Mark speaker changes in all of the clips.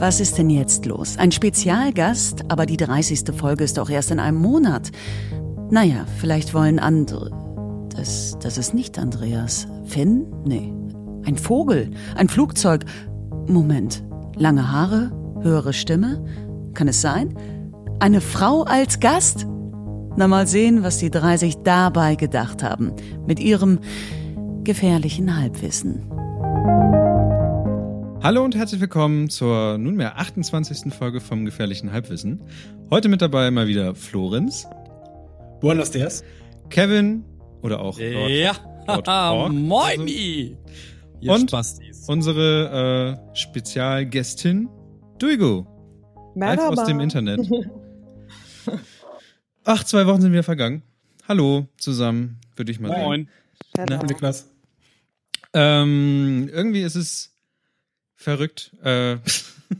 Speaker 1: Was ist denn jetzt los? Ein Spezialgast, aber die 30. Folge ist doch erst in einem Monat. Naja, vielleicht wollen andere. Das, das ist nicht Andreas. Finn? Nee. Ein Vogel. Ein Flugzeug. Moment. Lange Haare? Höhere Stimme? Kann es sein? Eine Frau als Gast? Na mal sehen, was die 30 dabei gedacht haben. Mit ihrem gefährlichen Halbwissen.
Speaker 2: Hallo und herzlich willkommen zur nunmehr 28. Folge vom Gefährlichen Halbwissen. Heute mit dabei mal wieder Florenz,
Speaker 3: Buenos dias.
Speaker 2: Kevin oder auch Lord,
Speaker 4: Ja,
Speaker 2: Lord Hawk.
Speaker 4: moini! Ihr
Speaker 2: Und-
Speaker 4: Spastis.
Speaker 2: unsere äh, Spezialgästin Duigo, live aus dem Internet. Ach, zwei Wochen sind wieder vergangen. Hallo zusammen, würde ich mal sagen.
Speaker 4: Moin.
Speaker 2: Na,
Speaker 3: Niklas.
Speaker 2: Ähm, irgendwie ist es verrückt. Äh,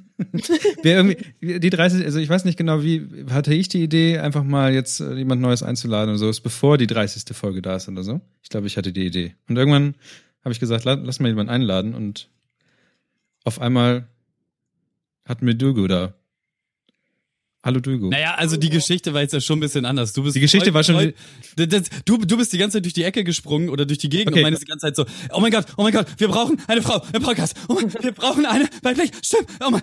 Speaker 2: wer irgendwie, die 30, also ich weiß nicht genau, wie hatte ich die Idee, einfach mal jetzt äh, jemand Neues einzuladen oder so, ist bevor die 30. Folge da ist oder so. Ich glaube, ich hatte die Idee. Und irgendwann habe ich gesagt, la- lass mal jemanden einladen und auf einmal hat mir Dugo da. Hallo Dugo.
Speaker 4: Naja, also die Geschichte war jetzt ja schon ein bisschen anders. Du bist
Speaker 2: Die Geschichte war schon-
Speaker 4: d- das, du, du bist die ganze Zeit durch die Ecke gesprungen oder durch die Gegend
Speaker 2: Okay.
Speaker 4: und meinst die ganze Zeit so, oh mein Gott, oh mein Gott, wir brauchen eine Frau im Podcast. Oh mein, wir brauchen eine bei Blech. Stimmt. Oh mein.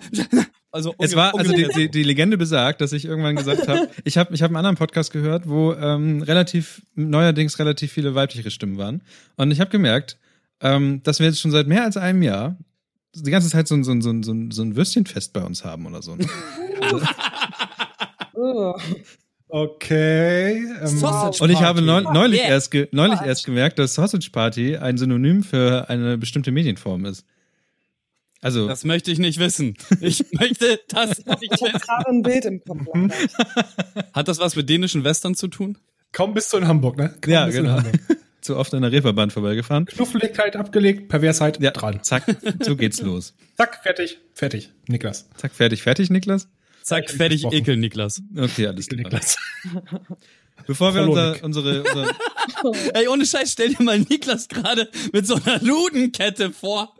Speaker 4: Also,
Speaker 2: Es
Speaker 4: unge-
Speaker 2: war, also die,
Speaker 4: ungefähr
Speaker 2: die, die Legende besagt, dass ich irgendwann gesagt habe, ich habe ich hab einen anderen Podcast gehört, wo ähm, relativ, neuerdings relativ viele weibliche Stimmen waren. Und ich habe gemerkt, ähm, dass wir jetzt schon seit mehr als einem Jahr die ganze Zeit so ein, so ein, so ein- so ein, so ein Würstchenfest bei uns haben oder so. ne?
Speaker 5: Oh.
Speaker 3: Okay.
Speaker 4: so.
Speaker 3: Ähm,
Speaker 4: Sausage
Speaker 2: Und ich
Speaker 4: Party.
Speaker 2: habe neul neulich,
Speaker 4: Oh, Yeah.
Speaker 2: erst, ge neulich erst gemerkt, dass Sausage Party ein Synonym für eine bestimmte Medienform ist. Also,
Speaker 4: Das möchte ich nicht wissen. Ich möchte das nicht
Speaker 5: Ich habe
Speaker 4: wissen.
Speaker 5: gerade ein Bild im Kopf.
Speaker 3: Mhm.
Speaker 5: Lambert.
Speaker 4: Hat das was mit dänischen Western zu tun?
Speaker 3: kaum bist du in Hamburg, ne? Kaum
Speaker 2: Ja,
Speaker 3: bist du in
Speaker 2: genau.
Speaker 3: Hamburg.
Speaker 2: zu oft an der Reeperbahn vorbeigefahren.
Speaker 3: Knuffligkeit abgelegt, Perversheit
Speaker 2: Ja,
Speaker 3: dran.
Speaker 2: zack, so geht's los.
Speaker 3: Zack, fertig. Fertig. Niklas.
Speaker 2: Zack, fertig, fertig, Niklas.
Speaker 4: Zack, fertig,
Speaker 3: gesprochen.
Speaker 4: ekel, Niklas.
Speaker 2: Okay, alles klar.
Speaker 3: Niklas.
Speaker 2: Bevor wir
Speaker 3: Verloren.
Speaker 2: unser, unsere, unser,
Speaker 4: Ey, ohne Scheiß, stell dir mal Niklas gerade mit so einer Ludenkette vor.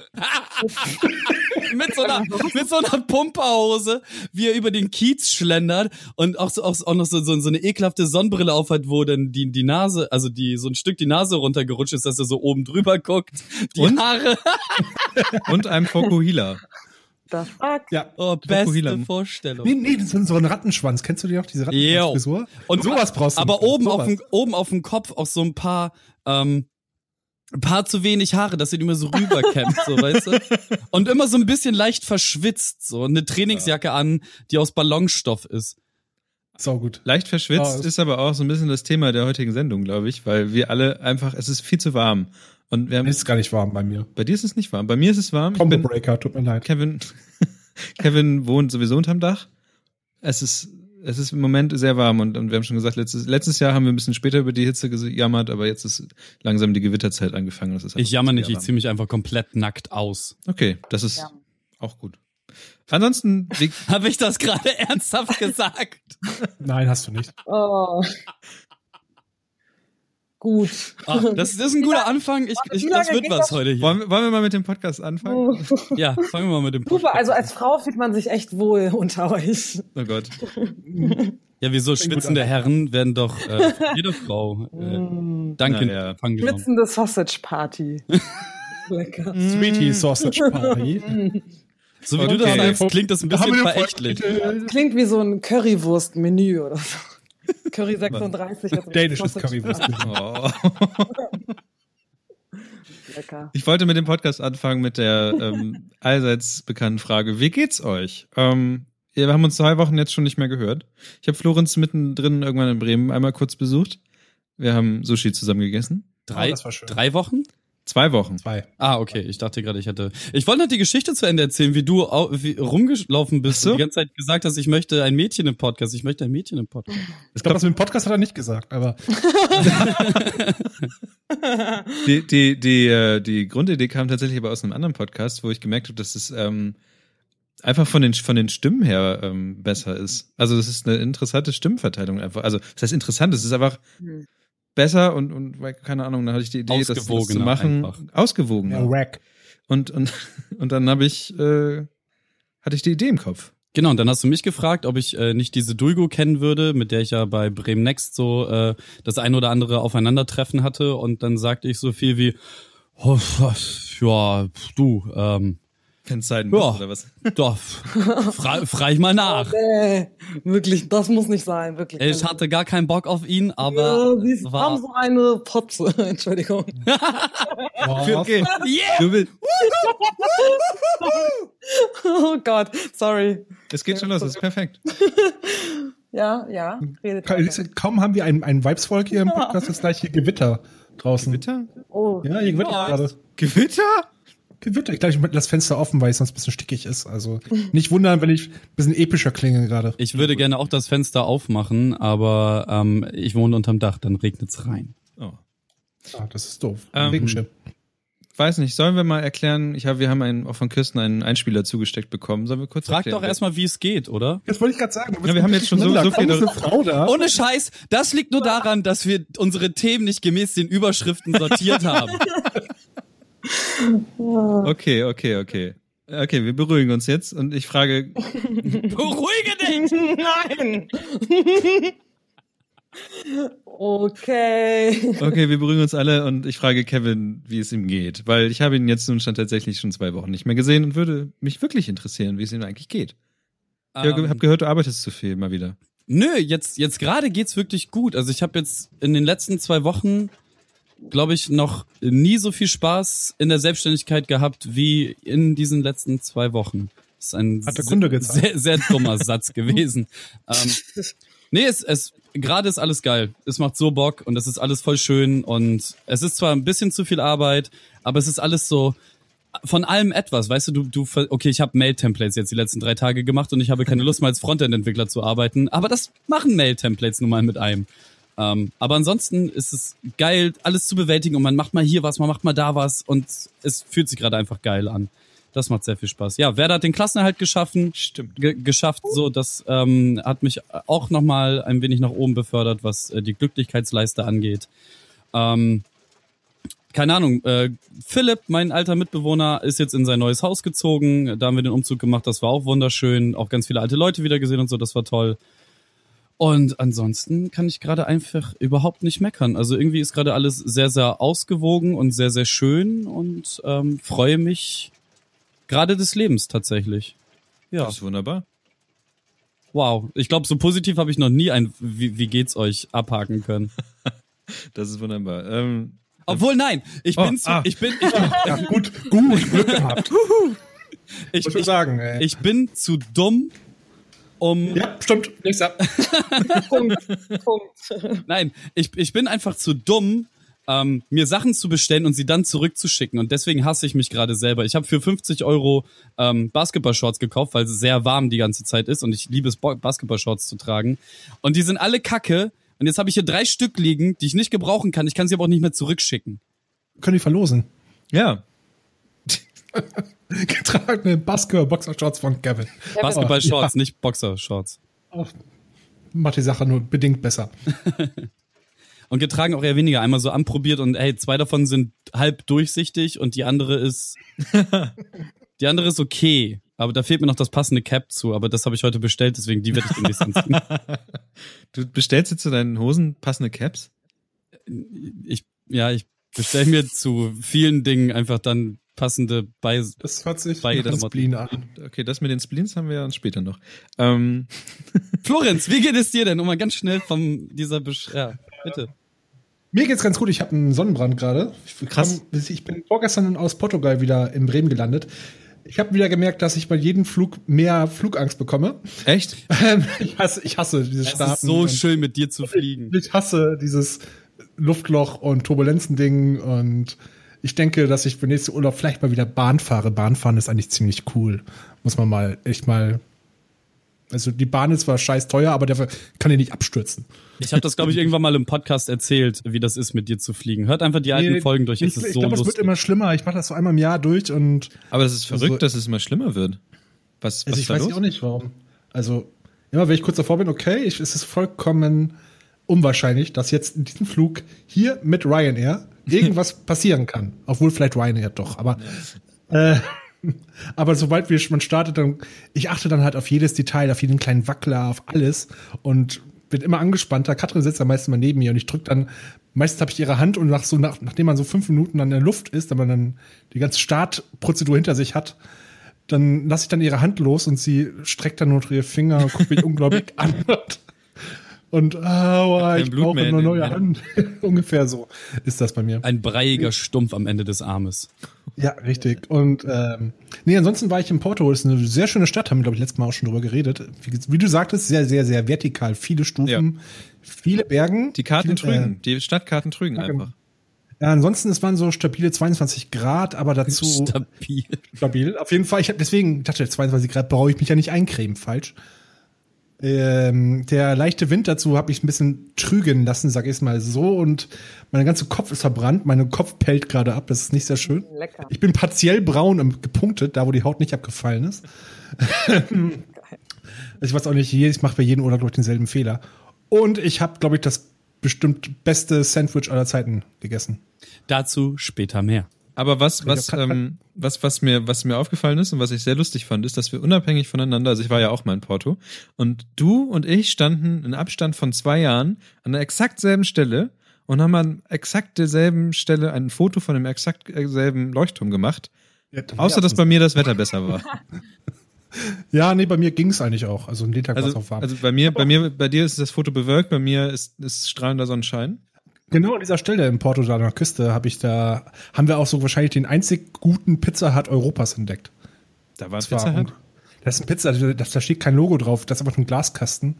Speaker 4: mit, so einer, mit so einer Pumperhose, wie er über den Kiez schlendert und auch, so, auch, auch noch so, so, so eine ekelhafte Sonnenbrille aufhat, wo dann die, die Nase, also die, so ein Stück die Nase runtergerutscht ist, dass er so oben drüber guckt. Die
Speaker 2: Und?
Speaker 4: Haare.
Speaker 2: und einem Fokuhila.
Speaker 5: Da fragt
Speaker 3: Ja.
Speaker 4: Oh, beste
Speaker 2: Hilam.
Speaker 3: Nee,
Speaker 4: Vorstellung.
Speaker 3: nee, das sind so ein Rattenschwanz. Kennst du die noch, diese Rattenschwanzfrisur?
Speaker 4: Und
Speaker 3: sowas brauchst du.
Speaker 4: Aber oben
Speaker 3: Sowas.
Speaker 4: auf, dem, oben auf dem Kopf auch so ein paar, ähm, ein paar zu wenig Haare, dass ihr die immer so rüberkämmt, so weißt du? Und immer so ein bisschen leicht verschwitzt, so eine Trainingsjacke an, die aus Ballonstoff ist.
Speaker 3: Sau gut.
Speaker 2: Leicht verschwitzt
Speaker 3: Ah, ist-
Speaker 2: ist aber auch so ein bisschen das Thema der heutigen Sendung, glaube ich, weil wir alle einfach, es ist viel zu warm. Und wir haben,
Speaker 3: Ist gar nicht warm bei mir.
Speaker 2: bei dir ist es nicht warm. Bei mir ist es warm. Ich
Speaker 3: Combo
Speaker 2: bin,
Speaker 3: Breaker, tut mir leid.
Speaker 2: Kevin, Kevin wohnt sowieso unterm Dach. Es ist, es ist im Moment sehr warm und, und wir haben schon gesagt, letztes, letztes Jahr haben wir ein bisschen später über die Hitze gejammert, aber jetzt ist langsam die Gewitterzeit angefangen. Das ist
Speaker 4: Ich jammer nicht, ich
Speaker 2: ziemlich.
Speaker 4: ziehe mich einfach komplett nackt aus.
Speaker 2: Okay, das ist
Speaker 5: Jammern.
Speaker 2: auch gut. Ansonsten, wie,
Speaker 4: Habe ich das gerade ernsthaft gesagt?
Speaker 3: Nein, hast du nicht.
Speaker 5: oh. Gut.
Speaker 4: Ah, das, das ist ein guter Anfang. Ich, ich,
Speaker 5: wie
Speaker 4: das
Speaker 5: lange
Speaker 4: wird
Speaker 5: ging
Speaker 4: was
Speaker 5: das?
Speaker 4: heute hier.
Speaker 2: wollen, wir- wollen wir mal mit dem Podcast anfangen?
Speaker 5: Oh,
Speaker 4: Ja, fangen wir mal mit dem
Speaker 5: Super,
Speaker 4: Podcast
Speaker 5: also
Speaker 4: an.
Speaker 5: als Frau fühlt man sich echt wohl unter euch.
Speaker 2: Oh Gott.
Speaker 4: Ja, wieso
Speaker 3: Fängt gut
Speaker 4: schwitzende
Speaker 3: an.
Speaker 4: Herren werden doch äh, von jeder Frau äh,
Speaker 5: Mm.
Speaker 4: Danke
Speaker 2: Na ja.
Speaker 4: fangen genommen.
Speaker 5: Schwitzende Sausage Party. Lecker.
Speaker 3: Mhm. Sweetie Sausage Party.
Speaker 4: So wie du
Speaker 2: Okay.
Speaker 4: das sagst, klingt das ein bisschen
Speaker 3: Haben wir eine
Speaker 4: verächtlich.
Speaker 3: Folge-
Speaker 5: Klingt wie so ein Currywurst-Menü oder so. Curry 36. also
Speaker 3: Dänisches
Speaker 5: Sausage
Speaker 3: Currywurst.
Speaker 5: Party.
Speaker 2: Oh.
Speaker 5: Lecker.
Speaker 2: Ich wollte mit dem Podcast anfangen mit der ähm, allseits bekannten Frage, wie geht's euch? Ähm, wir haben uns zwei Wochen jetzt schon nicht mehr gehört. Ich habe Florenz mittendrin irgendwann in Bremen einmal kurz besucht. Wir haben Sushi zusammen gegessen.
Speaker 4: Drei,
Speaker 3: Oh, das war schön.
Speaker 4: drei Wochen?
Speaker 2: Zwei Wochen.
Speaker 3: Zwei.
Speaker 4: Ah, okay. Ich dachte gerade, ich hätte. Ich wollte noch die Geschichte zu Ende erzählen, wie du au- wie rumgelaufen bist
Speaker 2: Ach so.
Speaker 4: und die ganze Zeit gesagt hast, ich möchte ein Mädchen im Podcast, ich möchte ein Mädchen im Podcast.
Speaker 3: Ich glaube, das mit dem Podcast hat er nicht gesagt, aber
Speaker 2: Die, die, die, äh, die Grundidee kam tatsächlich aber aus einem anderen Podcast, wo ich gemerkt habe, dass es ähm, einfach von den, von den Stimmen her ähm, besser ist. Also das ist eine interessante Stimmverteilung einfach. Also das heißt interessant, es ist einfach
Speaker 5: Hm.
Speaker 2: besser und, und weil, keine Ahnung, dann hatte ich die Idee, das, das zu
Speaker 4: Ausgewogener
Speaker 2: machen.
Speaker 4: einfach.
Speaker 2: Ausgewogener.
Speaker 3: ja, Rack.
Speaker 2: Und, und, und dann habe ich, äh, habe hatte ich die Idee im Kopf.
Speaker 4: Genau, und dann hast du mich gefragt, ob ich äh, nicht diese Dulgo kennen würde, mit der ich ja bei Bremen Next so äh, das ein oder andere Aufeinandertreffen hatte. Und dann sagte ich so viel wie, oh, pf, ja, pf, du, ähm,
Speaker 2: Wenn es sein
Speaker 4: Ja.
Speaker 2: muss, oder was?
Speaker 4: doch, f- fra frag ich mal nach.
Speaker 5: Oh, Nee, Äh, wirklich, das muss nicht sein, wirklich.
Speaker 4: Ich hatte gar keinen Bock auf ihn, aber
Speaker 5: ja, sie ist- haben
Speaker 4: war...
Speaker 5: so eine Potze, Entschuldigung.
Speaker 3: Mhm. Boah,
Speaker 2: Okay.
Speaker 4: Yeah!
Speaker 2: Du willst,
Speaker 5: Oh Gott, sorry.
Speaker 2: es geht schon los, das ist perfekt.
Speaker 5: Ja, ja, redet
Speaker 3: Ka-
Speaker 5: weiter.
Speaker 3: ist- Kaum haben wir ein, ein Weibsvolk hier im Podcast, ist gleich hier Gewitter draußen.
Speaker 2: Gewitter?
Speaker 5: Oh,
Speaker 3: Ja, hier Gewitter
Speaker 4: Ja.
Speaker 3: gerade.
Speaker 2: Gewitter?
Speaker 3: Gewitter. Ich glaube, ich mache das Fenster offen, weil es sonst ein bisschen stickig ist. Also nicht wundern, wenn ich ein bisschen epischer klinge gerade.
Speaker 4: Ich würde gerne auch das Fenster aufmachen, aber ähm, ich wohne unterm Dach, dann regnet's rein.
Speaker 2: Oh.
Speaker 3: Ah, das ist doof.
Speaker 2: Ähm,
Speaker 3: Regenschirm.
Speaker 2: Weiß nicht, sollen wir mal erklären, ich hab, wir haben einen, auch von Kirsten einen Einspieler zugesteckt bekommen. Sollen wir kurz
Speaker 4: Frag
Speaker 2: erklären,
Speaker 4: doch erstmal, wie es geht, oder?
Speaker 3: Das wollte ich gerade sagen.
Speaker 2: Ja, wir haben jetzt schon so- so
Speaker 3: viel.
Speaker 2: viele-
Speaker 3: eine Frau da.
Speaker 4: Ohne Scheiß, das liegt nur daran, dass wir unsere Themen nicht gemäß den Überschriften sortiert haben.
Speaker 2: Okay, okay, okay. Okay, wir beruhigen uns jetzt und ich frage,
Speaker 4: Beruhige dich!
Speaker 5: nein! okay.
Speaker 2: okay, wir beruhigen uns alle und ich frage Kevin, wie es ihm geht, weil ich habe ihn jetzt nun schon tatsächlich schon zwei Wochen nicht mehr gesehen und würde mich wirklich interessieren, wie es ihm eigentlich geht. Ich
Speaker 4: Ähm,
Speaker 2: habe gehört, du arbeitest zu viel mal wieder.
Speaker 4: Nö, jetzt, jetzt gerade geht's wirklich gut. Also ich habe jetzt in den letzten zwei Wochen, glaube ich, noch nie so viel Spaß in der Selbstständigkeit gehabt wie in diesen letzten zwei Wochen. Das ist ein
Speaker 3: Hat der
Speaker 4: se-
Speaker 3: Kunde gezahlt.
Speaker 4: sehr, sehr dummer Satz gewesen. Ähm, nee, es, es gerade ist alles geil. Es macht so Bock und es ist alles voll schön und es ist zwar ein bisschen zu viel Arbeit, aber es ist alles so von allem etwas, weißt du, du, du ver- okay, ich habe Mail-Templates jetzt die letzten drei Tage gemacht und ich habe keine Lust mehr als Frontend-Entwickler zu arbeiten, aber das machen Mail-Templates nun mal mit einem. Ähm, aber ansonsten ist es geil, alles zu bewältigen und man macht mal hier was, man macht mal da was und es fühlt sich gerade einfach geil an. Das macht sehr viel Spaß. Ja, Werder hat den Klassenerhalt geschaffen,
Speaker 2: Stimmt.
Speaker 4: ge geschafft, so das ähm, hat mich auch noch mal ein wenig nach oben befördert, was äh, die Glücklichkeitsleiste angeht. Ähm, keine Ahnung, äh, Philipp, mein alter Mitbewohner, ist jetzt in sein neues Haus gezogen. Da haben wir den Umzug gemacht, das war auch wunderschön. Auch ganz viele alte Leute wieder gesehen und so, das war toll. Und ansonsten kann ich gerade einfach überhaupt nicht meckern. Also irgendwie ist gerade alles sehr, sehr ausgewogen und sehr, sehr schön und ähm, freue mich gerade des Lebens tatsächlich. Ja.
Speaker 2: Das ist wunderbar.
Speaker 4: Wow. Ich glaube, so positiv habe ich noch nie ein wie, wie geht's euch abhaken können.
Speaker 2: Das ist wunderbar. Ähm,
Speaker 4: Obwohl, nein, ich
Speaker 2: Oh,
Speaker 4: bin zu,
Speaker 2: ah.
Speaker 4: ich bin, ich,
Speaker 3: Ja, gut, gut, Glück gehabt. Muss
Speaker 4: ich,
Speaker 3: ich, schon
Speaker 4: ich,
Speaker 3: sagen, ey.
Speaker 4: ich bin zu dumm, um
Speaker 3: ja, stimmt. Nächster.
Speaker 5: Punkt. Punkt.
Speaker 4: Nein, ich, ich bin einfach zu dumm, ähm, mir Sachen zu bestellen und sie dann zurückzuschicken. Und deswegen hasse ich mich gerade selber. Ich habe für 50 Euro ähm, Basketballshorts gekauft, weil es sehr warm die ganze Zeit ist und ich liebe es, Bo- Basketballshorts zu tragen. Und die sind alle kacke. Und jetzt habe ich hier drei Stück liegen, die ich nicht gebrauchen kann. Ich kann sie aber auch nicht mehr zurückschicken.
Speaker 3: Können die verlosen.
Speaker 2: ja,
Speaker 3: Getragene Basketball-Boxershorts von Kevin.
Speaker 4: Basketballshorts, nicht Boxershorts.
Speaker 3: Auch- Macht die Sache nur bedingt besser.
Speaker 4: Und getragen auch eher weniger. Einmal so anprobiert und hey, zwei davon sind halb durchsichtig und die andere ist. die andere ist okay. Aber da fehlt mir noch das passende Cap zu. Aber das habe ich heute bestellt, deswegen die werde ich demnächst anziehen.
Speaker 2: du bestellst jetzt zu deinen Hosen passende Caps?
Speaker 4: Ich, ja, ich bestelle mir zu vielen Dingen einfach dann passende Beise.
Speaker 3: Das hört sich
Speaker 4: Bei
Speaker 3: nach
Speaker 4: jeder
Speaker 3: Disziplin an.
Speaker 2: Okay, das mit den Spleens haben wir ja dann später noch. Ähm,
Speaker 4: Florenz, wie geht es dir denn? Um mal ganz schnell von dieser Besch ja, bitte.
Speaker 3: Mir geht's ganz gut. Ich habe einen Sonnenbrand gerade. Ich
Speaker 2: Krass.
Speaker 3: kam- Ich bin vorgestern aus Portugal wieder in Bremen gelandet. Ich habe wieder gemerkt, dass ich bei jedem Flug mehr Flugangst bekomme.
Speaker 2: echt?
Speaker 3: Ähm, ich, hasse, ich hasse diese
Speaker 4: Es
Speaker 3: Staaten.
Speaker 4: ist so
Speaker 3: und
Speaker 4: schön, mit dir zu fliegen.
Speaker 3: Ich hasse dieses Luftloch und Turbulenzending und ich denke, dass ich für nächsten Urlaub vielleicht mal wieder Bahn fahre. Bahnfahren ist eigentlich ziemlich cool. Muss man mal echt mal. Also die Bahn ist zwar scheiß teuer, aber dafür kann die nicht abstürzen.
Speaker 4: Ich habe das, glaube ich, irgendwann mal im Podcast erzählt, wie das ist, mit dir zu fliegen. Hört einfach die alten
Speaker 3: Nee,
Speaker 4: Folgen durch. Es
Speaker 3: Ich,
Speaker 4: ist
Speaker 3: ich
Speaker 4: so
Speaker 3: glaube, es
Speaker 4: lustig.
Speaker 3: wird immer schlimmer. Ich mache das so einmal im Jahr durch und
Speaker 2: Aber das ist verrückt,
Speaker 3: Also-
Speaker 2: dass es immer schlimmer wird. Was, was
Speaker 3: also
Speaker 2: ist
Speaker 3: ich
Speaker 2: da
Speaker 3: weiß
Speaker 2: los?
Speaker 3: auch nicht warum. Also immer wenn ich kurz davor bin, okay, ich, es ist vollkommen unwahrscheinlich, dass jetzt in diesem Flug hier mit Ryanair irgendwas passieren kann. Obwohl vielleicht Ryanair doch, aber äh, Aber sobald wir, man startet, dann, ich achte dann halt auf jedes Detail, auf jeden kleinen Wackler, auf alles und bin immer angespannter. Katrin sitzt am meisten mal neben mir und ich drücke dann, meistens habe ich ihre Hand und nach so, nach, nachdem man so fünf Minuten an der Luft ist, wenn man dann die ganze Startprozedur hinter sich hat, dann lasse ich dann ihre Hand los und sie streckt dann nur ihre Finger und guckt mich unglaublich an. Und aua,
Speaker 2: Kein
Speaker 3: ich
Speaker 2: Blut
Speaker 3: brauche
Speaker 2: mehr in
Speaker 3: eine
Speaker 2: den
Speaker 3: neue Hand. Ungefähr so ist das bei mir.
Speaker 4: Ein breiiger Stumpf am Ende des Armes.
Speaker 3: Ja, richtig. Und ähm, nee, ansonsten war ich in Porto. Ist eine sehr schöne Stadt, haben wir, glaube ich, letztes Mal auch schon drüber geredet. Wie, wie du sagtest, sehr, sehr, sehr vertikal. Viele Stufen, viele Bergen.
Speaker 2: Die Karten
Speaker 3: viele,
Speaker 2: trügen, die Stadtkarten trügen einfach.
Speaker 3: Äh, ja, ansonsten, es waren so stabile 22 Grad, aber dazu
Speaker 4: Stabil.
Speaker 3: stabil. Auf jeden Fall, ich habe deswegen, ich dachte 22 Grad, brauche ich mich ja nicht eincremen, falsch. Ähm, der leichte Wind dazu habe ich ein bisschen trügen lassen, sag ich mal so. Und mein ganzer Kopf ist verbrannt, mein Kopf pellt gerade ab, das ist nicht sehr schön.
Speaker 5: Lecker.
Speaker 3: Ich bin partiell braun und gepunktet, da wo die Haut nicht abgefallen ist. ich weiß auch nicht, je- ich mache bei jedem Urlaub, glaube ich, denselben Fehler. Und ich habe, glaube ich, das bestimmt beste Sandwich aller Zeiten gegessen.
Speaker 4: Dazu später mehr.
Speaker 2: Aber was, was,
Speaker 3: kann-
Speaker 2: ähm, was, was mir, was mir aufgefallen ist und was ich sehr lustig fand, ist, dass wir unabhängig voneinander, also ich war ja auch mal in Porto, und du und ich standen in Abstand von zwei Jahren an der exakt selben Stelle und haben an exakt derselben Stelle ein Foto von dem exakt äh, selben Leuchtturm gemacht. Außer, dass bei mir das Wetter besser war.
Speaker 3: Ja, nee, bei mir ging es eigentlich auch. Also, am Tag war es
Speaker 2: Also,
Speaker 3: auch warm.
Speaker 2: also bei mir, bei mir, bei dir ist das Foto bewölkt, bei mir ist, ist strahlender Sonnenschein.
Speaker 3: Genau an dieser Stelle in Porto da an der Küste habe ich da, haben wir auch so wahrscheinlich den einzig guten Pizza Hut Europas entdeckt.
Speaker 2: Da halt. war es
Speaker 3: Das war- Das ist ein Pizza, das, da steht kein Logo drauf, das ist einfach nur ein Glaskasten.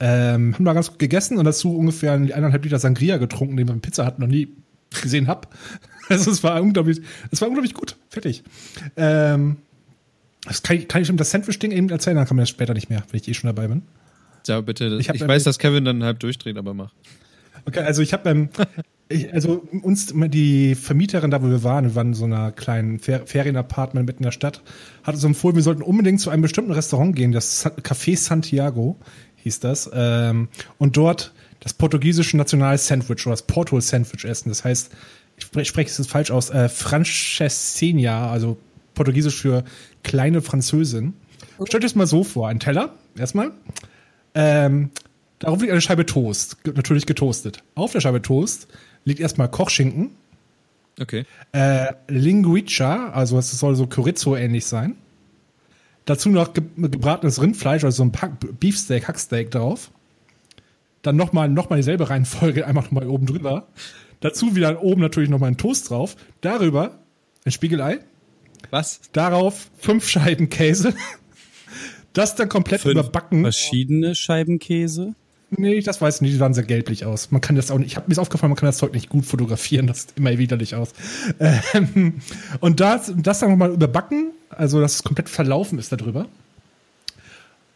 Speaker 3: Ähm, haben da ganz gut gegessen und dazu ungefähr eineinhalb Liter Sangria getrunken, den man Pizza Hut noch nie gesehen hab. Also es war unglaublich, es war unglaublich gut. Fertig. Ähm, das kann, ich- kann ich um das Sandwich-Ding eben erzählen, dann kann man das später nicht mehr, wenn ich eh schon dabei bin.
Speaker 2: Ja, bitte. Ich,
Speaker 3: Ich hab
Speaker 2: weiß,
Speaker 3: nämlich-
Speaker 2: dass Kevin dann halb durchdreht, aber mach.
Speaker 3: Okay, also ich habe, ähm, ich- also uns die Vermieterin da, wo wir waren, wir waren in so einer kleinen Fer Ferienapartment mitten in der Stadt, hat uns empfohlen, wir sollten unbedingt zu einem bestimmten Restaurant gehen, das Sa- Café Santiago hieß das, ähm, und dort das portugiesische National-Sandwich oder das Porto-Sandwich essen. Das heißt, ich spre- spreche es jetzt falsch aus, äh, Francesinha, also portugiesisch für kleine Französin. Stellt euch das mal so vor, ein Teller, erstmal, ähm, darauf liegt eine Scheibe Toast, ge- natürlich getoastet. Auf der Scheibe Toast liegt erstmal Kochschinken,
Speaker 2: Okay.
Speaker 3: äh, Linguica, also es soll so Chorizo ähnlich sein. Dazu noch ge gebratenes Rindfleisch, also so ein Pack Beefsteak, Hacksteak drauf. Dann nochmal noch mal dieselbe Reihenfolge, einfach nochmal oben drüber. Dazu wieder oben natürlich nochmal ein Toast drauf. Darüber ein Spiegelei.
Speaker 2: Was?
Speaker 3: Darauf fünf Scheiben Käse. Das dann komplett überbacken.
Speaker 4: verschiedene Scheibenkäse.
Speaker 3: Nee, das weiß ich nicht, die sahen sehr gelblich aus. Man kann das auch nicht, ich habe mir ist aufgefallen, man kann das Zeug nicht gut fotografieren, das sieht immer widerlich aus. Ähm, und das, das dann nochmal überbacken, also dass es komplett verlaufen ist darüber.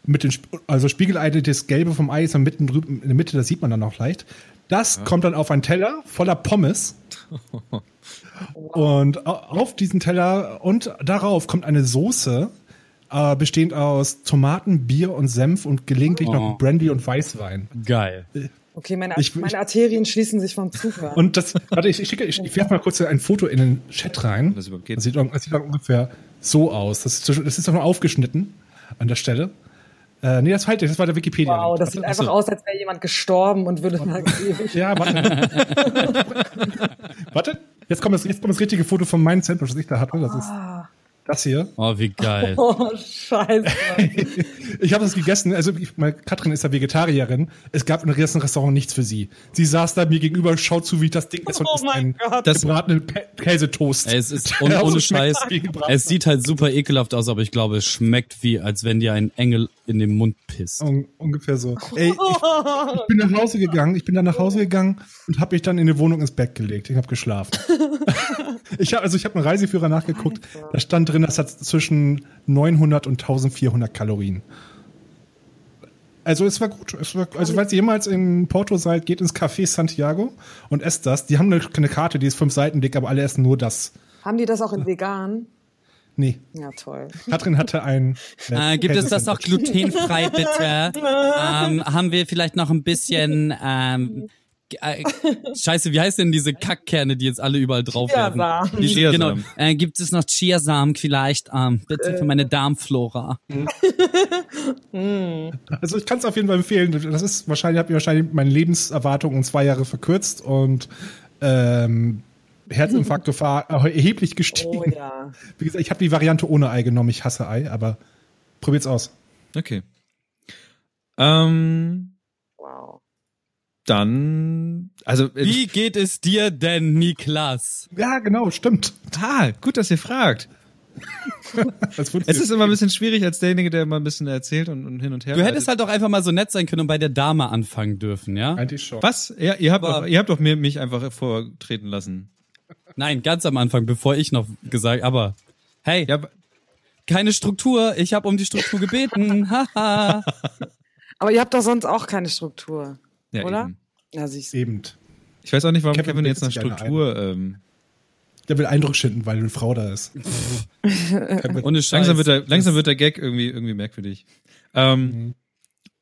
Speaker 3: Mit den, Sp- also Spiegelei, das Gelbe vom Ei ist dann mitten drüben, in der Mitte, das sieht man dann auch leicht. Das kommt dann auf einen Teller voller Pommes. Und au- auf diesen Teller und darauf kommt eine Soße, äh, bestehend aus Tomaten, Bier und Senf und gelegentlich
Speaker 4: Oh.
Speaker 3: noch Brandy und Weißwein.
Speaker 4: Geil.
Speaker 5: Okay, meine,
Speaker 3: Ich-
Speaker 5: meine
Speaker 3: ich-
Speaker 5: Arterien schließen sich vom Zuhören.
Speaker 3: Und das, warte, ich, ich schicke, ich, ich werfe mal kurz ein Foto in den Chat rein.
Speaker 2: Das
Speaker 3: Das,
Speaker 2: überhaupt geht.
Speaker 3: sieht, un- das sieht dann ungefähr so aus. Das, ist- das ist doch mal aufgeschnitten an der Stelle. Äh, nee, das war, das war der Wikipedia.
Speaker 5: wow, das sieht
Speaker 3: Warte,
Speaker 5: einfach aus, als wäre jemand gestorben und würde mal ewig.
Speaker 3: Ja, warte. warte, jetzt kommt, das, jetzt kommt das richtige Foto von meinem Sandwich, das ich da hatte. Das ist
Speaker 5: Ah.
Speaker 3: das hier.
Speaker 4: Oh, wie geil.
Speaker 5: Oh, scheiße.
Speaker 3: Ich habe das gegessen. Also, ich, meine, Katrin ist ja Vegetarierin. Es gab in diesem Restaurant nichts für sie. Sie saß da mir gegenüber, schaut zu, wie ich das Ding esse und
Speaker 5: Oh
Speaker 3: isst
Speaker 5: mein
Speaker 3: einen
Speaker 5: Gott.
Speaker 2: Das-
Speaker 3: gebratenen Kä Käsetoast.
Speaker 4: Ey, Es ist ohne,
Speaker 3: Also
Speaker 4: ohne
Speaker 3: schmeckt
Speaker 4: Scheiß.
Speaker 3: wie gebraten.
Speaker 4: Es sieht halt super ekelhaft aus, aber ich glaube, es schmeckt wie, als wenn dir ein Engel in den Mund pisst.
Speaker 3: Un ungefähr so. Ey, ich, ich bin nach Hause gegangen, ich bin dann nach Hause gegangen und habe mich dann in die Wohnung ins Bett gelegt. Ich habe geschlafen. ich habe also ich habe einen Reiseführer nachgeguckt. Da stand drin, das hat zwischen 900 und 1400 Kalorien. Also es war gut. Es war, also falls ihr jemals in Porto seid, geht ins Café Santiago und esst das. Die haben eine, eine Karte, die ist fünf Seiten dick, aber alle essen nur das.
Speaker 5: Haben die das auch in vegan?
Speaker 3: Nee,
Speaker 5: Ja, toll.
Speaker 3: Katrin hatte ein.
Speaker 4: Äh, gibt es das auch glutenfrei, bitte? ähm, haben wir vielleicht noch ein bisschen ähm, äh, Scheiße, wie heißt denn diese Kackkerne, die jetzt alle überall drauf werden?
Speaker 5: Chiasamen.
Speaker 4: Die- Genau.
Speaker 2: Chiasamen.
Speaker 4: Äh, gibt es noch Chiasamen vielleicht? Ähm, bitte für meine Darmflora.
Speaker 3: Also ich kann es auf jeden Fall empfehlen. Das ist wahrscheinlich, habe ich wahrscheinlich meine Lebenserwartung um zwei Jahre verkürzt und ähm, Herzinfarktgefahr erheblich gestiegen.
Speaker 5: Oh ja.
Speaker 3: Wie gesagt, ich habe die Variante ohne Ei genommen. Ich hasse Ei, aber probiert's aus.
Speaker 2: Okay. Ähm,
Speaker 5: Wow.
Speaker 2: dann, also äh,
Speaker 4: Wie geht es dir denn, Niklas?
Speaker 3: Ja, genau, stimmt.
Speaker 2: total gut, dass ihr fragt.
Speaker 3: Das wird
Speaker 2: Es ist immer ein bisschen schwierig als derjenige, der immer ein bisschen erzählt und, und hin und her.
Speaker 4: Du hättest halt doch einfach mal so nett sein können und bei der Dame anfangen dürfen, ja?
Speaker 3: eigentlich schon.
Speaker 2: was? Ja, ihr habt
Speaker 4: halt Aber-
Speaker 2: doch, ihr habt doch mir mich einfach vortreten lassen.
Speaker 4: Nein, ganz am Anfang, bevor ich noch gesagt, aber hey,
Speaker 2: Ja, aber-
Speaker 4: keine Struktur, ich habe um die Struktur gebeten. Haha.
Speaker 5: Aber ihr habt doch sonst auch keine Struktur,
Speaker 2: ja
Speaker 5: oder?
Speaker 2: Eben.
Speaker 5: Ja, siehst du.
Speaker 3: Eben.
Speaker 2: Ich weiß auch nicht, warum
Speaker 3: Kevin
Speaker 2: Kevin, jetzt nach
Speaker 3: bildet sich eine
Speaker 2: Struktur. Ähm,
Speaker 3: Der will Eindruck schinden, weil eine Frau da ist.
Speaker 4: Ohne Scheiß.
Speaker 2: langsam wird der, langsam wird der Gag irgendwie irgendwie merkwürdig. Ähm,
Speaker 3: Mhm.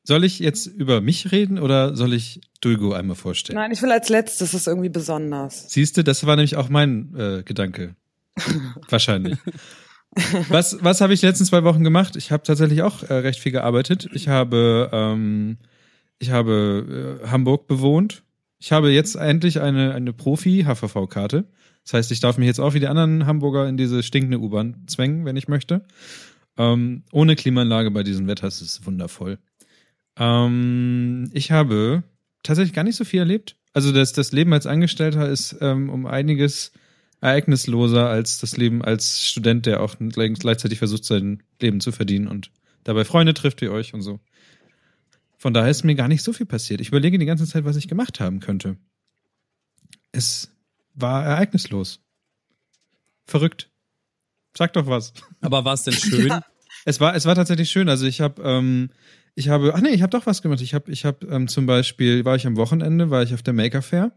Speaker 2: Soll ich jetzt über mich reden oder soll ich Dulgo einmal vorstellen?
Speaker 5: Nein, ich will als letztes, das ist irgendwie besonders.
Speaker 2: Siehst du, das war nämlich auch mein äh, Gedanke. Wahrscheinlich. Was, was habe ich die letzten zwei Wochen gemacht? Ich habe tatsächlich auch äh, recht viel gearbeitet. Ich habe, ähm, ich habe äh, Hamburg bewohnt. Ich habe jetzt endlich eine, eine Profi-HVV-Karte. Das heißt, ich darf mich jetzt auch wie die anderen Hamburger in diese stinkende U-Bahn zwängen, wenn ich möchte. Ähm, ohne Klimaanlage bei diesem Wetter ist es wundervoll. Ähm, ich habe tatsächlich gar nicht so viel erlebt. Also das, das Leben als Angestellter ist ähm, um einiges ereignisloser als das Leben als Student, der auch gleich- gleichzeitig versucht, sein Leben zu verdienen und dabei Freunde trifft wie euch und so. Von daher ist mir gar nicht so viel passiert. Ich überlege die ganze Zeit, was ich gemacht haben könnte. Es war ereignislos. Verrückt. Sag doch was.
Speaker 4: Aber war es denn schön?
Speaker 2: Es war, es war tatsächlich schön. Also ich habe, ähm, ich habe, ach nee, ich habe doch was gemacht. Ich habe, ich habe ähm, zum Beispiel war ich am Wochenende, war ich auf der Maker Fair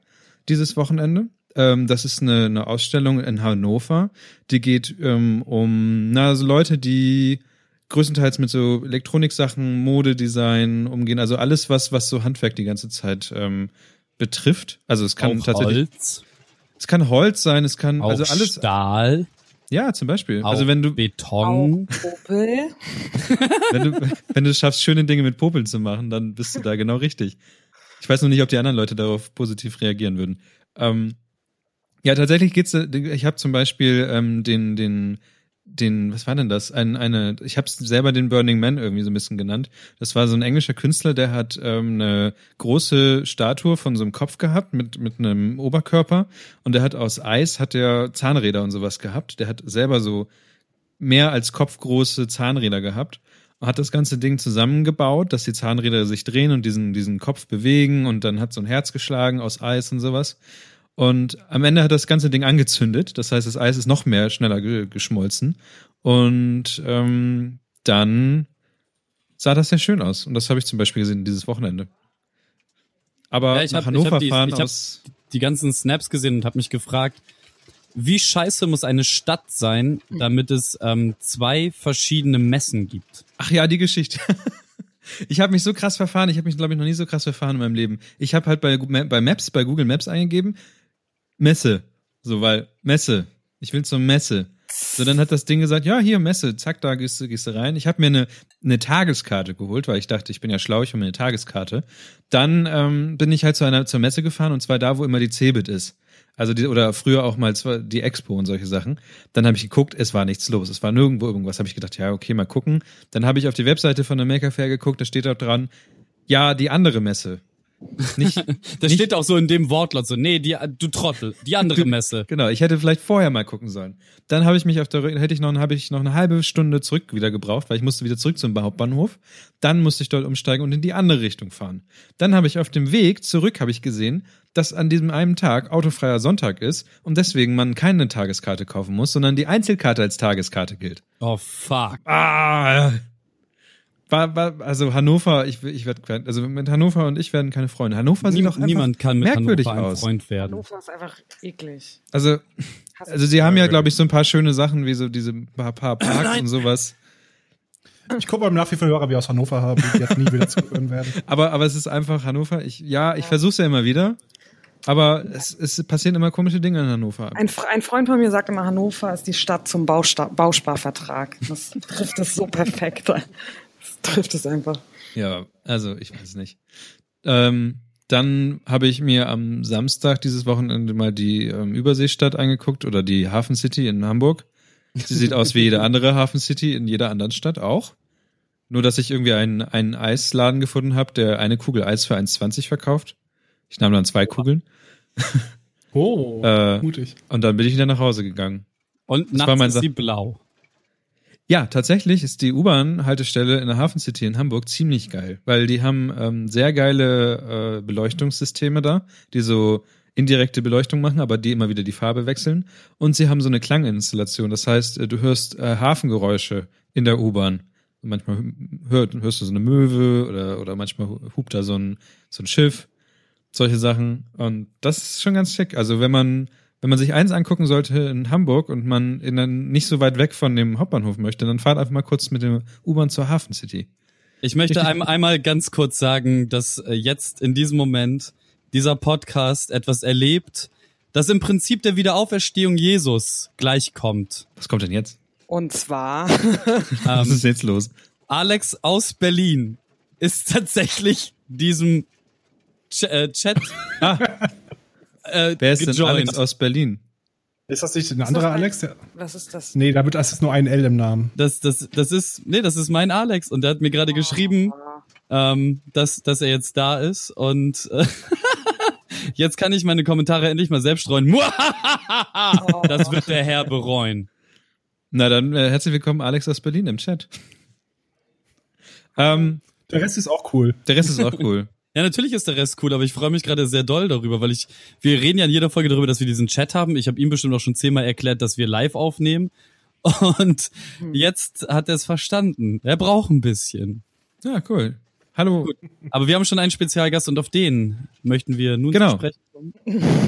Speaker 2: dieses Wochenende. Ähm, das ist eine, eine Ausstellung in Hannover. Die geht ähm, um na so Leute, die größtenteils mit so Elektroniksachen, Modedesign umgehen. Also alles was was so Handwerk die ganze Zeit ähm, betrifft. Also es kann
Speaker 4: auch
Speaker 2: tatsächlich,
Speaker 4: Holz,
Speaker 2: es kann Holz sein, es kann
Speaker 4: auch
Speaker 2: also alles.
Speaker 4: Stahl,
Speaker 2: Ja, zum Beispiel.
Speaker 4: auch
Speaker 2: also wenn du
Speaker 4: Beton.
Speaker 5: Auch Opel.
Speaker 2: wenn, du, wenn du es schaffst, schöne Dinge mit Popeln zu machen, dann bist du da genau richtig. Ich weiß noch nicht, ob die anderen Leute darauf positiv reagieren würden. Ähm, ja, tatsächlich geht's. äh, Ich habe zum Beispiel ähm, den, den, den, was war denn das? Ein, eine, ich habe selber den Burning Man irgendwie so ein bisschen genannt. Das war so ein englischer Künstler, der hat ähm, eine große Statue von so einem Kopf gehabt mit mit einem Oberkörper und der hat aus Eis hat der Zahnräder und sowas gehabt. Der hat selber so mehr als kopfgroße Zahnräder gehabt und hat das ganze Ding zusammengebaut, dass die Zahnräder sich drehen und diesen diesen Kopf bewegen und dann hat so ein Herz geschlagen aus Eis und sowas. Und am Ende hat das ganze Ding angezündet. Das heißt, das Eis ist noch mehr schneller ge geschmolzen. Und ähm, dann sah das sehr schön aus. Und das habe ich zum Beispiel gesehen dieses Wochenende. Aber
Speaker 4: Ja, ich
Speaker 2: nach
Speaker 4: hab- ich
Speaker 2: Hannover
Speaker 4: hab die-
Speaker 2: fahren
Speaker 4: ich hab-
Speaker 2: aus.
Speaker 4: Die ganzen Snaps gesehen und habe mich gefragt, wie scheiße muss eine Stadt sein, damit es ähm, zwei verschiedene Messen gibt?
Speaker 2: Ach ja, die Geschichte. Ich habe mich so krass verfahren. Ich habe mich, glaube ich, noch nie so krass verfahren in meinem Leben. Ich habe halt bei, Gu- Ma- bei Maps, bei Google Maps eingegeben, Messe. So, weil Messe. Ich will zur Messe. So, dann hat das Ding gesagt, ja, hier, Messe. Zack, da gehst du, gehst du rein. Ich habe mir eine, eine Tageskarte geholt, weil ich dachte, ich bin ja schlau, ich habe mir eine Tageskarte. Dann ähm, bin ich halt zu einer, zur Messe gefahren und zwar da, wo immer die Cebit ist. Also die, oder früher auch mal zwar die Expo und solche Sachen. Dann habe ich geguckt, es war nichts los. Es war nirgendwo irgendwas. Habe ich gedacht, ja, okay, mal gucken. Dann habe ich auf die Webseite von der Maker Fair geguckt, da steht da dran, ja, die andere Messe. Nicht,
Speaker 4: Das steht auch so in dem Wortlaut so, nee, die, du Trottel, die andere Messe.
Speaker 2: Genau, ich hätte vielleicht vorher mal gucken sollen. Dann habe ich mich auf der Rück- hätte ich noch habe ich noch eine halbe Stunde zurück wieder gebraucht, weil ich musste wieder zurück zum Hauptbahnhof. Dann musste ich dort umsteigen und in die andere Richtung fahren. Dann habe ich auf dem Weg zurück habe ich gesehen, dass an diesem einen Tag autofreier Sonntag ist und deswegen man keine Tageskarte kaufen muss, sondern die Einzelkarte als Tageskarte gilt.
Speaker 4: Oh fuck.
Speaker 2: Ah. War, war, also Hannover, ich, ich werde also mit Hannover und ich werden keine Freunde. Hannover sieht
Speaker 4: Niem-
Speaker 2: doch einfach
Speaker 4: niemand kann mit
Speaker 2: merkwürdig
Speaker 4: Hannover ein
Speaker 2: aus.
Speaker 4: Freund werden.
Speaker 5: Hannover ist einfach eklig.
Speaker 2: Also
Speaker 5: Hast
Speaker 2: Also sie haben ja, glaube ich, so ein paar schöne Sachen wie so diese paar, paar Parks und sowas.
Speaker 3: Ich gucke mal nach wie viele Hörer wir aus Hannover haben, die jetzt nie wieder zuhören werden.
Speaker 2: Aber, aber es ist einfach Hannover. Ich, ja, ich versuche es ja immer wieder. Aber es, es passieren immer komische Dinge in Hannover.
Speaker 5: Ein, Fre- ein Freund von mir sagt immer, Hannover ist die Stadt zum Bausta Bausparvertrag. Das trifft es so perfekt. Das trifft es einfach.
Speaker 2: Ja, also ich weiß nicht. Ähm, dann habe ich mir am Samstag dieses Wochenende mal die ähm, Überseestadt angeguckt oder die Hafen City in Hamburg. Sie sieht aus wie jede andere Hafen City in jeder anderen Stadt auch. Nur, dass ich irgendwie einen, einen Eisladen gefunden habe, der eine Kugel Eis für 1,20 verkauft. Ich nahm dann zwei Kugeln
Speaker 3: Oh,
Speaker 2: Äh,
Speaker 3: mutig.
Speaker 2: und dann bin ich wieder nach Hause gegangen.
Speaker 4: Und
Speaker 2: Das war mein
Speaker 4: nachts
Speaker 2: Sa-
Speaker 4: ist sie blau.
Speaker 2: Ja, tatsächlich ist die U-Bahn-Haltestelle in der Hafen City in Hamburg ziemlich geil, weil die haben ähm, sehr geile äh, Beleuchtungssysteme da, die so indirekte Beleuchtung machen, aber die immer wieder die Farbe wechseln. Und sie haben so eine Klanginstallation, das heißt, äh, du hörst äh, Hafengeräusche in der U-Bahn. Manchmal hört, hörst du so eine Möwe oder, oder manchmal hupt da so ein, so ein Schiff, solche Sachen. Und das ist schon ganz schick. Also wenn man wenn man sich eins angucken sollte in Hamburg und man in dann nicht so weit weg von dem Hauptbahnhof möchte, dann fahrt einfach mal kurz mit dem U-Bahn zur Hafen City.
Speaker 4: Ich möchte
Speaker 2: Richtig.
Speaker 4: einem einmal ganz kurz sagen, dass äh, jetzt in diesem Moment dieser Podcast etwas erlebt, das im Prinzip der Wiederauferstehung Jesus gleichkommt.
Speaker 2: Was kommt denn jetzt?
Speaker 5: Und zwar
Speaker 2: Was
Speaker 4: Ähm,
Speaker 2: ist jetzt los?
Speaker 4: Alex aus Berlin ist tatsächlich diesem Ch äh, Chat äh,
Speaker 2: Wer ist denn
Speaker 4: gejoint.
Speaker 2: Alex aus Berlin?
Speaker 3: Ist das nicht ein
Speaker 5: das
Speaker 3: anderer
Speaker 5: ein-
Speaker 3: Alex? Der,
Speaker 5: Was ist das?
Speaker 3: nee, da wird das ist nur ein L im Namen.
Speaker 4: Das, das, das ist, nee, das ist mein Alex und der hat mir gerade geschrieben, ähm, dass, dass er jetzt da ist und äh, jetzt kann ich meine Kommentare endlich mal selbst streuen. Das wird der Herr bereuen.
Speaker 2: Na dann, äh, herzlich willkommen Alex aus Berlin im Chat. ähm,
Speaker 3: Der Rest ist auch cool.
Speaker 2: der Rest ist auch cool.
Speaker 4: Ja, natürlich ist der Rest cool, aber ich freue mich gerade sehr doll darüber, weil ich, wir reden ja in jeder Folge darüber, dass wir diesen Chat haben. Ich habe ihm bestimmt auch schon zehnmal erklärt, dass wir live aufnehmen. Und
Speaker 5: Hm.
Speaker 4: jetzt hat er es verstanden. Er braucht ein bisschen.
Speaker 2: Ja, cool. Hallo.
Speaker 4: Aber wir haben schon einen Spezialgast und auf den möchten wir nun
Speaker 2: Genau.
Speaker 4: zu sprechen.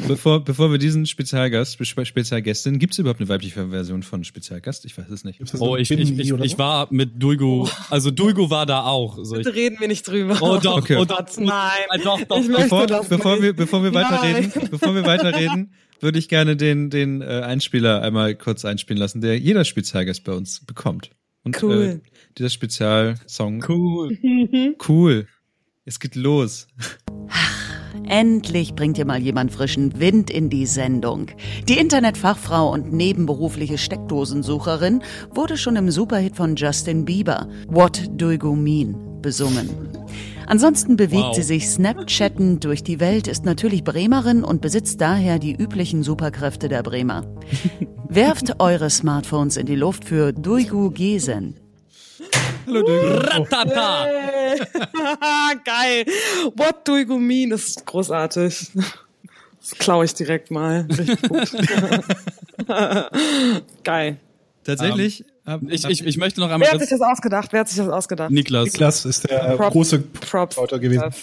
Speaker 2: Bevor, bevor wir diesen Spezialgast, Spe- Spezialgästin, gibt es überhaupt eine weibliche Version von Spezialgast? Ich weiß es nicht.
Speaker 3: Gibt's das
Speaker 4: Oh,
Speaker 3: noch?
Speaker 4: ich,
Speaker 3: Binnen
Speaker 4: ich, ich,
Speaker 3: oder
Speaker 4: ich
Speaker 3: so?
Speaker 4: war mit Dulgo, also Dulgo war da auch. So ich,
Speaker 5: Bitte reden wir nicht drüber.
Speaker 4: oh doch,
Speaker 2: Okay.
Speaker 4: oh doch,
Speaker 5: Nein.
Speaker 4: Ah, doch, doch.
Speaker 5: Ich möchte
Speaker 2: Bevor,
Speaker 5: das
Speaker 2: bevor,
Speaker 5: nicht.
Speaker 2: wir, bevor wir
Speaker 5: Nein.
Speaker 2: weiterreden, bevor wir weiterreden, würde ich gerne den, den äh, Einspieler einmal kurz einspielen lassen, der jeder Spezialgast bei uns bekommt. Und
Speaker 5: Cool.
Speaker 2: äh, dieser Spezialsong
Speaker 4: Cool.
Speaker 2: cool. Es geht los.
Speaker 1: Endlich bringt ihr mal jemand frischen Wind in die Sendung. Die Internetfachfrau und nebenberufliche Steckdosensucherin wurde schon im Superhit von Justin Bieber, What Do You Mean, besungen. Ansonsten bewegt
Speaker 4: Wow.
Speaker 1: sie sich Snapchatten durch die Welt, ist natürlich Bremerin und besitzt daher die üblichen Superkräfte der Bremer. Werft eure Smartphones in die Luft für Duigu Gesen.
Speaker 2: Hallo, Döger.
Speaker 4: Ratata.
Speaker 5: Hey. Geil. What do you mean? Das ist großartig. Das klaue ich direkt mal. Richtig gut. Geil.
Speaker 2: Tatsächlich. ähm, hab-
Speaker 4: Ich,
Speaker 2: hab-
Speaker 4: ich, ich möchte noch einmal
Speaker 5: Wer hat sich
Speaker 4: das,
Speaker 5: das ausgedacht? Wer hat sich das ausgedacht?
Speaker 4: Niklas.
Speaker 3: Niklas ist der
Speaker 5: Props-
Speaker 3: große
Speaker 5: Props. Äh,
Speaker 3: Autor gewesen.
Speaker 5: Niklas.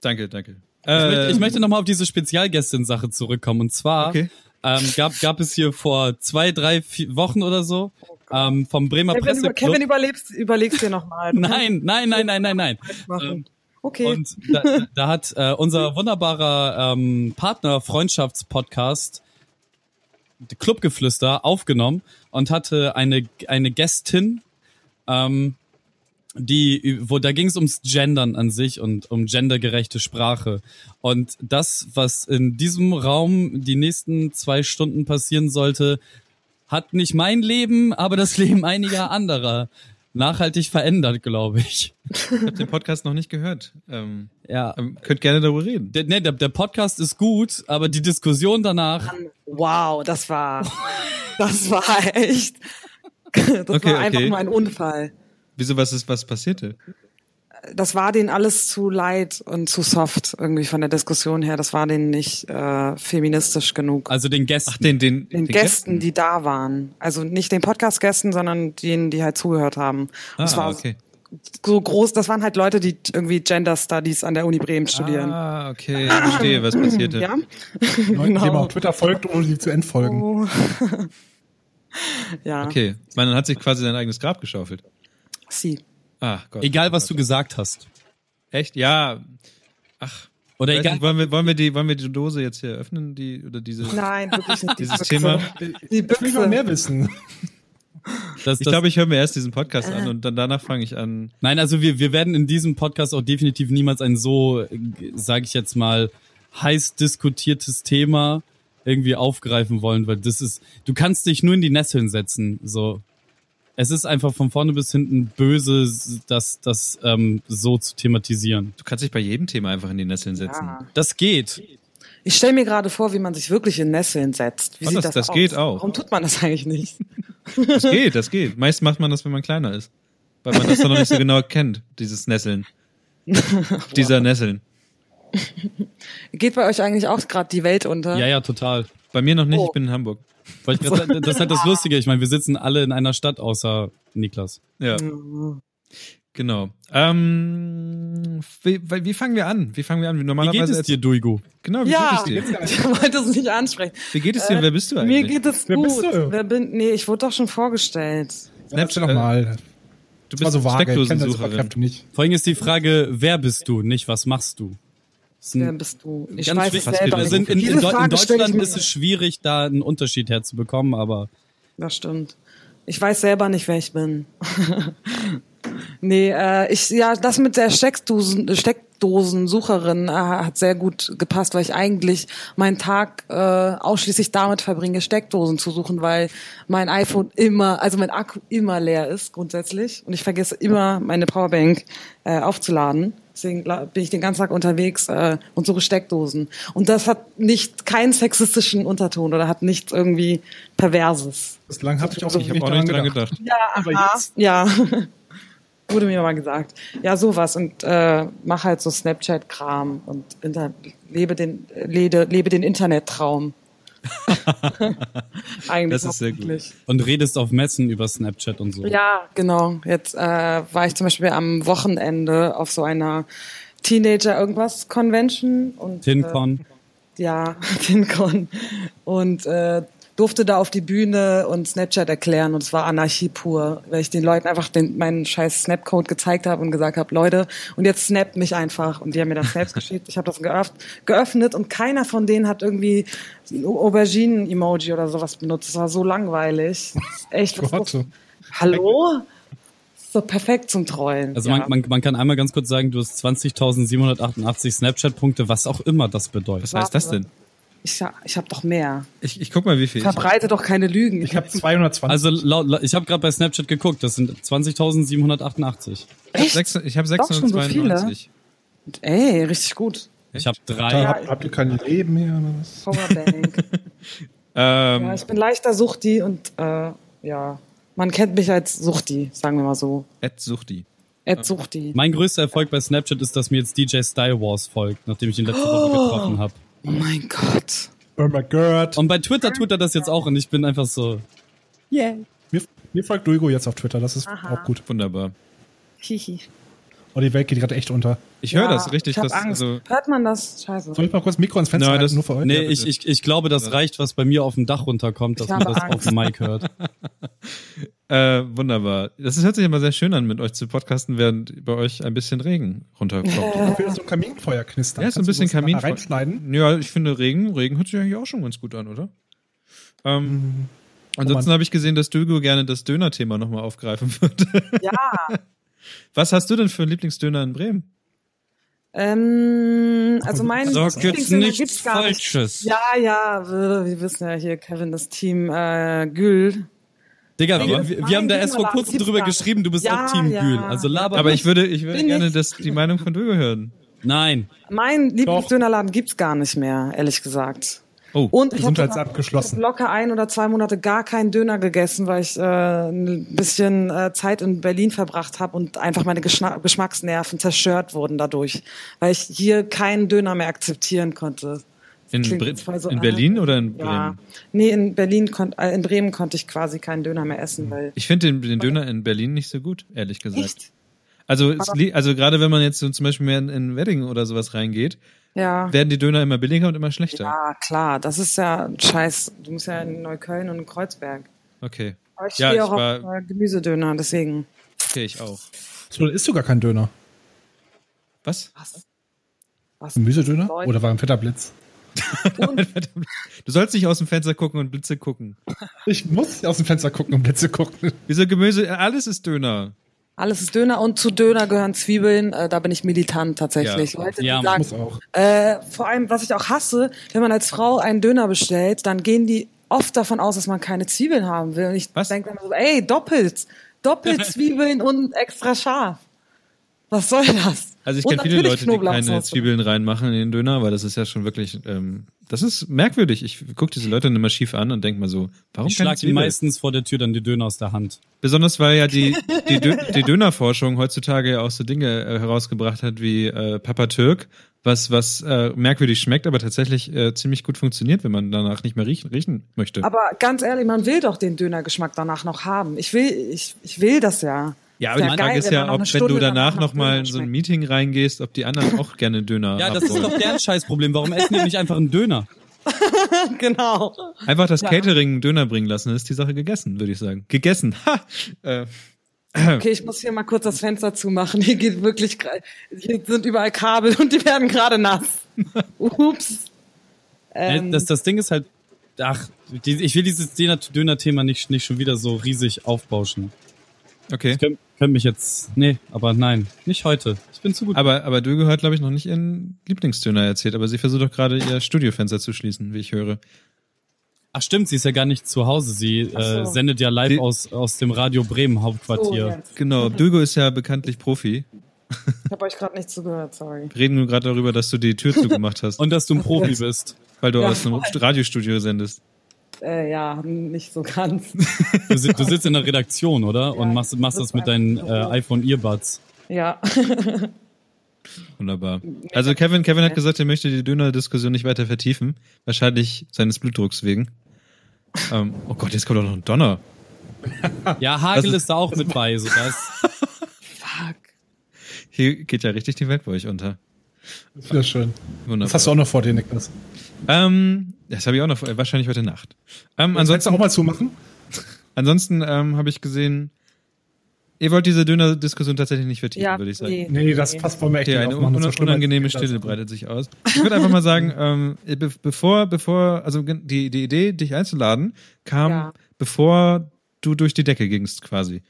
Speaker 2: danke, danke.
Speaker 4: Ich
Speaker 2: Äh,
Speaker 4: möchte, ich möchte nochmal auf diese Spezialgästin-Sache zurückkommen. Und zwar
Speaker 2: Okay.
Speaker 4: ähm, gab, gab es hier vor zwei, drei vier Wochen oder so ähm, vom Bremer
Speaker 5: Oh Kevin, über,
Speaker 4: Presseclub.
Speaker 5: Kevin überlebst, überlegst dir nochmal.
Speaker 4: nein, nein, nein, nein, nein, nein.
Speaker 2: Ähm,
Speaker 5: Machen. Okay.
Speaker 4: Und da, da hat äh, unser wunderbarer ähm, Partner Freundschaftspodcast Clubgeflüster aufgenommen und hatte eine eine Gästin, ähm, die wo da ging es ums Gendern an sich und um gendergerechte Sprache und das was in diesem Raum die nächsten zwei Stunden passieren sollte, hat nicht mein Leben, aber das Leben einiger anderer nachhaltig verändert, glaube ich.
Speaker 2: ich habe den Podcast noch nicht gehört. Ähm,
Speaker 4: Ja.
Speaker 2: ähm, könnt gerne darüber reden.
Speaker 4: Der, nee, der, der Podcast ist gut, aber die Diskussion danach.
Speaker 5: Wow, das war, das war echt. Das
Speaker 2: Okay,
Speaker 5: war einfach
Speaker 2: okay.
Speaker 5: nur ein Unfall.
Speaker 2: Wieso, was ist, was passierte?
Speaker 5: Das war denen alles zu light und zu soft irgendwie von der Diskussion her. Das war denen nicht äh, feministisch genug.
Speaker 4: Also den Gästen.
Speaker 2: Ach, den, Ah, den,
Speaker 5: den, Gästen, die da waren. Also nicht den Podcast-Gästen, sondern denen, die halt zugehört haben. Und es
Speaker 2: Ah,
Speaker 5: war
Speaker 2: okay.
Speaker 5: so groß, das waren halt Leute, die irgendwie Gender Studies an der Uni Bremen studieren.
Speaker 2: Ah, okay. Ich verstehe, was passierte.
Speaker 5: Ja?
Speaker 3: Leuten, die
Speaker 5: Genau. Oh,
Speaker 3: ihm auf Twitter folgt, ohne sie zu entfolgen.
Speaker 5: Ja,
Speaker 2: Okay. Man hat sich quasi sein eigenes Grab geschaufelt.
Speaker 5: sie.
Speaker 2: Ah, Gott.
Speaker 4: Egal, was du gesagt hast.
Speaker 2: Echt? Ja. Ach,
Speaker 4: Oder
Speaker 2: Weiß
Speaker 4: egal.
Speaker 2: nicht, wollen, wir, wollen, wir die, wollen wir die Dose jetzt hier öffnen? Die, oder diese,
Speaker 5: Nein, wirklich nicht.
Speaker 2: dieses
Speaker 5: Büchse.
Speaker 2: Thema?
Speaker 5: Die
Speaker 3: Äh, Ich will noch
Speaker 5: Büchse.
Speaker 3: mehr wissen.
Speaker 4: Das,
Speaker 2: Ich
Speaker 4: das-
Speaker 2: glaube, ich höre mir erst diesen Podcast
Speaker 5: Äh.
Speaker 2: an und dann danach fange ich an.
Speaker 4: Nein, also wir, wir werden in diesem Podcast auch definitiv niemals ein so, sage ich jetzt mal, heiß diskutiertes Thema irgendwie aufgreifen wollen, weil das ist, du kannst dich nur in die Nesseln setzen, so. Es ist einfach von vorne bis hinten böse, das, das ähm, so zu thematisieren.
Speaker 2: Du kannst dich bei jedem Thema einfach in die Nesseln setzen.
Speaker 5: Ja.
Speaker 4: Das geht.
Speaker 5: Ich stelle mir gerade vor, wie man sich wirklich in Nesseln setzt. Wie
Speaker 2: Oh,
Speaker 5: sieht
Speaker 2: das- das geht auch.
Speaker 5: Warum tut man das eigentlich nicht?
Speaker 2: Das geht, das geht. Meist macht man das, wenn man kleiner ist. Weil man das doch noch nicht so genau kennt, dieses Nesseln. Dieser Nesseln.
Speaker 5: Geht bei euch eigentlich auch gerade die Welt unter?
Speaker 4: Ja, ja, total.
Speaker 2: Bei mir noch nicht,
Speaker 5: Oh.
Speaker 2: ich bin in Hamburg.
Speaker 4: Weil ich grad, sagen, das ist halt das Lustige. Ich meine, wir sitzen alle in einer Stadt außer Niklas.
Speaker 2: Ja,
Speaker 5: Mhm.
Speaker 2: genau. Ähm, wie, wie fangen wir an? Wie fangen wir an? Wie
Speaker 4: Wie geht
Speaker 2: normalerweise
Speaker 4: es dir, Duigo?
Speaker 2: Genau, wie
Speaker 5: Ja.
Speaker 2: geht es dir?
Speaker 5: Ich wollte es nicht ansprechen.
Speaker 2: Wie geht es dir? Wer bist du
Speaker 5: Mir
Speaker 2: eigentlich?
Speaker 5: geht es
Speaker 3: Wer
Speaker 5: gut.
Speaker 3: bist du?
Speaker 5: Wer bin, nee, ich wurde doch schon vorgestellt.
Speaker 3: Snapchat noch mal.
Speaker 2: äh, Du bist
Speaker 3: War so vage. Ich kenn das
Speaker 2: Steckdosensucherin.
Speaker 3: Superkraft nicht.
Speaker 4: Vor allem ist die Frage, wer bist du, nicht was machst du? Ist ein-
Speaker 5: Wer bist du? Ich
Speaker 4: Ganz
Speaker 5: weiß
Speaker 4: schwierig.
Speaker 5: es selber
Speaker 4: Wir sind
Speaker 5: nicht.
Speaker 4: in, in,
Speaker 5: Diese
Speaker 4: Deu- in
Speaker 5: Frage stell ich
Speaker 4: Deutschland
Speaker 5: mir-
Speaker 4: ist es schwierig, da einen Unterschied herzubekommen, aber
Speaker 5: Das stimmt. Ich weiß selber nicht, wer ich bin. nee, äh, ich, ja, das mit der Steckdosen, Steckdosensucherin äh, hat sehr gut gepasst, weil ich eigentlich meinen Tag äh, ausschließlich damit verbringe, Steckdosen zu suchen, weil mein iPhone immer, also mein Akku immer leer ist grundsätzlich und ich vergesse immer meine Powerbank äh, aufzuladen. Deswegen la- bin ich den ganzen Tag unterwegs äh, und suche Steckdosen. Und das hat nicht keinen sexistischen Unterton oder hat nichts irgendwie Perverses.
Speaker 3: Bislang habe ich auch
Speaker 2: Ich habe auch nicht dran gedacht.
Speaker 3: Aber jetzt-
Speaker 5: Ja. Wurde mir mal gesagt. Ja, sowas und äh, mach halt so Snapchat-Kram und inter lebe den, lebe, lebe den Internet-Traum. Eigentlich
Speaker 2: Das ist sehr gut.
Speaker 5: hauptsächlich.
Speaker 4: und redest auf Messen über Snapchat und so.
Speaker 5: Ja, genau. Jetzt äh, war ich zum Beispiel am Wochenende auf so einer Teenager-Irgendwas-Convention und äh,
Speaker 4: TinCon.
Speaker 5: ja, TinCon. Und äh, durfte da auf die Bühne und Snapchat erklären und es war Anarchie pur, weil ich den Leuten einfach den, meinen scheiß Snapcode gezeigt habe und gesagt habe, Leute, und jetzt snappt mich einfach. Und die haben mir dann Snaps geschickt, ich habe das geöff geöffnet und keiner von denen hat irgendwie ein Au- Auberginen-Emoji oder sowas benutzt. Das war so langweilig. Das ist Echt, was
Speaker 3: Gott, so.
Speaker 5: Hallo? Das ist doch perfekt zum Trollen.
Speaker 4: Also
Speaker 5: ja.
Speaker 4: man, man, man kann einmal ganz kurz sagen, du hast 20.788 Snapchat-Punkte, was auch immer das bedeutet.
Speaker 2: Was heißt das denn?
Speaker 5: ich ich habe doch mehr.
Speaker 2: Ich, ich guck mal, wie viel ich hab.
Speaker 5: Verbreite doch keine Lügen.
Speaker 3: Ich habe 220.
Speaker 4: Also laut, laut- ich habe gerade bei Snapchat geguckt, das sind 20.788.
Speaker 2: Sechs- Ich habe
Speaker 5: Doch, schon so viele.
Speaker 2: 692.
Speaker 5: Ey, richtig gut.
Speaker 4: Ich habe drei.
Speaker 3: Da hab, habt ihr kein Leben mehr? Oder was?
Speaker 5: Powerbank.
Speaker 2: ähm,
Speaker 5: Ja, ich bin leichter Suchti und äh, ja, man kennt mich als Suchti, sagen wir mal so.
Speaker 2: Ed Suchti.
Speaker 5: Ed Suchti.
Speaker 4: Mein größter Erfolg bei Snapchat ist, dass mir jetzt DJ Style Wars folgt, nachdem ich ihn letzte Woche getroffen habe.
Speaker 5: Oh mein Gott.
Speaker 3: Oh my God.
Speaker 4: Und bei Twitter tut er das jetzt auch und ich bin einfach so,
Speaker 3: Mir, mir folgt Duigo jetzt auf Twitter. Das ist auch gut.
Speaker 2: Wunderbar.
Speaker 5: Hihi.
Speaker 3: Oh, die Welt geht gerade echt unter.
Speaker 2: Ich höre das richtig.
Speaker 5: Ich hab
Speaker 2: Das,
Speaker 5: Angst.
Speaker 2: also,
Speaker 5: Hört man das? Scheiße.
Speaker 3: Soll ich mal kurz Mikro ins Fenster
Speaker 2: Nein,
Speaker 3: halten,
Speaker 2: das-
Speaker 3: nur für euch?
Speaker 4: Nee,
Speaker 2: Ja,
Speaker 4: ich,
Speaker 2: bitte.
Speaker 4: ich, ich glaube, das reicht, was bei mir auf dem Dach runterkommt, dass
Speaker 5: Ich
Speaker 4: man
Speaker 5: habe
Speaker 4: das auf
Speaker 5: Angst.
Speaker 4: dem Mic hört.
Speaker 2: äh, wunderbar. Das hört sich immer sehr schön an, mit euch zu podcasten, während bei euch ein bisschen Regen
Speaker 5: Oh,
Speaker 2: runterkommt.
Speaker 3: Ich will so ein Kaminfeuer knistern.
Speaker 2: ja, ist so ein
Speaker 3: Kannst du
Speaker 2: bisschen
Speaker 3: das nachher
Speaker 2: Kamin.
Speaker 3: Reinschneiden.
Speaker 2: Ja, ich finde Regen, Regen hört sich eigentlich auch schon ganz gut an, oder? Ähm,
Speaker 5: Mhm. Oh
Speaker 2: ansonsten habe ich gesehen, dass Dögo gerne das Döner-Thema nochmal aufgreifen würde.
Speaker 5: Ja.
Speaker 2: Was hast du denn für einen Lieblingsdöner in Bremen?
Speaker 5: ähm, also mein Lieblingsdöner gibt's gar nicht.
Speaker 4: Falsches.
Speaker 5: Ja, ja, wir, wir wissen ja hier, Kevin, das Team äh, Gül.
Speaker 4: Digga,
Speaker 5: Digga,
Speaker 4: wir, wir- wir haben da
Speaker 5: mein
Speaker 4: erst vor
Speaker 5: Dönerladen
Speaker 4: kurzem
Speaker 5: gibt's
Speaker 4: drüber
Speaker 5: gar nicht.
Speaker 4: geschrieben, du bist
Speaker 5: Ja,
Speaker 4: auch Team
Speaker 5: ja.
Speaker 4: Gül. Also laber.
Speaker 2: Aber ich würde, ich würde
Speaker 5: Bin
Speaker 2: gerne
Speaker 5: ich.
Speaker 2: das, die Meinung von Dögo hören.
Speaker 4: Nein.
Speaker 5: Mein Lieblingsdönerladen gibt's gar nicht mehr, ehrlich gesagt.
Speaker 2: Oh,
Speaker 5: Und ich habe
Speaker 3: Gesundheitsamt abgeschlossen.
Speaker 5: locker ein oder zwei Monate gar keinen Döner gegessen, weil ich äh, ein bisschen äh, Zeit in Berlin verbracht habe und einfach meine Geschna Geschmacksnerven zerstört wurden dadurch, weil ich hier keinen Döner mehr akzeptieren konnte.
Speaker 2: in,
Speaker 5: Klingt
Speaker 2: Bre
Speaker 5: jetzt voll so,
Speaker 2: in
Speaker 5: ah,
Speaker 2: Berlin oder in Bremen?
Speaker 5: Ja, nee, in Berlin kon äh, in Bremen konnte ich quasi keinen Döner mehr essen, weil
Speaker 2: Ich finde den, den Döner in Berlin nicht so gut, ehrlich gesagt.
Speaker 5: Echt?
Speaker 2: Also, es li- also gerade wenn man jetzt so zum Beispiel mehr in, in Wedding oder sowas reingeht,
Speaker 5: ja.
Speaker 2: werden die Döner immer billiger und immer schlechter.
Speaker 5: Ja, klar, das ist ja ein Scheiß. Du musst ja in Neukölln und in Kreuzberg.
Speaker 2: Okay.
Speaker 5: Aber ich
Speaker 2: ja, ich
Speaker 5: stehe auch auf
Speaker 2: war,
Speaker 5: äh, Gemüsedöner, deswegen.
Speaker 2: okay, ich auch.
Speaker 3: So, da ist sogar kein Döner.
Speaker 2: Was?
Speaker 5: Was?
Speaker 3: Gemüsedöner?
Speaker 5: Leute.
Speaker 3: Oder war ein fetter Blitz?
Speaker 2: Du sollst nicht aus dem Fenster gucken und Blitze gucken.
Speaker 3: Ich muss nicht aus dem Fenster gucken, um Blitze gucken.
Speaker 2: Wieso Gemüse? Alles ist Döner.
Speaker 5: Alles ist Döner und zu Döner gehören Zwiebeln. Äh, da bin ich militant tatsächlich.
Speaker 2: Ja.
Speaker 5: Leute, die
Speaker 4: Ja,
Speaker 5: sagen,
Speaker 3: Muss auch.
Speaker 5: äh, vor allem, was ich auch hasse, wenn man als Frau einen Döner bestellt, dann gehen die oft davon aus, dass man keine Zwiebeln haben will. Und ich
Speaker 2: Was?
Speaker 5: denke dann so, ey, doppelt. Doppelt Zwiebeln und extra scharf. Was soll das?
Speaker 2: Also ich
Speaker 5: Und
Speaker 2: kenne viele
Speaker 5: natürlich
Speaker 2: Leute, die keine
Speaker 5: Knoblauchsoße.
Speaker 2: Zwiebeln reinmachen in den Döner, weil das ist ja schon wirklich, ähm, das ist merkwürdig. Ich gucke diese Leute dann immer schief an und denk mal so, warum
Speaker 4: Ich
Speaker 2: keine
Speaker 4: schlag die
Speaker 2: Zwiebeln?
Speaker 4: meistens vor der Tür dann die Döner aus der Hand.
Speaker 2: Besonders weil ja die, die, Dö die Dönerforschung heutzutage ja auch so Dinge äh, herausgebracht hat wie äh, Papa Türk, was, was äh, merkwürdig schmeckt, aber tatsächlich äh, ziemlich gut funktioniert, wenn man danach nicht mehr riechen, riechen möchte.
Speaker 5: Aber ganz ehrlich, man will doch den Dönergeschmack danach noch haben. Ich will, ich, ich will das ja.
Speaker 2: ja, aber die
Speaker 5: Ist
Speaker 2: Frage
Speaker 5: geil,
Speaker 2: ist
Speaker 5: wenn man
Speaker 2: ja,
Speaker 5: noch
Speaker 2: ob
Speaker 5: eine
Speaker 2: wenn du
Speaker 5: Stunde
Speaker 2: danach
Speaker 5: nach
Speaker 2: nochmal
Speaker 5: Döner
Speaker 2: in so ein
Speaker 5: schmeckt.
Speaker 2: Meeting reingehst, ob die anderen auch gerne Döner
Speaker 4: Ja, das ist
Speaker 2: abholen.
Speaker 4: doch deren Scheißproblem. Warum essen die nicht einfach einen Döner?
Speaker 5: Genau.
Speaker 2: Einfach das Catering einen Döner bringen lassen, dann ist die Sache gegessen, würde ich sagen. Gegessen. Ha! Äh,
Speaker 5: Okay, ich muss hier mal kurz das Fenster zumachen. Hier geht wirklich, gra- hier sind überall Kabel und die werden gerade nass. Ups. Ähm,
Speaker 4: das, das Ding ist halt, ach, die, ich will dieses Döner- Döner-Thema nicht, nicht schon wieder so riesig aufbauschen.
Speaker 2: okay.
Speaker 4: Könnt, könnt mich jetzt, nee, aber nein, nicht heute. Ich bin zu gut.
Speaker 2: Aber, aber Döge hat, glaube ich, noch nicht ihren Lieblingsdöner erzählt, aber sie versucht doch gerade ihr Studiofenster zu schließen, wie ich höre.
Speaker 4: Ach stimmt, sie ist ja gar nicht zu Hause. Sie äh,
Speaker 5: so. Oh,
Speaker 4: sendet ja live
Speaker 2: Die-
Speaker 4: aus, aus dem Radio Bremen
Speaker 5: so,
Speaker 4: Hauptquartier.
Speaker 5: jetzt.
Speaker 2: Genau, Dögo ist ja bekanntlich Profi.
Speaker 5: ich habe euch gerade nicht zugehört, sorry.
Speaker 2: Wir reden nur gerade darüber, dass du die Tür zugemacht hast,
Speaker 4: Und dass du ein Profi bist.
Speaker 2: weil du
Speaker 5: Ja,
Speaker 2: aus einem Radiostudio sendest.
Speaker 5: Äh, ja, nicht so ganz.
Speaker 4: Du, si- du sitzt in der Redaktion, oder? Und machst, machst das mit deinen äh, iPhone Earbuds.
Speaker 5: Ja.
Speaker 2: Wunderbar. Also Kevin, Kevin hat gesagt, er möchte die Döner-Diskussion nicht weiter vertiefen. Wahrscheinlich seines Blutdrucks wegen. Ähm, oh Gott, jetzt kommt doch noch ein Donner.
Speaker 4: Ja, Hagel
Speaker 2: Das
Speaker 4: ist da auch mit bei. So das.
Speaker 2: Hier geht ja richtig die Welt bei euch unter.
Speaker 3: Das ist wieder schön.
Speaker 2: Wunderbar.
Speaker 3: Das hast du auch noch vor dir, Niklas.
Speaker 2: Ähm, das habe ich auch noch, äh, wahrscheinlich heute Nacht. Ähm,
Speaker 3: Kannst du
Speaker 2: ansonsten
Speaker 3: auch mal zumachen?
Speaker 2: ansonsten ähm, habe ich gesehen, ihr wollt diese Döner-Diskussion tatsächlich nicht vertiefen,
Speaker 5: ja
Speaker 2: würde ich sagen.
Speaker 3: Nee, das passt bei mir echt
Speaker 2: Okay, eine un
Speaker 3: Das ist schlimmer als
Speaker 2: unangenehme
Speaker 3: Niklas.
Speaker 2: Stille breitet sich aus. Ich würde einfach mal sagen, ähm, be bevor, bevor, also gen- die, die Idee, dich einzuladen, kam,
Speaker 5: Ja.
Speaker 2: bevor du durch die Decke gingst, quasi.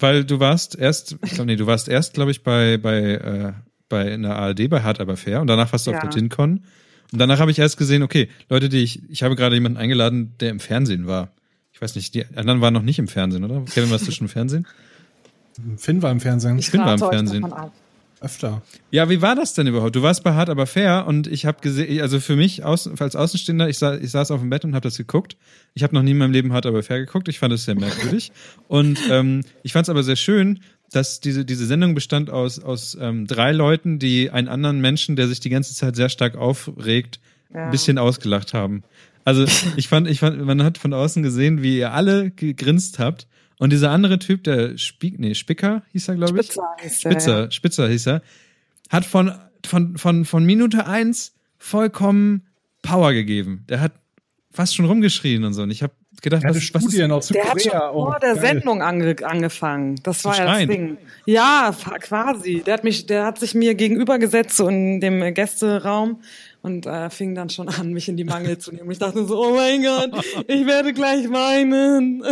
Speaker 2: Weil du warst erst, ich glaube, nee, du warst erst, glaube ich, bei, bei, äh, bei in der ARD, bei Hard Aber Fair und danach warst du auf
Speaker 5: Ja.
Speaker 2: der TinCon. Und danach habe ich erst gesehen, okay, Leute, die ich, ich habe gerade jemanden eingeladen, der im Fernsehen war. Ich weiß nicht, die anderen waren noch nicht im Fernsehen, oder? Kevin, warst du schon im Fernsehen?
Speaker 3: Finn war im Fernsehen.
Speaker 5: Ich
Speaker 2: Finn war im
Speaker 5: rate euch
Speaker 2: Fernsehen.
Speaker 5: davon ab.
Speaker 3: Öfter.
Speaker 2: Ja, wie war das denn überhaupt? Du warst bei Hart aber fair und ich habe gesehen, also für mich aus, als Außenstehender, ich, sa ich saß auf dem Bett und habe das geguckt. Ich habe noch nie in meinem Leben Hart aber fair geguckt. Ich fand es sehr merkwürdig und ähm, ich fand es aber sehr schön, dass diese diese Sendung bestand aus aus ähm, drei Leuten, die einen anderen Menschen, der sich die ganze Zeit sehr stark aufregt,
Speaker 5: Ja.
Speaker 2: ein bisschen ausgelacht haben. Also ich fand, ich fand, man hat von außen gesehen, wie ihr alle gegrinst habt. Und dieser andere Typ, der Spiek, nee, Spicker hieß er, glaube ich.
Speaker 5: Spitzer heißt er,
Speaker 2: Spitzer, Spitzer hieß er, hat von, von, von, von Minute eins vollkommen Power gegeben. Der hat fast schon rumgeschrien und so. Und ich habe gedacht,
Speaker 3: Er hatte
Speaker 2: was, was ist,
Speaker 3: Studien aus
Speaker 5: Der
Speaker 3: Südkorea.
Speaker 5: hat schon vor
Speaker 3: Oh,
Speaker 5: der
Speaker 3: geil.
Speaker 5: Sendung ange angefangen. Das war ja das
Speaker 2: schreien.
Speaker 5: Ding. Ja, fa- quasi. Der hat mich, der hat sich mir gegenübergesetzt so in dem äh, Gästeraum und äh, fing dann schon an, mich in die Mangel zu nehmen. Ich dachte so, oh mein Gott, ich werde gleich weinen.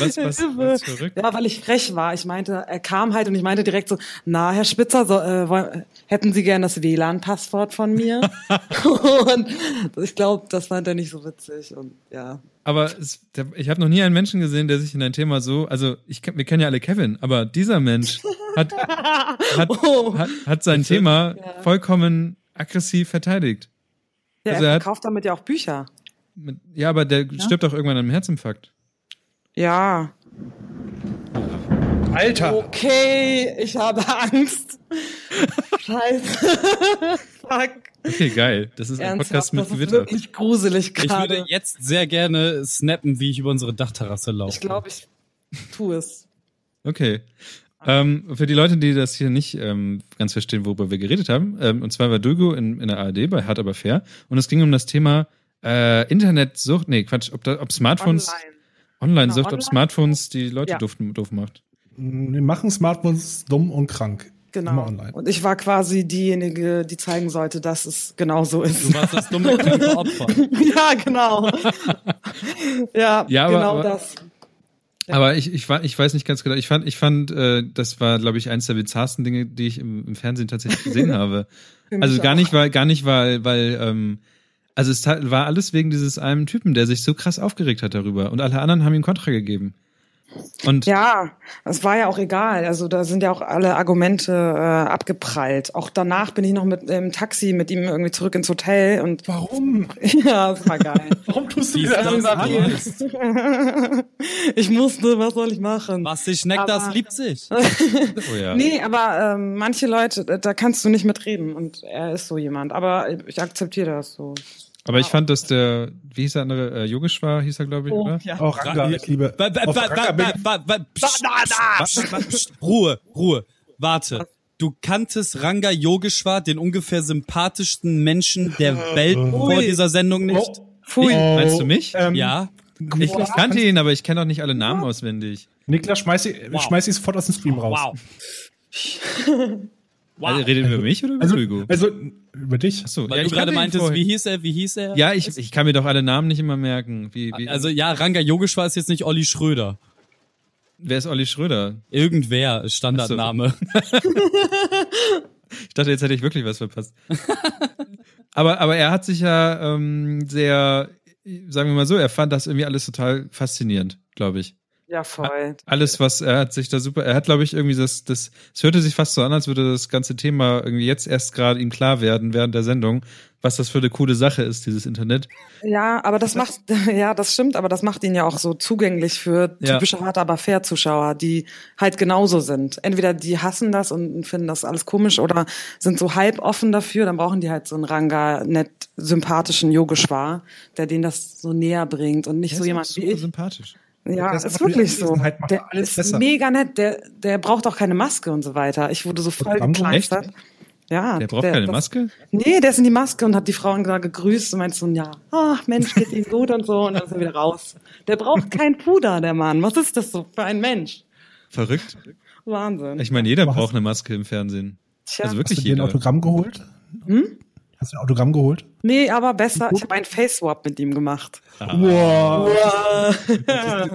Speaker 5: Was,
Speaker 2: was- was verrückt?
Speaker 5: Ja, weil ich frech war. Ich meinte, er kam halt und ich meinte direkt so, na, Herr Spitzer, so, äh, woll- hätten Sie gern das WLAN-Passwort von mir? und ich glaube, das fand er nicht so witzig und ja.
Speaker 2: aber es, der, ich habe noch nie einen Menschen gesehen, der sich in ein Thema so, also ich, kenn- wir kennen ja alle Kevin, aber dieser Mensch hat, hat,
Speaker 5: Oh.
Speaker 2: hat, hat sein Thema vollkommen aggressiv verteidigt.
Speaker 5: Ja,
Speaker 2: Also
Speaker 5: er
Speaker 2: er hat-
Speaker 5: verkauft damit ja auch Bücher.
Speaker 2: Mit- Ja, aber der stirbt auch irgendwann an einem Herzinfarkt.
Speaker 5: Ja.
Speaker 3: Alter!
Speaker 5: Okay, ich habe Angst. Scheiße. Fuck.
Speaker 2: Okay, geil. Das ist ein Podcast mit
Speaker 5: das ist
Speaker 2: Gewitter.
Speaker 5: wirklich gruselig
Speaker 4: Ich würde
Speaker 5: gerade.
Speaker 4: jetzt sehr gerne snappen, wie ich über unsere Dachterrasse laufe.
Speaker 5: Ich glaube, ich tue es.
Speaker 2: Okay. Ähm, für die Leute, die das hier nicht ähm, ganz verstehen, worüber wir geredet haben, ähm, und zwar war Dögo in, in der ARD bei Hart aber fair und es ging um das Thema äh, Internetsucht, nee, Quatsch, ob, da, ob Smartphones,
Speaker 5: Online.
Speaker 2: Online-Sucht,
Speaker 5: Genau,
Speaker 2: ob
Speaker 5: online.
Speaker 2: Smartphones die Leute
Speaker 5: Ja.
Speaker 2: doof, doof macht.
Speaker 3: Wir machen Smartphones dumm und krank.
Speaker 5: Genau.
Speaker 3: Immer online.
Speaker 5: Und ich war quasi diejenige, die zeigen sollte, dass es genau so ist.
Speaker 4: Du warst das dumme kleine Opfer.
Speaker 5: ja, genau. ja,
Speaker 2: Ja, aber-
Speaker 5: genau
Speaker 2: aber-
Speaker 5: das.
Speaker 2: Aber ich, ich, wa- ich weiß nicht ganz genau. Ich fand, ich fand äh, das war, glaube ich, eines der bizarrsten Dinge, die ich im, im Fernsehen tatsächlich gesehen habe.
Speaker 5: Für mich
Speaker 2: Also gar
Speaker 5: auch.
Speaker 2: nicht, weil, gar nicht, weil, weil, ähm, also es ta- war alles wegen dieses einen Typen, der sich so krass aufgeregt hat darüber. Und alle anderen haben ihm Kontra gegeben. Und
Speaker 5: Ja, es war ja auch egal. Also da sind ja auch alle Argumente äh, abgeprallt. Auch danach bin ich noch mit im Taxi mit ihm irgendwie zurück ins Hotel und
Speaker 3: Warum?
Speaker 5: ja, das war geil.
Speaker 3: Warum tust du
Speaker 4: Die
Speaker 3: mir das
Speaker 4: Stones
Speaker 3: an?
Speaker 4: Boys.
Speaker 5: ich musste, was soll ich machen?
Speaker 4: Was sich neckt, das
Speaker 5: Aber-
Speaker 4: liebt sich.
Speaker 2: oh ja.
Speaker 5: Nee, aber ähm, manche Leute, äh, da kannst du nicht mit reden und er ist so jemand. Aber ich akzeptiere das so.
Speaker 2: Aber ich fand, dass der, wie hieß der andere, äh, Yogeshwar hieß er, glaube ich, oder?
Speaker 5: ja.
Speaker 3: Oh, Ranga, ich liebe.
Speaker 4: Ba- ba-
Speaker 3: Auf
Speaker 4: ba- ba-
Speaker 3: Ranga bin
Speaker 4: ba- ba- ba- psst, psst, wa- wa- psst. Ruhe, Ruhe. Warte. Du kanntest Ranga Yogeshwar, den ungefähr sympathischsten Menschen der Welt vor dieser Sendung
Speaker 3: Oh,
Speaker 4: nicht?
Speaker 5: Pfui.
Speaker 2: Meinst du mich?
Speaker 3: Ähm,
Speaker 4: Oh, Ja?
Speaker 2: ich, ich kannte ihn, aber ich kenne auch nicht alle Namen auswendig.
Speaker 3: Niklas, schmeiß sie,
Speaker 4: Wow.
Speaker 3: schmeiß sie sofort aus dem Stream raus.
Speaker 4: Wow.
Speaker 2: Also, redet ihr über mich oder über
Speaker 3: Also,
Speaker 2: Hugo?
Speaker 3: also, über dich.
Speaker 2: Achso,
Speaker 4: Weil
Speaker 2: ja,
Speaker 4: du
Speaker 2: ich
Speaker 4: gerade
Speaker 2: kannte ihn
Speaker 4: meintest,
Speaker 2: vorher.
Speaker 4: wie hieß er, wie hieß er?
Speaker 2: Ja, ich, ich kann mir doch alle Namen nicht immer merken. Wie, wie,
Speaker 4: Also ja, Ranga Yogeshwar ist jetzt nicht Olli Schröder.
Speaker 2: wer ist Olli Schröder?
Speaker 4: Irgendwer, ist Standardname.
Speaker 2: Ich dachte, jetzt hätte ich wirklich was verpasst. aber, aber er hat sich ja ähm, sehr, sagen wir mal so, er fand das irgendwie alles total faszinierend, glaube ich.
Speaker 5: Ja, voll.
Speaker 2: Alles, was er hat sich da super, er hat, glaube ich, irgendwie das, das, es hörte sich fast so an, als würde das ganze Thema irgendwie jetzt erst gerade ihm klar werden während der Sendung, was das für eine coole Sache ist, dieses Internet.
Speaker 5: Ja, aber das macht, ja, das stimmt, aber das macht ihn ja auch so zugänglich für
Speaker 2: Ja.
Speaker 5: typische hart aber fair Zuschauer, die halt genauso sind. Entweder die hassen das und finden das alles komisch oder sind so halb offen dafür, dann brauchen die halt so einen Ranga nett sympathischen Yogeshwar, der denen das so näher bringt und nicht so jemand wie
Speaker 2: super
Speaker 5: ich.
Speaker 2: sympathisch.
Speaker 5: Ja,
Speaker 3: Der
Speaker 5: ist,
Speaker 3: ist einfach durch
Speaker 5: wirklich so.
Speaker 3: Anwesenheit macht
Speaker 5: Der
Speaker 3: alles
Speaker 5: ist
Speaker 3: besser.
Speaker 5: mega nett, der der braucht auch keine Maske und so weiter. Ich wurde so voll
Speaker 3: Rambo?
Speaker 5: gekleistert. Ja,
Speaker 2: Der braucht keine
Speaker 5: das-
Speaker 2: Maske?
Speaker 5: Nee, der ist in die Maske und hat die Frauen da gegrüßt und meint so, ja, ach Mensch, geht ihm gut und so und dann ist er wieder raus. Der braucht kein Puder, der Mann. Was ist das so für ein Mensch?
Speaker 2: Verrückt.
Speaker 5: Wahnsinn.
Speaker 2: Ich meine, jeder braucht eine Maske im Fernsehen.
Speaker 5: Tja.
Speaker 2: Also
Speaker 3: Hast
Speaker 2: wirklich
Speaker 3: du dir ein
Speaker 2: jeder.
Speaker 3: Autogramm geholt?
Speaker 5: Hm?
Speaker 3: Hast du ein Autogramm geholt?
Speaker 5: nee, aber besser, ich habe einen Face-Swap mit ihm gemacht.
Speaker 3: Wow.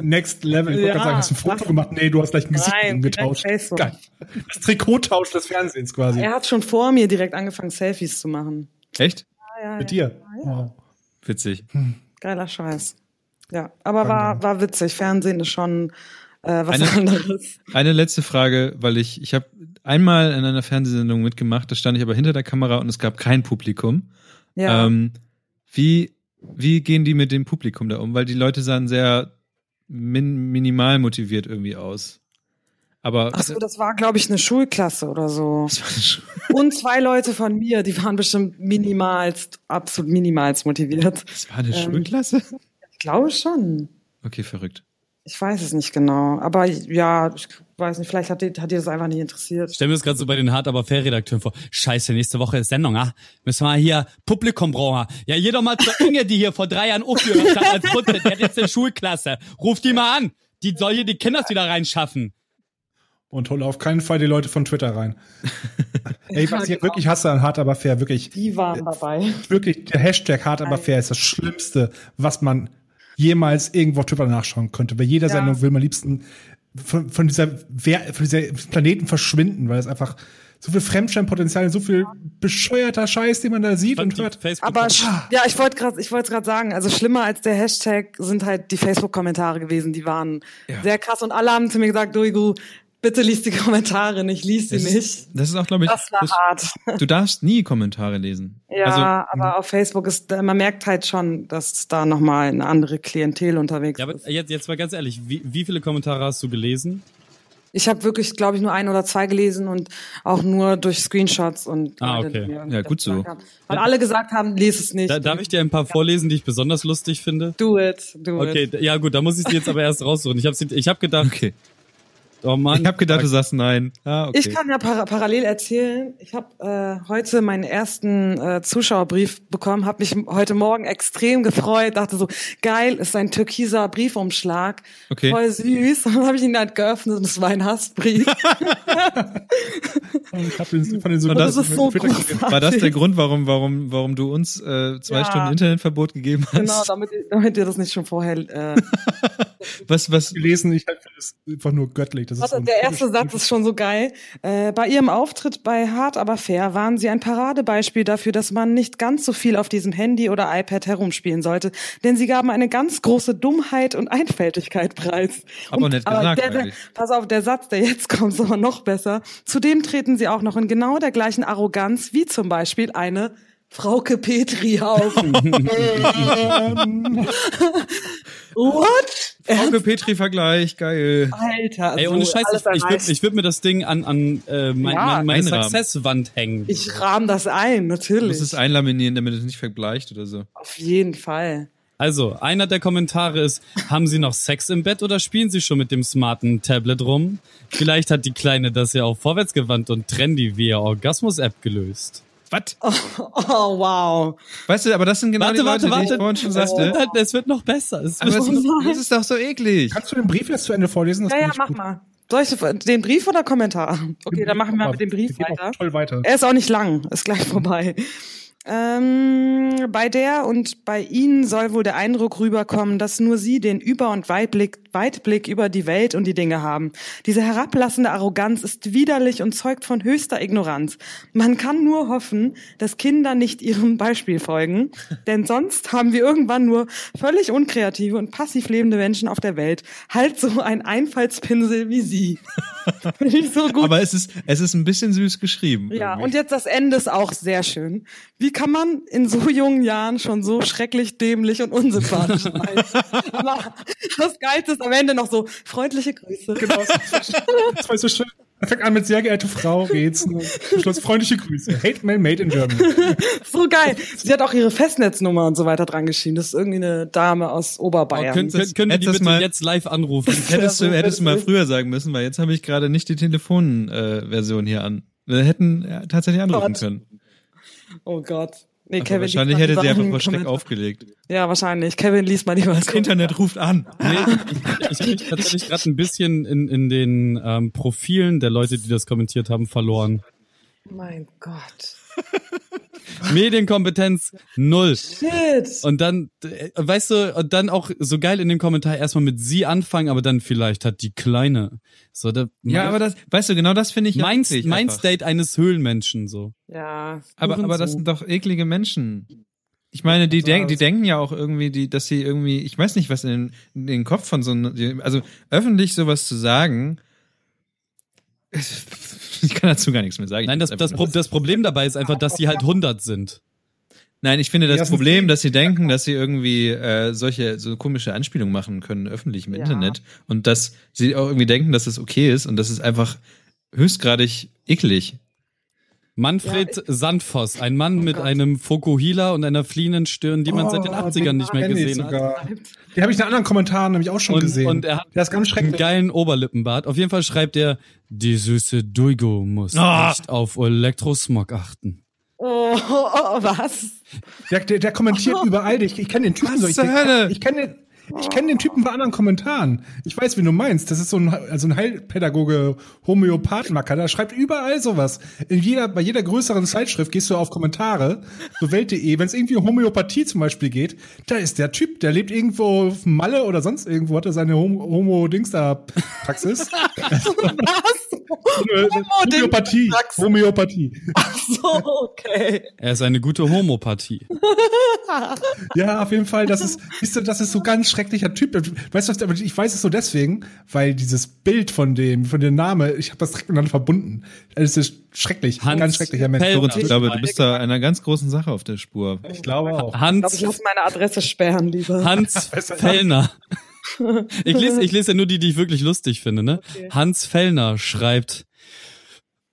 Speaker 3: Next Level. Ich wollte
Speaker 5: Ja.
Speaker 3: gerade sagen, hast du ein Foto gemacht? Nee, du hast gleich ein Gesicht
Speaker 5: Nein,
Speaker 3: umgetauscht.
Speaker 5: kein Facebook.
Speaker 3: Geil. Das Trikottausch des Fernsehens quasi.
Speaker 5: Er hat schon vor mir direkt angefangen, Selfies zu machen.
Speaker 2: Echt?
Speaker 3: Mit dir. Wow.
Speaker 2: Witzig.
Speaker 5: Geiler Scheiß. Ja, aber war, war witzig. Fernsehen ist schon äh, was
Speaker 2: Eine-
Speaker 5: anderes.
Speaker 2: Eine letzte Frage, weil ich, ich habe einmal in einer Fernsehsendung mitgemacht, da stand ich aber hinter der Kamera und es gab kein Publikum.
Speaker 5: Ja.
Speaker 2: Ähm, wie, wie gehen die mit dem Publikum da um? Weil die Leute sahen sehr min minimal motiviert irgendwie aus. Aber
Speaker 5: Ach so, das war, glaube ich, eine Schulklasse oder so.
Speaker 2: das war schon-
Speaker 5: Und zwei Leute von mir, die waren bestimmt minimalst, absolut minimalst motiviert.
Speaker 2: das war eine
Speaker 5: Ähm.
Speaker 2: Schulklasse?
Speaker 5: Ich glaube schon.
Speaker 2: Okay, verrückt.
Speaker 5: Ich weiß es nicht genau. Aber ja, ich weiß nicht, vielleicht hat die, hat die das einfach nicht interessiert.
Speaker 4: Stell mir das gerade so bei den Hart aber fair Redakteuren vor. Scheiße, nächste Woche ist Sendung, ah? Müssen wir hier Publikum brauchen. ah. Ja, jeder mal zur Inge, die hier vor drei Jahren aufgehört hat als Putzit. Der ist in Schulklasse. Ruf die mal an. Die soll hier die Kinders wieder reinschaffen.
Speaker 3: Und hol auf keinen Fall die Leute von Twitter rein. Ey, was ich wirklich hasse an Hart aber fair, wirklich,
Speaker 5: Die waren dabei.
Speaker 3: wirklich, der Hashtag Hart aber fair ist das Schlimmste, was man jemals irgendwo auf Twitter nachschauen könnte. Bei jeder
Speaker 5: Ja.
Speaker 3: Sendung will man am liebsten von, von dieser, Wer- von dieser Planeten verschwinden, weil es einfach so viel Fremdscheinpotenzial, so viel bescheuerter Scheiß, den man da sieht und hört.
Speaker 4: Facebook-
Speaker 5: Aber sch- ja, ich wollte gerade, ich wollte gerade sagen, also schlimmer als der Hashtag sind halt die Facebook-Kommentare gewesen. Die waren sehr krass und alle haben zu mir gesagt, Duigu, bitte liest die Kommentare nicht, liest sie
Speaker 2: Das ist,
Speaker 5: nicht.
Speaker 2: das ist auch, glaube ich,
Speaker 5: Das war hart.
Speaker 2: du darfst nie Kommentare lesen.
Speaker 4: Also,
Speaker 2: Also,
Speaker 5: Ja, aber
Speaker 4: hm.
Speaker 5: auf Facebook ist, man merkt halt schon, dass da nochmal eine andere Klientel unterwegs
Speaker 4: Ja,
Speaker 5: ist.
Speaker 4: aber jetzt, jetzt mal ganz ehrlich, wie, wie viele Kommentare hast du gelesen?
Speaker 5: Ich habe wirklich, glaube ich, nur ein oder zwei gelesen und auch nur durch Screenshots und
Speaker 4: Ah,
Speaker 5: Leute,
Speaker 4: okay.
Speaker 5: die mir
Speaker 2: Ja, gut so.
Speaker 5: gesagt Haben. Weil alle gesagt haben, lies es nicht.
Speaker 4: Da, darf ich dir ein paar vorlesen, die ich besonders lustig finde?
Speaker 5: do it, do
Speaker 4: Okay,
Speaker 5: it.
Speaker 4: d- ja gut, da muss ich sie jetzt aber erst raussuchen. Ich habe ich hab gedacht,
Speaker 2: Okay.
Speaker 4: Oh Mann.
Speaker 2: Ich habe gedacht, du sagst nein. Ah, okay.
Speaker 5: Ich kann ja para parallel erzählen. Ich habe äh, heute meinen ersten äh, Zuschauerbrief bekommen, habe mich heute Morgen extrem gefreut, dachte so, geil, ist ein türkiser Briefumschlag.
Speaker 2: Okay.
Speaker 5: Voll süß. Und dann habe ich ihn halt geöffnet und es war ein Hassbrief.
Speaker 3: Und ich hab den, fand den so
Speaker 2: Und
Speaker 5: das ist so großartig.
Speaker 2: War das der Grund, warum, warum, warum du uns äh, zwei
Speaker 5: Ja.
Speaker 2: Stunden Internetverbot gegeben hast?
Speaker 5: Genau, damit, ihr- damit ihr das nicht schon vorher... Äh,
Speaker 2: Was, was,
Speaker 3: gelesen. Ich halte das einfach nur göttlich. Das ist
Speaker 5: Warte,
Speaker 3: so ein
Speaker 5: der erste
Speaker 3: typisch-
Speaker 5: Satz ist schon so geil. Äh, bei ihrem Auftritt bei Hart aber fair waren sie ein Paradebeispiel dafür, dass man nicht ganz so viel auf diesem Handy oder iPad herumspielen sollte, denn sie gaben eine ganz große Dummheit und Einfältigkeit preis.
Speaker 2: Aber
Speaker 5: und,
Speaker 2: nett gesagt
Speaker 5: der, der,
Speaker 2: eigentlich.
Speaker 5: pass auf, der Satz, der jetzt kommt, ist aber noch besser. Zudem treten sie auch noch in genau der gleichen Arroganz wie zum Beispiel eine Frauke Petri auf. Ähm. What?
Speaker 2: Frauke Petri-Vergleich, geil.
Speaker 5: Alter,
Speaker 4: Ey, ohne Scheiß, ich, ich
Speaker 5: erreicht.
Speaker 4: würde ich würd mir das Ding an, an äh, mein,
Speaker 5: Ja.
Speaker 4: mein, meine
Speaker 2: Einrahmen.
Speaker 4: Success-Wand hängen.
Speaker 5: Ich rahm das ein,
Speaker 2: Du
Speaker 5: natürlich.
Speaker 2: musst es einlaminieren, damit es nicht verbleicht oder so.
Speaker 5: Auf jeden Fall.
Speaker 4: Also, einer der Kommentare ist, haben Sie noch Sex im Bett oder spielen Sie schon mit dem smarten Tablet rum? Vielleicht hat die Kleine das ja auch vorwärtsgewandt und trendy via Orgasmus-App gelöst.
Speaker 2: Was?
Speaker 5: Oh, wow.
Speaker 2: Weißt du, aber das sind genau die
Speaker 4: Warte,
Speaker 2: Leute,
Speaker 4: warte,
Speaker 2: die ich
Speaker 4: warte.
Speaker 2: vorhin schon
Speaker 4: Es
Speaker 5: Äh,
Speaker 4: wird,
Speaker 2: sagte.
Speaker 4: halt, es wird noch besser. Es
Speaker 2: Aber
Speaker 4: wird
Speaker 2: es ist, das ist doch so eklig.
Speaker 3: Kannst du den Brief jetzt zu Ende vorlesen? Das
Speaker 5: Ja, ja,
Speaker 3: finde ich
Speaker 5: mach
Speaker 3: gut.
Speaker 5: mal. Soll ich den Brief oder Kommentar? Okay, dann machen wir
Speaker 3: Aber
Speaker 5: mit dem Brief
Speaker 3: geht auch
Speaker 5: weiter. Äh.
Speaker 3: Toll weiter.
Speaker 5: Er ist auch nicht lang, ist gleich vorbei. Ähm, bei der und bei Ihnen soll wohl der Eindruck rüberkommen, dass nur Sie den Über- und Weitblick, Weitblick über die Welt und die Dinge haben. Diese herablassende Arroganz ist widerlich und zeugt von höchster Ignoranz. Man kann nur hoffen, dass Kinder nicht ihrem Beispiel folgen, denn sonst haben wir irgendwann nur völlig unkreative und passiv lebende Menschen auf der Welt. Halt so ein Einfallspinsel wie Sie. Finde ich so gut.
Speaker 2: Aber es ist, es ist ein bisschen süß geschrieben.
Speaker 5: Ja,
Speaker 2: irgendwie.
Speaker 5: und jetzt das Ende ist auch sehr schön. Wie kann man in so jungen Jahren schon so schrecklich dämlich und unsympathisch sein? Aber das Geilste ist am Ende noch so freundliche Grüße.
Speaker 3: Genau, das war so schön. Er fängt an mit sehr geehrte Frau, geht's. Und Zum Schluss freundliche Grüße. Hate Mail made in Germany.
Speaker 5: So geil. Sie hat auch ihre Festnetznummer und so weiter dran geschrieben. Das ist irgendwie eine Dame aus Oberbayern.
Speaker 4: Bayern. Können, können, können wir die
Speaker 2: Hättest
Speaker 4: bitte
Speaker 2: mal-
Speaker 4: jetzt live anrufen?
Speaker 2: Hättest du,
Speaker 5: Ja, so
Speaker 2: hättest du
Speaker 5: wird
Speaker 2: mal
Speaker 5: es
Speaker 2: früher sagen müssen, weil jetzt habe ich gerade nicht die Telefonversion äh, hier an. Wir hätten äh, tatsächlich anrufen
Speaker 5: Gott.
Speaker 2: können.
Speaker 5: oh Gott. Nee,
Speaker 2: Aber Also wahrscheinlich
Speaker 5: liest
Speaker 2: hätte
Speaker 5: mal
Speaker 2: sie
Speaker 5: lieber
Speaker 2: einfach
Speaker 5: einen
Speaker 2: vor Schreck
Speaker 5: Kommentar.
Speaker 2: aufgelegt.
Speaker 5: Ja, wahrscheinlich. Kevin liest mal lieber
Speaker 2: Das Internet ruft an.
Speaker 4: Nee, ich ich habe mich tatsächlich gerade ein bisschen in, in den ähm, Profilen der Leute, die das kommentiert haben, verloren.
Speaker 5: Mein Gott.
Speaker 4: Medienkompetenz null.
Speaker 5: Shit.
Speaker 4: Und dann, äh, weißt du, und dann auch so geil in dem Kommentar erstmal mit sie anfangen, aber dann vielleicht hat die Kleine. So, da, ne,
Speaker 2: Ja, aber das, weißt du, genau das finde ich ja
Speaker 4: mein,
Speaker 2: eklig
Speaker 4: mein
Speaker 2: einfach.
Speaker 4: State eines Höhlenmenschen so.
Speaker 5: Ja.
Speaker 2: Aber, aber das sind doch eklige Menschen. Ich meine, die, denk, die denken ja auch irgendwie, die, dass sie irgendwie, ich weiß nicht, was in den, in den Kopf von so einem, also öffentlich sowas zu sagen, ich kann dazu gar nichts mehr sagen. Ich
Speaker 4: Nein, das,
Speaker 2: find's
Speaker 4: das,
Speaker 2: einfach
Speaker 4: Pro
Speaker 2: nur-
Speaker 4: das Problem dabei ist einfach, dass sie halt 100 sind.
Speaker 2: Nein, ich finde
Speaker 3: Ja,
Speaker 2: das
Speaker 3: sind
Speaker 2: Problem,
Speaker 3: sie-
Speaker 2: dass sie denken, dass sie irgendwie äh, solche so komische Anspielungen machen können öffentlich im
Speaker 5: Ja.
Speaker 2: Internet und dass sie auch irgendwie denken, dass es okay ist und das ist einfach höchstgradig eklig.
Speaker 4: Manfred Sandvoss, ein
Speaker 3: Oh
Speaker 4: Mann mit einem Fokuhila und einer fliehenden Stirn, die man seit den 80ern nicht mehr
Speaker 3: Kenn ich
Speaker 4: gesehen hat.
Speaker 3: Oh, Ah, sogar. Den habe ich in anderen Kommentaren nämlich auch schon
Speaker 4: Und-
Speaker 3: gesehen.
Speaker 4: und er hat-
Speaker 3: der ist ganz
Speaker 4: Einen
Speaker 3: schrecklich.
Speaker 4: geilen Oberlippenbart. Auf jeden Fall schreibt er, die süße Duigo muss
Speaker 2: Ah.
Speaker 4: nicht auf Elektrosmog achten.
Speaker 5: Oh, oh, oh, was?
Speaker 3: Der, der, der kommentiert überall. Ich, ich kenne den Typen
Speaker 2: Was
Speaker 3: so. Ich,
Speaker 2: zur Hölle?
Speaker 3: ich kenne den, ich kenn den Typen bei anderen Kommentaren. Ich weiß, wen du meinst. Das ist so ein, also ein Heilpädagoge, Homöopathmacker. Der schreibt überall sowas. In jeder, bei jeder größeren Zeitschrift gehst du auf Kommentare, so welt.de. Wenn es irgendwie um Homöopathie zum Beispiel geht, da ist der Typ, der lebt irgendwo auf Malle oder sonst irgendwo, hat er seine Hom Homo-Dings da Praxis. Homöopathie.
Speaker 5: Praxis.
Speaker 3: Homöopathie.
Speaker 5: So, okay.
Speaker 4: Er ist eine gute Homopathie.
Speaker 3: Ja, auf jeden Fall. Das ist, siehst du, das ist so ganz schrecklicher Typ. Weißt du, was- aber ich weiß es so deswegen, weil dieses Bild von dem, von dem Name, ich habe das direkt miteinander verbunden. Es ist schrecklich,
Speaker 4: Hans
Speaker 3: ganz schrecklicher Mensch.
Speaker 4: Pell-
Speaker 2: Lorenz, ich
Speaker 4: Ja.
Speaker 2: glaube, du bist da einer ganz großen Sache auf der Spur.
Speaker 3: Ich glaube
Speaker 5: Ich
Speaker 3: auch.
Speaker 5: glaube, ich
Speaker 4: Hans,
Speaker 5: lasse meine Adresse sperren, lieber.
Speaker 4: Hans Fellner. Ich lese, ich lese ja nur die, die ich wirklich lustig finde, ne? Hans Fellner schreibt,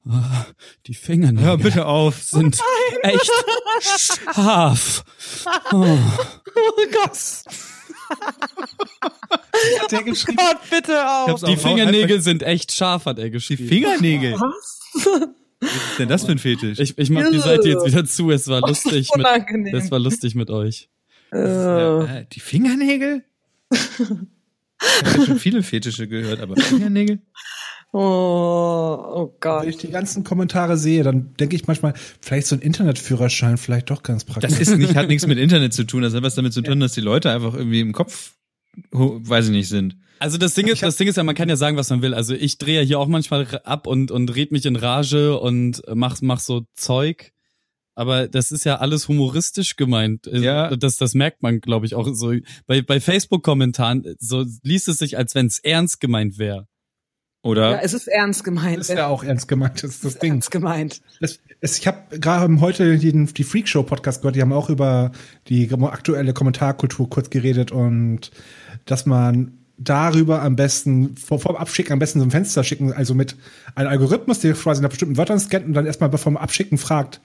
Speaker 4: "Ah, die Fingernägel.
Speaker 2: Hör bitte auf.
Speaker 4: sind echt scharf.
Speaker 5: Oh Gott.
Speaker 2: Hat der geschrieben?
Speaker 5: Gott, bitte auf.
Speaker 4: Die Fingernägel sind echt scharf, hat er
Speaker 2: Die
Speaker 4: geschrieben.
Speaker 2: Fingernägel. Was ist denn das für ein Fetisch?
Speaker 4: Ich, ich mach die Seite jetzt wieder zu, es war lustig.
Speaker 5: unangenehm.
Speaker 4: Mit, es war lustig mit euch.
Speaker 5: Äh,
Speaker 2: Äh, die Fingernägel? Ich habe schon viele Fetische gehört, aber Fingernägel?
Speaker 5: oh, oh
Speaker 3: Wenn
Speaker 5: Gott.
Speaker 3: Also ich die ganzen Kommentare sehe, dann denke ich manchmal, vielleicht so ein Internetführerschein, vielleicht doch ganz praktisch.
Speaker 2: Das ist nicht, hat nichts mit Internet zu tun. Das hat was damit zu tun, dass die Leute einfach irgendwie im Kopf, ho- weiß ich nicht, sind.
Speaker 4: Also das Ding ist, das Ding ist ja, man kann ja sagen, was man will. Also ich drehe ja hier auch manchmal r- ab und und red mich in Rage und mach mach so Zeug. Aber das ist ja alles humoristisch gemeint. Äh,
Speaker 2: Ja.
Speaker 4: Das, das merkt man, glaube ich, auch so. Bei, bei Facebook-Kommentaren so liest es sich, als wenn es ernst gemeint wäre.
Speaker 2: Oder?
Speaker 5: Ja, es ist ernst gemeint.
Speaker 3: Das ist ja auch ernst gemeint, das ist das Ding.
Speaker 5: Ernst gemeint.
Speaker 3: Das, es, ich habe gerade heute den, die Freakshow Podcast gehört, die haben auch über die aktuelle Kommentarkultur kurz geredet und dass man darüber am besten vor, vor dem Abschicken am besten so ein Fenster schicken, also mit einem Algorithmus, der quasi nach bestimmten Wörtern scannt und dann erstmal bevor dem Abschicken fragt,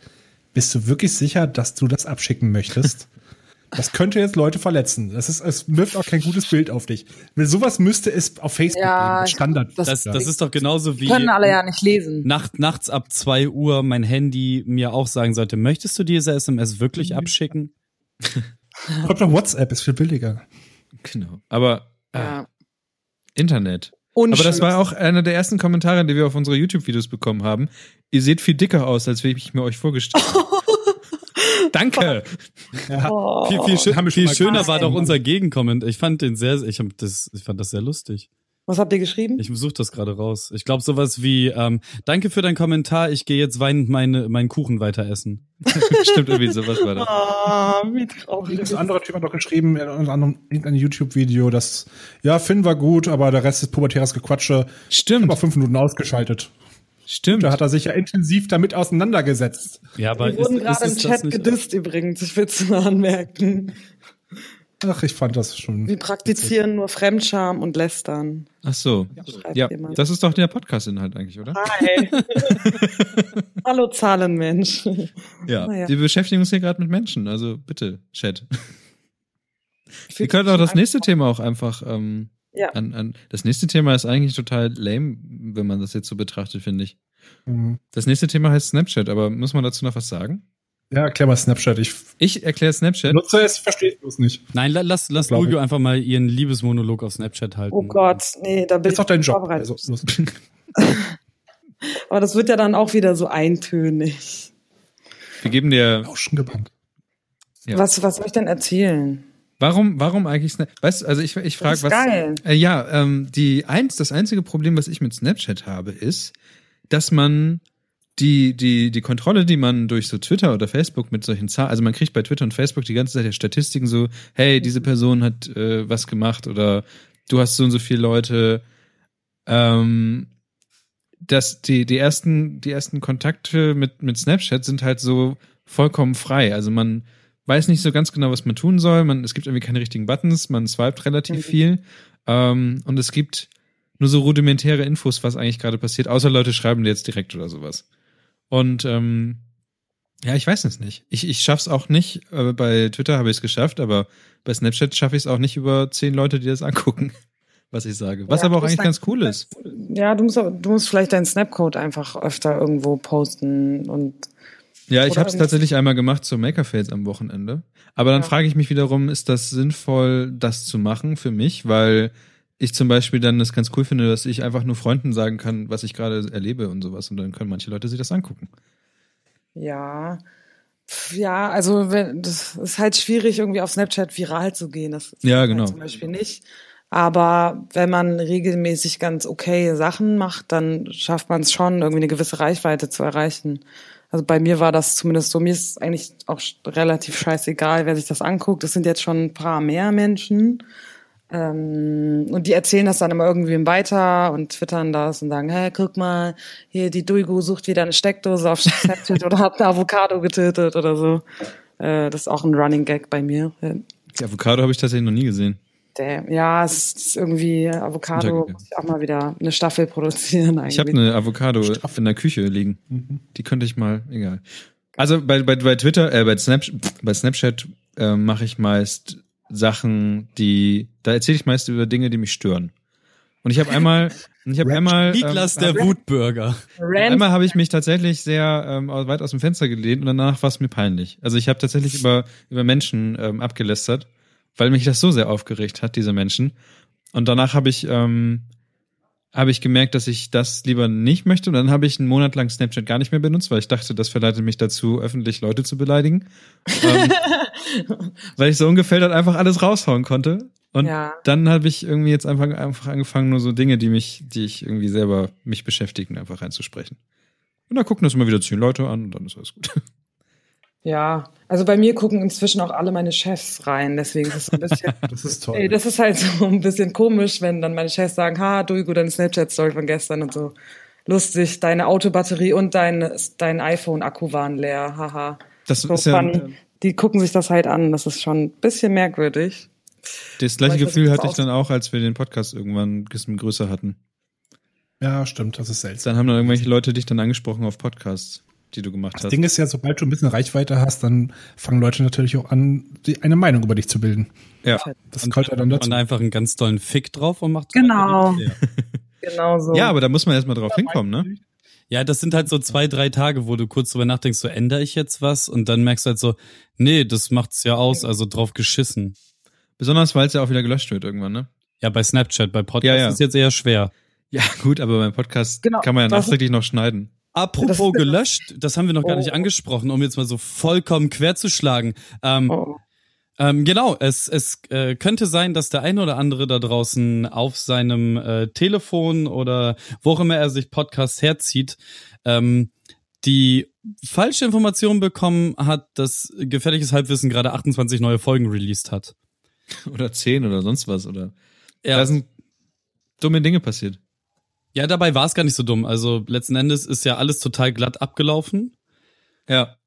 Speaker 3: bist du wirklich sicher, dass du das abschicken möchtest? Das könnte jetzt Leute verletzen. Das ist, es wirft auch kein gutes Bild auf dich. Mit sowas müsste es auf Facebook
Speaker 5: Ja,
Speaker 3: geben,
Speaker 5: ich-
Speaker 3: Standard.
Speaker 5: das-
Speaker 4: Das, das ist doch genauso wie
Speaker 5: Können alle ja nicht lesen.
Speaker 4: Nacht, nachts ab 2 Uhr mein Handy mir auch sagen sollte, möchtest du diese SMS
Speaker 3: Mhm.
Speaker 4: wirklich abschicken?
Speaker 3: Kommt doch WhatsApp, ist viel billiger.
Speaker 2: Genau. Aber äh,
Speaker 5: Ja.
Speaker 2: Internet.
Speaker 5: Unschön.
Speaker 2: Aber das war auch einer der ersten Kommentare, die wir auf unsere YouTube-Videos bekommen haben. Ihr seht viel dicker aus, als ich mir euch vorgestellt habe. Danke.
Speaker 5: Oh.
Speaker 4: Viel, viel, schö
Speaker 3: haben wir schon
Speaker 4: viel
Speaker 3: mal
Speaker 4: schöner
Speaker 3: gemacht.
Speaker 4: war doch unser Gegenkomment. Ich fand den sehr, ich, hab das, ich fand das sehr lustig.
Speaker 5: Was habt ihr geschrieben?
Speaker 4: Ich suche das gerade raus. Ich glaube sowas wie, ähm, danke für deinen Kommentar, ich gehe jetzt weinend meine, meinen Kuchen weiter essen.
Speaker 2: Stimmt, irgendwie sowas war das.
Speaker 5: oh, wie traurig.
Speaker 3: Ein anderer Typ hat doch geschrieben in unter anderem irgendeinem YouTube-Video, dass ja, Finn war gut, aber der Rest ist pubertäres Gequatsche. Ich hab
Speaker 2: Stimmt,
Speaker 3: auch fünf Minuten ausgeschaltet.
Speaker 2: stimmt.
Speaker 3: Da hat er sich ja intensiv damit auseinandergesetzt.
Speaker 4: Ja, aber
Speaker 5: Wir wurden
Speaker 4: ist- ist-
Speaker 5: gerade im
Speaker 4: ist das
Speaker 5: Chat
Speaker 4: nicht-
Speaker 5: gedisst übrigens. Ich will es nur anmerken.
Speaker 3: Ach, ich fand das schon.
Speaker 5: Wir praktizieren nur Fremdscham und Lästern.
Speaker 2: Ach so.
Speaker 5: Schreibt
Speaker 2: Ja,
Speaker 5: jemand.
Speaker 2: das ist doch der Podcast-Inhalt eigentlich, oder?
Speaker 5: Hi. Hallo Zahlenmensch. Na
Speaker 2: Ja.
Speaker 5: ja.
Speaker 2: Wir beschäftigen uns hier gerade mit Menschen, also bitte, Chat. Wir
Speaker 5: Fühlt
Speaker 2: können
Speaker 5: sich
Speaker 2: auch das
Speaker 5: an-
Speaker 2: nächste Thema auch einfach ähm,
Speaker 5: Ja.
Speaker 2: an, an. Das nächste Thema ist eigentlich total lame, wenn man das jetzt so betrachtet, finde ich.
Speaker 3: Mhm.
Speaker 2: Das nächste Thema heißt Snapchat, aber muss man dazu noch was sagen?
Speaker 3: Ja, erklär mal Snapchat. Ich
Speaker 2: Ich erkläre Snapchat.
Speaker 3: nutze es, verstehe es bloß nicht.
Speaker 4: Nein, la- lass, lass
Speaker 3: Glaub ich.
Speaker 4: Lugio einfach mal ihren Liebesmonolog auf Snapchat halten.
Speaker 5: Oh Gott, nee, da bin
Speaker 3: Ist doch dein
Speaker 5: nicht
Speaker 3: Job.
Speaker 5: vorbereitet.
Speaker 3: Also, los.
Speaker 5: Aber das wird ja dann auch wieder so eintönig.
Speaker 2: Wir geben dir.
Speaker 3: Lauschen gebannt.
Speaker 2: Ja.
Speaker 5: Was, was soll ich denn erzählen?
Speaker 2: Warum, warum eigentlich Snapchat? Weißt du, also ich, ich frage,
Speaker 5: ist
Speaker 2: was.
Speaker 5: geil.
Speaker 2: Äh, ja, ähm, die eins, das einzige Problem, was ich mit Snapchat habe, ist, dass man die, die, die Kontrolle, die man durch so Twitter oder Facebook mit solchen Zahlen, also man kriegt bei Twitter und Facebook die ganze Zeit ja Statistiken so, hey, diese Person hat äh, was gemacht oder du hast so und so viele Leute, ähm, dass die, die ersten, die ersten Kontakte mit, mit Snapchat sind halt so vollkommen frei. Also man weiß nicht so ganz genau, was man tun soll. Man, es gibt irgendwie keine richtigen Buttons, man swiped relativ
Speaker 5: Mhm.
Speaker 2: viel. Ähm, und es gibt nur so rudimentäre Infos, was eigentlich gerade passiert, außer Leute schreiben dir jetzt direkt oder sowas. Und ähm, ja, ich weiß es nicht. Ich, ich schaff's auch nicht. Äh, bei Twitter habe ich es geschafft, aber bei Snapchat schaffe ich es auch nicht über zehn Leute, die das angucken, was ich sage. Was
Speaker 5: Ja,
Speaker 2: aber auch
Speaker 5: du bist
Speaker 2: eigentlich
Speaker 5: ein-
Speaker 2: ganz cool ist.
Speaker 5: Ja, du musst, aber- du musst vielleicht deinen Snapcode einfach öfter irgendwo posten und
Speaker 2: Ja, ich
Speaker 5: Oder
Speaker 2: habe es
Speaker 5: irgendwie-
Speaker 2: tatsächlich einmal gemacht zur Makerfails am Wochenende. Aber dann
Speaker 5: Ja.
Speaker 2: frage ich mich wiederum, ist das sinnvoll, das zu machen für mich? Weil ich zum Beispiel dann das ganz cool finde, dass ich einfach nur Freunden sagen kann, was ich gerade erlebe und sowas. Und dann können manche Leute sich das angucken.
Speaker 5: ja. Pff, Ja, also wenn, das ist halt schwierig, irgendwie auf Snapchat viral zu gehen. Das ist
Speaker 2: Ja,
Speaker 5: halt
Speaker 2: genau.
Speaker 5: zum Beispiel nicht. Aber wenn man regelmäßig ganz okay Sachen macht, dann schafft man es schon, irgendwie eine gewisse Reichweite zu erreichen. Also bei mir war das zumindest so, mir ist eigentlich auch sch- relativ scheißegal, wer sich das anguckt. Es sind jetzt schon ein paar mehr Menschen. Ähm, und die erzählen das dann immer irgendwem weiter und twittern das und sagen, hey, guck mal, hier die Duigo sucht wieder eine Steckdose auf Snapchat oder hat eine Avocado getötet oder so. Äh, das ist auch ein Running Gag bei mir. Äh,
Speaker 2: Die Avocado habe ich tatsächlich noch nie gesehen.
Speaker 5: Damn. Ja, es ist irgendwie Avocado,
Speaker 2: Untergegangen.
Speaker 5: muss ich auch mal wieder eine Staffel produzieren eigentlich.
Speaker 2: Ich ne- habe eine Avocado in der Küche liegen.
Speaker 4: Mhm.
Speaker 2: Die könnte ich mal, egal. Also bei, bei, bei Twitter, äh, bei Snapchat, bei Snapchat äh, mache ich meist Sachen, die da erzähle ich meist über Dinge, die mich stören. Und ich habe einmal, ich habe einmal, ähm,
Speaker 4: Niklas der Wutbürger.
Speaker 2: einmal habe ich mich tatsächlich sehr ähm, weit aus dem Fenster gelehnt und danach war es mir peinlich. Also ich habe tatsächlich über über Menschen ähm, abgelästert, weil mich das so sehr aufgeregt hat, diese Menschen. Und danach habe ich ähm, habe ich gemerkt, dass ich das lieber nicht möchte. Und dann habe ich einen Monat lang Snapchat gar nicht mehr benutzt, weil ich dachte, das verleitet mich dazu, öffentlich Leute zu beleidigen. Ähm, weil ich so ungefähr dann einfach alles raushauen konnte. Und
Speaker 5: Ja.
Speaker 2: dann habe ich irgendwie jetzt einfach, einfach angefangen, nur so Dinge, die mich, die ich irgendwie selber mich beschäftigen, einfach reinzusprechen. Und dann gucken das immer wieder zehn Leute an und dann ist alles gut.
Speaker 5: Ja, also bei mir gucken inzwischen auch alle meine Chefs rein, deswegen ist es so ein bisschen.
Speaker 3: Das ist
Speaker 5: Ey,
Speaker 3: toll.
Speaker 5: das ist halt so ein bisschen komisch, wenn dann meine Chefs sagen, ha, Duigo, deine Snapchat-Story von gestern und so. Lustig, deine Autobatterie und dein, dein iPhone-Akku waren leer, haha.
Speaker 2: Das
Speaker 5: So
Speaker 2: ist ja
Speaker 5: fun. die gucken sich das halt an, das ist schon ein bisschen merkwürdig.
Speaker 2: das gleiche
Speaker 5: Manchmal
Speaker 2: Gefühl
Speaker 5: sieht's
Speaker 2: hatte ich
Speaker 5: aus.
Speaker 2: dann auch, als wir den Podcast irgendwann ein bisschen größer hatten.
Speaker 3: Ja, stimmt, das ist seltsam.
Speaker 2: Dann haben dann irgendwelche Leute dich dann angesprochen auf Podcasts, die du gemacht
Speaker 3: Das
Speaker 2: hast.
Speaker 3: Ding ist ja, sobald du ein bisschen Reichweite hast, dann fangen Leute natürlich auch an, die, eine Meinung über dich zu bilden.
Speaker 2: Ja.
Speaker 3: Das gehört ja dann dazu.
Speaker 4: Und einfach einen ganz tollen Fick drauf und macht
Speaker 5: Genau. Genau so.
Speaker 2: ja, aber da muss man erstmal drauf hinkommen, ne?
Speaker 4: Ja, das sind halt so zwei, drei Tage, wo du kurz drüber nachdenkst, so ändere ich jetzt was und dann merkst du halt so, nee, das macht's ja aus, also drauf geschissen.
Speaker 2: Besonders, weil es ja auch wieder gelöscht wird irgendwann, ne?
Speaker 4: Ja, bei Snapchat, bei Podcast
Speaker 2: Ja, ja.
Speaker 4: ist jetzt eher schwer.
Speaker 2: Ja, gut, aber beim Podcast
Speaker 5: Genau,
Speaker 2: kann man ja
Speaker 5: das-
Speaker 2: nachträglich noch schneiden.
Speaker 4: Apropos
Speaker 5: Das-
Speaker 4: gelöscht, das haben wir noch gar
Speaker 5: Oh.
Speaker 4: nicht angesprochen, um jetzt mal so vollkommen quer zu schlagen. Ähm,
Speaker 5: Oh.
Speaker 4: Ähm, genau, es, es äh, könnte sein, dass der eine oder andere da draußen auf seinem äh, Telefon oder wo auch immer er sich Podcasts herzieht, ähm, die falsche Information bekommen hat, dass gefährliches Halbwissen gerade 28 neue Folgen released hat.
Speaker 2: Oder zehn oder sonst was. Oder da
Speaker 4: Ja,
Speaker 2: sind dumme Dinge passiert.
Speaker 4: ja dabei war es gar nicht so dumm. Also letzten Endes ist ja alles total glatt abgelaufen.
Speaker 2: Ja.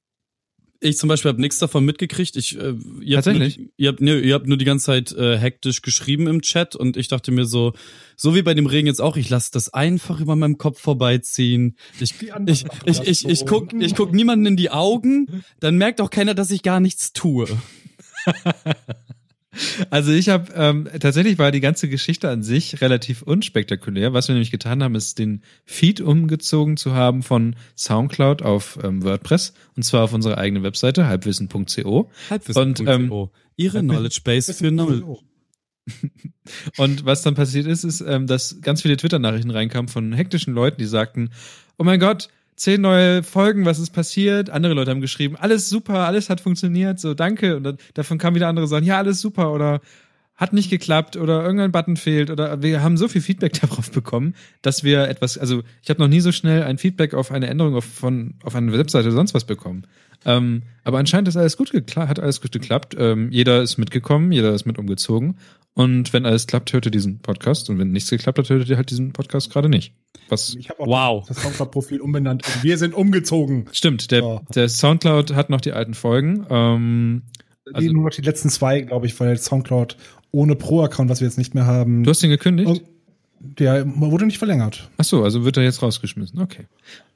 Speaker 4: Ich zum Beispiel habe nichts davon mitgekriegt. Ich, äh, ihr habt
Speaker 2: Tatsächlich?
Speaker 4: Nur, ihr, habt, nee, ihr habt nur die ganze Zeit äh, hektisch geschrieben im Chat und ich dachte mir so, so wie bei dem Regen jetzt auch, ich lasse das einfach über meinem Kopf vorbeiziehen. Ich, ich, ich, ich, ich guck, ich guck niemanden in die Augen, dann merkt auch keiner, dass ich gar nichts tue.
Speaker 2: Also ich habe ähm, tatsächlich war die ganze Geschichte an sich relativ unspektakulär. Was wir nämlich getan haben, ist den Feed umgezogen zu haben von SoundCloud auf ähm, WordPress und zwar auf unsere eigene Webseite halbwissen.co.
Speaker 4: Halbwissen.
Speaker 2: Und, ähm,
Speaker 4: Oh, ihre Knowledge Base für Null.
Speaker 2: Und was dann passiert ist, ist, ähm, dass ganz viele Twitter-Nachrichten reinkamen von hektischen Leuten, die sagten, oh mein Gott, zehn neue Folgen, was ist passiert? Andere Leute haben geschrieben, alles super, alles hat funktioniert, so danke. Und dann, davon kamen wieder andere sagen, ja, alles super oder hat nicht geklappt oder irgendein Button fehlt oder wir haben so viel Feedback darauf bekommen, dass wir etwas, also ich habe noch nie so schnell ein Feedback auf eine Änderung auf, von, auf eine Webseite oder sonst was bekommen. Ähm, aber anscheinend ist alles gut gekla- hat alles gut geklappt. Ähm, jeder ist mitgekommen, jeder ist mit umgezogen. Und wenn alles klappt, hört ihr diesen Podcast. Und wenn nichts geklappt hat, hört ihr halt diesen Podcast gerade nicht. Was
Speaker 3: Ich habe auch
Speaker 4: Wow.
Speaker 3: das Soundcloud-Profil umbenannt. Und wir sind umgezogen.
Speaker 2: stimmt, der,
Speaker 3: Ja.
Speaker 2: der Soundcloud hat noch die alten Folgen. Ähm, Also-
Speaker 3: Also, nur noch die letzten zwei, glaube ich, weil Soundcloud ohne Pro-Account, was wir jetzt nicht mehr haben,
Speaker 2: du hast ihn gekündigt?
Speaker 3: der wurde nicht verlängert.
Speaker 2: Ach so, also wird er jetzt rausgeschmissen. Okay.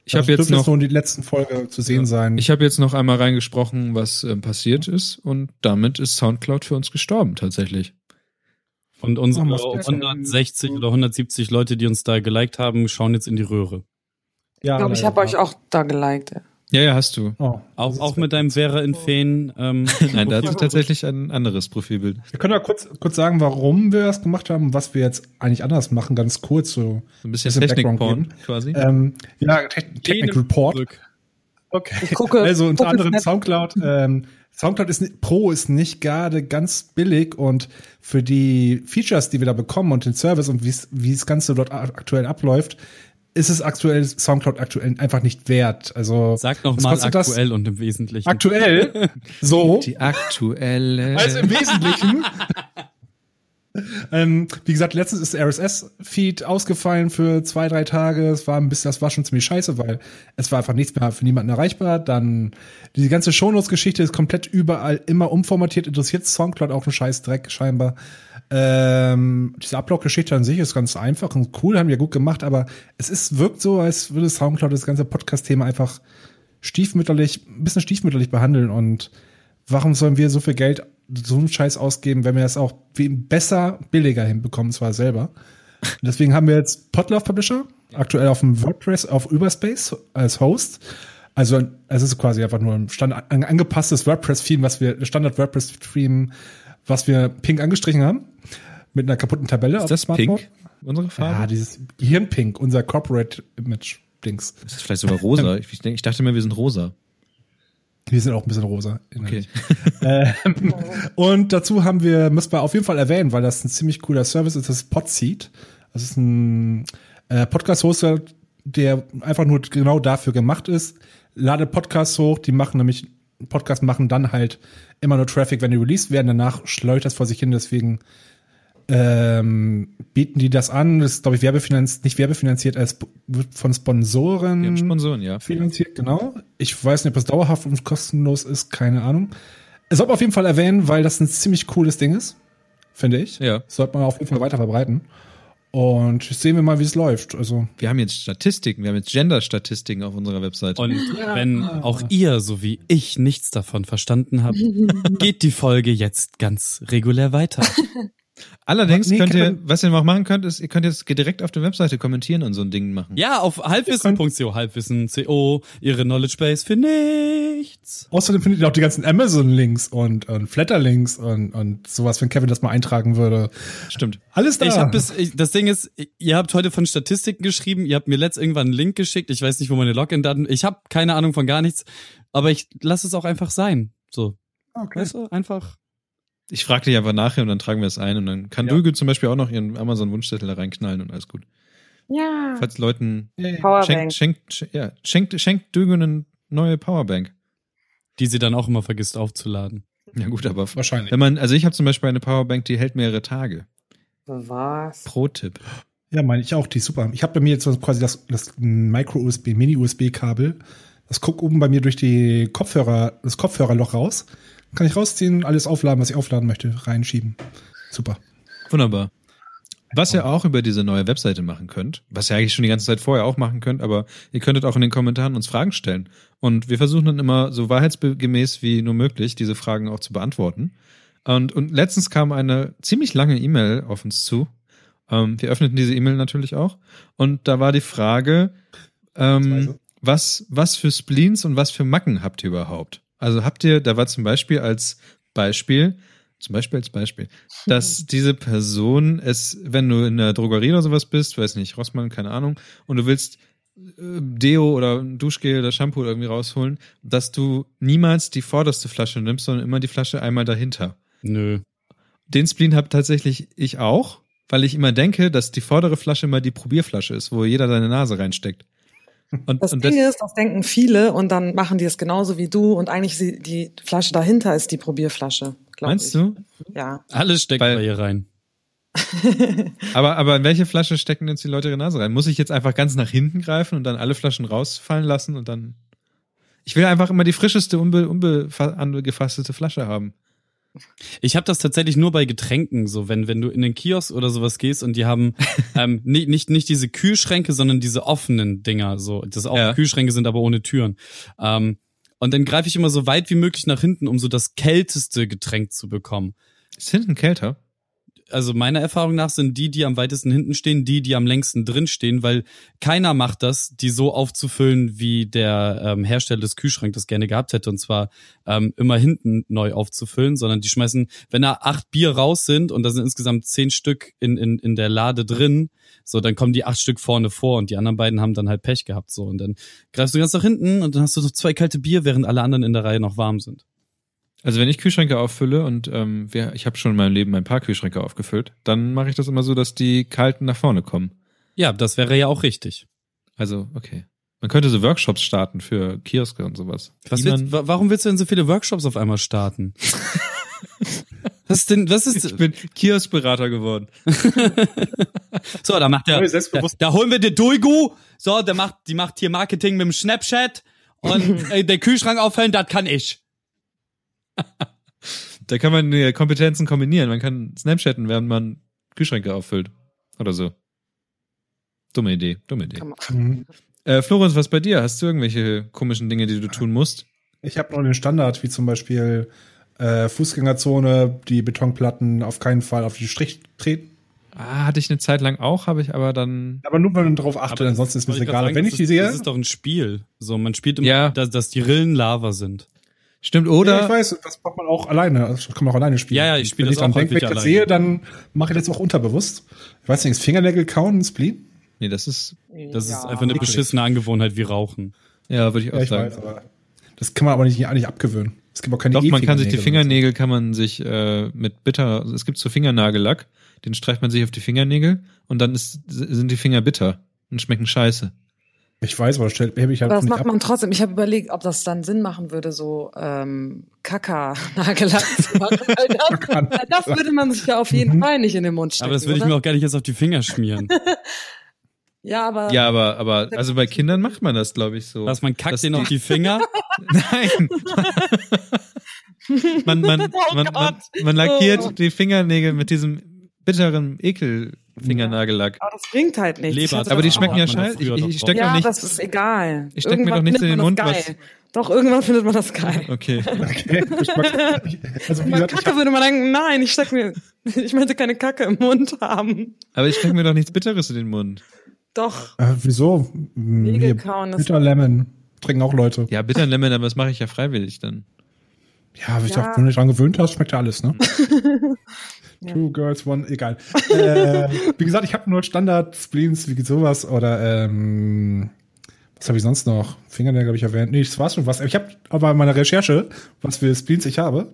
Speaker 2: Ich habe
Speaker 3: Also
Speaker 2: jetzt
Speaker 3: dürfte
Speaker 2: noch
Speaker 3: nur in die letzten Folge zu sehen sein.
Speaker 2: Ich habe jetzt noch einmal reingesprochen, was ähm, passiert ist und damit ist Soundcloud für uns gestorben tatsächlich.
Speaker 4: Und unsere
Speaker 3: Oh, machst du jetzt
Speaker 4: 160 oder 170 Leute, die uns da geliked haben, schauen jetzt in die Röhre.
Speaker 3: ja,
Speaker 5: Ich glaube, ich habe euch auch da geliked. ey.
Speaker 2: Ja, ja, hast du.
Speaker 3: Oh, das
Speaker 4: Auch,
Speaker 3: ist-
Speaker 4: auch mit deinem Vera in Feen. Ähm,
Speaker 2: Nein, da hat
Speaker 4: Profil-
Speaker 2: sich tatsächlich ein anderes Profilbild.
Speaker 3: Wir können ja kurz, kurz sagen, warum wir das gemacht haben, und was wir jetzt eigentlich anders machen, ganz kurz so.
Speaker 2: So ein bisschen
Speaker 3: Bisschen
Speaker 2: Technik-Porn
Speaker 3: Background
Speaker 2: quasi.
Speaker 3: Ähm, ja, Te Technic Report.
Speaker 4: Zurück.
Speaker 3: Okay.
Speaker 5: Ich gucke-
Speaker 3: also unter
Speaker 5: gucke
Speaker 3: anderem
Speaker 5: Snap-
Speaker 3: Soundcloud. Ähm, Soundcloud ist ni- Pro ist nicht gerade ganz billig und für die Features, die wir da bekommen und den Service und wie's- wie das Ganze dort a- aktuell abläuft, ist es aktuell Soundcloud aktuell einfach nicht wert. Also
Speaker 4: Sag
Speaker 3: was
Speaker 4: nochmal
Speaker 3: kostet das?
Speaker 4: aktuell und im Wesentlichen.
Speaker 3: Aktuell. So.
Speaker 2: Die aktuelle.
Speaker 3: Also im Wesentlichen. ähm, wie gesagt, letztens ist der RSS-Feed ausgefallen für zwei, drei Tage. Es war ein bisschen, das war schon ziemlich scheiße, weil es war einfach nichts mehr für niemanden erreichbar. Dann die ganze Shownotes-Geschichte ist komplett überall immer umformatiert. Interessiert Soundcloud auch einen Scheißdreck scheinbar. Ähm, diese Upload-Geschichte an sich ist ganz einfach und cool, haben wir gut gemacht, aber es ist, wirkt so, als würde Soundcloud das ganze Podcast-Thema einfach stiefmütterlich, ein bisschen stiefmütterlich behandeln und warum sollen wir so viel Geld so einen Scheiß ausgeben, wenn wir das auch viel besser, billiger hinbekommen, zwar selber. Und deswegen haben wir jetzt Potlove Publisher, aktuell auf dem WordPress, auf Überspace als Host. Also es ist quasi einfach nur ein Standard, ein angepasstes WordPress-Theme, was wir, Standard WordPress-Theme, was wir pink angestrichen haben. Mit einer kaputten Tabelle.
Speaker 2: Ist das pink? Unsere
Speaker 3: Ja,
Speaker 2: Farbe?
Speaker 3: dieses Gehirnpink, unser Corporate-Image-Dings.
Speaker 2: das ist vielleicht sogar rosa. Ich, ich denk- ich dachte mir, wir sind rosa.
Speaker 3: Wir sind auch ein bisschen rosa. inhaltlich. Ähm, und dazu haben wir, müssen wir auf jeden Fall erwähnen, weil das ein ziemlich cooler Service ist, das ist Podseed. Das ist ein äh, Podcast-Hoster, der einfach nur genau dafür gemacht ist. Lade Podcasts hoch, die machen nämlich, Podcasts machen dann halt immer nur Traffic, wenn die released werden. Danach schleudert das vor sich hin, deswegen ähm, bieten die das an. Das ist, glaube ich, werbefinanziert, nicht werbefinanziert, als wird von Sponsoren.
Speaker 2: Wir haben Sponsoren, ja.
Speaker 3: Finanziert, genau. Ich weiß nicht, ob es dauerhaft und kostenlos ist, keine Ahnung. Es sollte man auf jeden Fall erwähnen, weil das ein ziemlich cooles Ding ist, finde ich.
Speaker 2: Ja.
Speaker 3: Sollte man auf jeden Fall weiter verbreiten. Und sehen wir mal, wie es läuft. Also,
Speaker 2: Wir haben jetzt Statistiken, wir haben jetzt Gender-Statistiken auf unserer Website.
Speaker 4: Und wenn auch ihr, so wie ich, nichts davon verstanden habt, geht die Folge jetzt ganz regulär weiter.
Speaker 2: Allerdings
Speaker 3: Nee,
Speaker 2: könnt
Speaker 3: kann
Speaker 2: ihr,
Speaker 3: man-
Speaker 2: was ihr noch machen könnt, ist, ihr könnt jetzt direkt auf der Webseite kommentieren und so ein Ding machen.
Speaker 4: Ja, auf halbwissen.co, halbwissen.co, ihre Knowledge Base für nichts.
Speaker 3: außerdem findet ihr auch die ganzen Amazon-Links und, und Flatter-Links und, und sowas, wenn Kevin das mal eintragen würde.
Speaker 2: Stimmt.
Speaker 3: Alles da.
Speaker 4: Ich hab bis, ich, das Ding ist, ihr habt heute von Statistiken geschrieben, ihr habt mir letzt irgendwann einen Link geschickt, ich weiß nicht, wo meine Login-Daten, ich habe keine Ahnung von gar nichts, aber ich lasse es auch einfach sein. So,
Speaker 3: Ah, okay.
Speaker 4: weißt du, einfach.
Speaker 2: Ich frage dich einfach nachher und dann tragen wir es ein und dann kann
Speaker 4: Ja.
Speaker 2: Dulge zum Beispiel auch noch ihren Amazon-Wunschzettel da reinknallen und alles gut.
Speaker 5: Ja.
Speaker 2: Falls Leuten
Speaker 5: Powerbank.
Speaker 2: schenkt, schenkt, sch- ja, schenkt, schenkt Dulge eine neue Powerbank.
Speaker 4: Die sie dann auch immer vergisst aufzuladen.
Speaker 2: Ja gut, aber
Speaker 3: Wahrscheinlich.
Speaker 2: wenn man, also ich habe zum Beispiel eine Powerbank, die hält mehrere Tage.
Speaker 5: Was?
Speaker 2: Pro-Tipp.
Speaker 3: Ja, meine ich auch, die ist super. Ich habe bei mir jetzt quasi das, das Micro-USB, Mini-USB-Kabel. Das guckt oben bei mir durch die Kopfhörer, das Kopfhörerloch raus. Kann ich rausziehen, alles aufladen, was ich aufladen möchte, reinschieben. Super.
Speaker 2: Wunderbar. Was ihr auch über diese neue Webseite machen könnt, was ihr eigentlich schon die ganze Zeit vorher auch machen könnt, aber ihr könntet auch in den Kommentaren uns Fragen stellen. Und wir versuchen dann immer so wahrheitsgemäß wie nur möglich, diese Fragen auch zu beantworten. Und, und letztens kam eine ziemlich lange E-Mail auf uns zu. Ähm, wir öffneten diese E-Mail natürlich auch. Und da war die Frage, ähm,
Speaker 3: Beispielsweise.
Speaker 2: was, was für Spleens und was für Macken habt ihr überhaupt? Also habt ihr, da war zum Beispiel als Beispiel, zum Beispiel als Beispiel, dass diese Person es, wenn du in der Drogerie oder sowas bist, weiß nicht, Rossmann, keine Ahnung, und du willst äh, Deo oder ein Duschgel oder Shampoo oder irgendwie rausholen, dass du niemals die vorderste Flasche nimmst, sondern immer die Flasche einmal dahinter.
Speaker 4: Nö.
Speaker 2: Den Spleen habe tatsächlich ich auch, weil ich immer denke, dass die vordere Flasche immer die Probierflasche ist, wo jeder seine Nase reinsteckt. Und,
Speaker 5: Das
Speaker 2: und
Speaker 5: Ding ist, das denken viele und dann machen die es genauso wie du und eigentlich sie, die Flasche dahinter ist die Probierflasche. glaub
Speaker 2: meinst
Speaker 5: ich.
Speaker 2: du?
Speaker 5: Ja.
Speaker 4: Alles steckt
Speaker 2: Weil-
Speaker 4: bei ihr rein.
Speaker 2: Aber, aber in welche Flasche stecken jetzt die Leute ihre Nase rein? Muss ich jetzt einfach ganz nach hinten greifen und dann alle Flaschen rausfallen lassen und dann. Ich will einfach immer die frischeste, unbe, unbefa- angefasste Flasche haben.
Speaker 4: Ich habe das tatsächlich nur bei Getränken, so wenn wenn du in den Kiosk oder sowas gehst und die haben ähm, nicht nicht nicht diese Kühlschränke, sondern diese offenen Dinger, so das auch
Speaker 2: Ja.
Speaker 4: Kühlschränke sind, aber ohne Türen. Ähm, und dann greife ich immer so weit wie möglich nach hinten, um so das kälteste Getränk zu bekommen.
Speaker 2: Ist hinten kälter?
Speaker 4: Also meiner Erfahrung nach sind die, die am weitesten hinten stehen, die, die am längsten drin stehen, weil keiner macht das, die so aufzufüllen, wie der ähm, Hersteller des Kühlschranks das gerne gehabt hätte, und zwar ähm, immer hinten neu aufzufüllen, sondern die schmeißen, wenn da acht Bier raus sind und da sind insgesamt zehn Stück in, in, in der Lade drin, so dann kommen die acht Stück vorne vor und die anderen beiden haben dann halt Pech gehabt, so und dann greifst du ganz nach hinten und dann hast du noch zwei kalte Bier, während alle anderen in der Reihe noch warm sind.
Speaker 2: Also wenn ich Kühlschränke auffülle und ähm, wer- ich habe schon in meinem Leben ein paar Kühlschränke aufgefüllt, dann mache ich das immer so, dass die kalten nach vorne kommen.
Speaker 4: Ja, das wäre ja auch richtig.
Speaker 2: Also, okay. Man könnte so Workshops starten für Kioske und sowas.
Speaker 4: Was
Speaker 2: Die
Speaker 4: willst,
Speaker 2: man-
Speaker 4: wa- warum willst du denn so viele Workshops auf einmal starten? Was ist denn, was ist,
Speaker 2: ich bin Kioskberater geworden.
Speaker 4: so, da macht der,
Speaker 3: Neue
Speaker 4: da,
Speaker 3: Selbstbewusstsein.
Speaker 4: da holen wir den Dulgu, so, der macht, die macht hier Marketing mit dem Snapchat und äh, der Kühlschrank auffällen, das kann ich.
Speaker 2: Da kann man äh, Kompetenzen kombinieren. Man kann Snapchatten, während man Kühlschränke auffüllt. Oder so. Dumme Idee, dumme Idee.
Speaker 5: Kann man-
Speaker 3: Mhm.
Speaker 2: Äh, Florenz, was
Speaker 5: Äh.
Speaker 2: bei dir? Hast du irgendwelche komischen Dinge, die du tun musst?
Speaker 3: Ich habe noch den Standard, wie zum Beispiel äh, Fußgängerzone, die Betonplatten auf keinen Fall auf die Strich treten.
Speaker 2: Ah, hatte ich eine Zeit lang auch, habe ich aber dann.
Speaker 3: Aber nur, wenn man darauf achtet,
Speaker 4: Aber
Speaker 3: ansonsten ist mir
Speaker 4: wollte grad
Speaker 3: egal.
Speaker 4: sagen,
Speaker 3: wenn
Speaker 4: das
Speaker 3: ich die
Speaker 4: ist-
Speaker 3: sehe,
Speaker 4: Das ist doch ein Spiel. So, man spielt immer,
Speaker 2: Ja.
Speaker 4: dass, dass die Rillen Lava sind.
Speaker 2: Stimmt,
Speaker 3: Ja,
Speaker 2: oder?
Speaker 3: ich weiß, das macht man auch alleine. Das kann man auch alleine spielen.
Speaker 4: Ja, ja, ich spiele
Speaker 3: Wenn
Speaker 4: das
Speaker 3: ich dran
Speaker 4: auch
Speaker 3: denke, wenn ich
Speaker 4: häufig
Speaker 3: das
Speaker 4: alleine.
Speaker 3: sehe, dann mache ich das auch unterbewusst. Ich weiß nicht, ist Fingernägel kauen, Spleen?
Speaker 2: Nee, das ist.
Speaker 4: Das ist
Speaker 5: Ja.
Speaker 4: einfach eine beschissene Angewohnheit wie Rauchen.
Speaker 2: Ja, würde ich auch
Speaker 3: Ja, ich
Speaker 2: sagen.
Speaker 3: weiß, aber das kann man aber nicht, eigentlich abgewöhnen. Es gibt auch keine
Speaker 2: Doch, man kann sich die
Speaker 3: E-Fingernägel
Speaker 2: Fingernägel, kann man sich äh, mit bitter, es gibt so Fingernagellack, den streicht man sich auf die Fingernägel und dann ist, sind die Finger bitter und schmecken scheiße.
Speaker 3: oder so. Ich weiß, aber stell, hebe ich halt
Speaker 5: Aber das
Speaker 3: nicht
Speaker 5: macht
Speaker 3: ab.
Speaker 5: man trotzdem. Ich habe überlegt, ob das dann Sinn machen würde, so ähm, Kaka-Nagellack zu machen. Weil das, das würde man sich ja auf jeden Fall nicht in den Mund stecken.
Speaker 4: Aber das würde ich
Speaker 5: oder?
Speaker 4: mir auch gar nicht jetzt auf die Finger schmieren.
Speaker 5: Ja, aber
Speaker 2: Ja, aber, aber, also bei Kindern macht man das, glaube ich, so.
Speaker 4: Dass man kackt
Speaker 2: Dass
Speaker 4: den auf die Finger.
Speaker 2: Nein! man, man,
Speaker 5: Oh
Speaker 2: man, man,
Speaker 5: Gott.
Speaker 2: man lackiert
Speaker 5: Oh.
Speaker 2: die Fingernägel mit diesem bitteren Ekel-Fingernagellack.
Speaker 5: aber das bringt halt nichts.
Speaker 4: Leber
Speaker 5: Ich hatte
Speaker 4: hat
Speaker 2: Aber die
Speaker 5: das
Speaker 2: schmecken
Speaker 5: auch.
Speaker 2: ja
Speaker 4: Hat man doch
Speaker 2: scheiße. Ich,
Speaker 4: früher
Speaker 2: ich
Speaker 4: doch
Speaker 2: ich stecke
Speaker 5: Ja,
Speaker 2: doch nicht.
Speaker 5: das ist egal.
Speaker 2: Ich steck mir
Speaker 5: Irgendwann
Speaker 2: doch nichts
Speaker 5: findet
Speaker 2: in den
Speaker 5: man das
Speaker 2: Mund,
Speaker 5: Geil. Doch, irgendwann findet man das geil.
Speaker 2: Okay.
Speaker 3: Okay, Geschmack- also, wie
Speaker 5: Wenn man
Speaker 3: gesagt, ich
Speaker 5: Kacke würde man denken, nein, ich steck mir, ich möchte keine Kacke im Mund haben.
Speaker 2: Aber ich stecke mir doch nichts Bitteres in den Mund.
Speaker 5: Doch,
Speaker 3: Äh, wieso? Hm,
Speaker 5: Nägel
Speaker 3: hier,
Speaker 5: kauen, das-
Speaker 3: Bitter Lemon. Trinken auch Leute.
Speaker 2: Ja, bitteren Lemon, aber das mache ich ja freiwillig dann.
Speaker 3: Ja, aber ich
Speaker 5: Ja.
Speaker 3: dachte, wenn du dich dran gewöhnt hast, schmeckt ja alles, ne? Two Girls, One, egal. äh, wie gesagt, ich habe nur Standard-Spleens, wie geht sowas, oder ähm, was habe ich sonst noch? Fingernägel habe ich erwähnt. Nee, das war schon was. Ich habe aber in meiner Recherche, was für Spleens ich habe,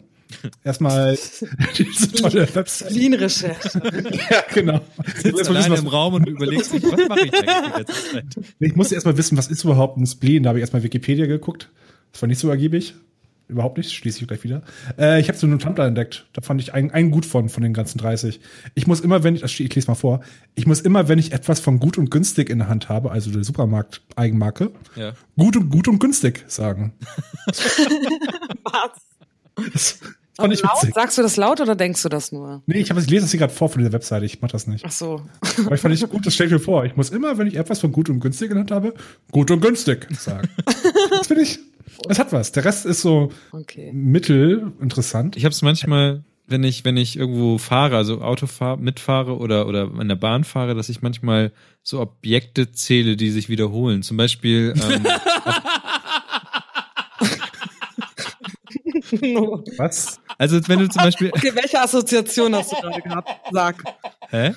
Speaker 3: erstmal diese tolle Website.
Speaker 5: Lean-Recherche.
Speaker 3: Ja, genau. Ich muss
Speaker 2: Sitzt
Speaker 3: erstmal
Speaker 2: alleine im
Speaker 3: wissen, was,
Speaker 2: Raum und überlegst dich, was mache ich eigentlich die ganze Zeit?
Speaker 3: ich musste erstmal wissen, was ist überhaupt ein Spleen. Da habe ich erstmal Wikipedia geguckt. Das war nicht so ergiebig. Überhaupt nicht, schließe ich gleich wieder. Äh, ich habe so einen Tumblr entdeckt. Da fand ich einen, einen gut von, von den ganzen 30. Ich muss immer, wenn ich, das steht- ich lese mal vor, ich muss immer, wenn ich etwas von gut und günstig in der Hand habe, also die Supermarkt-Eigenmarke,
Speaker 2: Ja.
Speaker 3: gut und gut und günstig sagen.
Speaker 5: Was?
Speaker 3: Das fand ich
Speaker 5: Laut?
Speaker 3: witzig.
Speaker 5: Sagst du das laut oder denkst du das nur?
Speaker 3: Nee, ich, hab, ich lese das hier gerade vor von dieser Webseite. Ich mach das nicht.
Speaker 5: Ach so.
Speaker 3: Aber ich fand ich gut, das stell ich mir vor. Ich muss immer, wenn ich etwas von gut und günstig genannt habe, gut und günstig sagen. Das finde ich, das hat was. Der Rest ist so
Speaker 5: Okay.
Speaker 3: mittel interessant.
Speaker 2: Ich habe es manchmal, wenn ich, wenn ich irgendwo fahre, also Auto fahr, mitfahre oder, oder in der Bahn fahre, dass ich manchmal so Objekte zähle, die sich wiederholen. Zum Beispiel, ähm,
Speaker 5: okay,
Speaker 3: Was?
Speaker 2: also wenn du zum Beispiel,
Speaker 5: welche Assoziation hast du gerade gehabt? Sag.
Speaker 2: hä?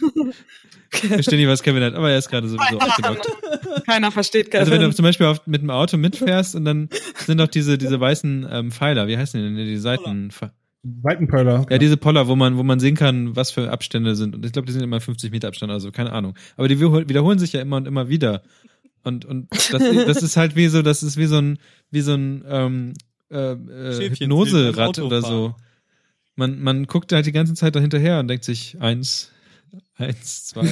Speaker 2: Ich verstehe nicht, was Kevin hat, aber er ist gerade sowieso abgedockt.
Speaker 5: Keiner versteht
Speaker 2: Also wenn du
Speaker 5: Kevin.
Speaker 2: zum Beispiel auf, mit dem Auto mitfährst und dann sind doch diese, diese weißen ähm, Pfeiler, wie heißen die denn, die Seiten?
Speaker 3: Seitenpöller.
Speaker 2: Ja, diese Poller, wo man, wo man sehen kann, was für Abstände sind. Und ich glaube, die sind immer 50 Meter Abstand, also keine Ahnung. Aber die wiederhol- wiederholen sich ja immer und immer wieder. Und, und das, das ist halt wie so, das ist wie so ein, wie so ein ähm, äh, äh,
Speaker 4: Schäfchen zählt
Speaker 2: Hypnoserad
Speaker 4: beim
Speaker 2: oder so. Man, man guckt halt die ganze Zeit dahinterher und denkt sich, eins, eins, zwei.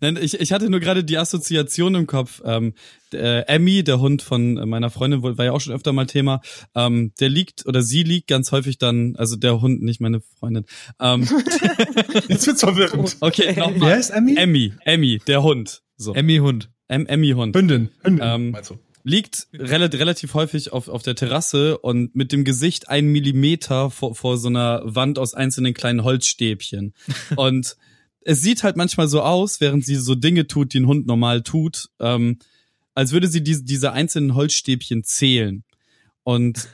Speaker 4: Nein, ich, ich hatte nur gerade die Assoziation im Kopf. Ähm, äh, Emmy, der Hund von äh, meiner Freundin, wo- war ja auch schon öfter mal Thema. Ähm, der liegt oder sie liegt ganz häufig dann, also der Hund, nicht meine Freundin. Ähm,
Speaker 3: Jetzt wird's verwirrend.
Speaker 4: okay,
Speaker 3: Wer
Speaker 4: nochmal.
Speaker 3: ist Emmy?
Speaker 4: Emmy, Emmy, der Hund. So,
Speaker 2: Emmy Hund.
Speaker 4: Em Emmy Hund.
Speaker 3: Hündin. Hündin.
Speaker 4: Ähm,
Speaker 3: meinst du?
Speaker 4: liegt rel relativ häufig auf, auf der Terrasse und mit dem Gesicht einen Millimeter vor, vor so einer Wand aus einzelnen kleinen Holzstäbchen. Und es sieht halt manchmal so aus, während sie so Dinge tut, die ein Hund normal tut, ähm, als würde sie diese, diese einzelnen Holzstäbchen zählen. Und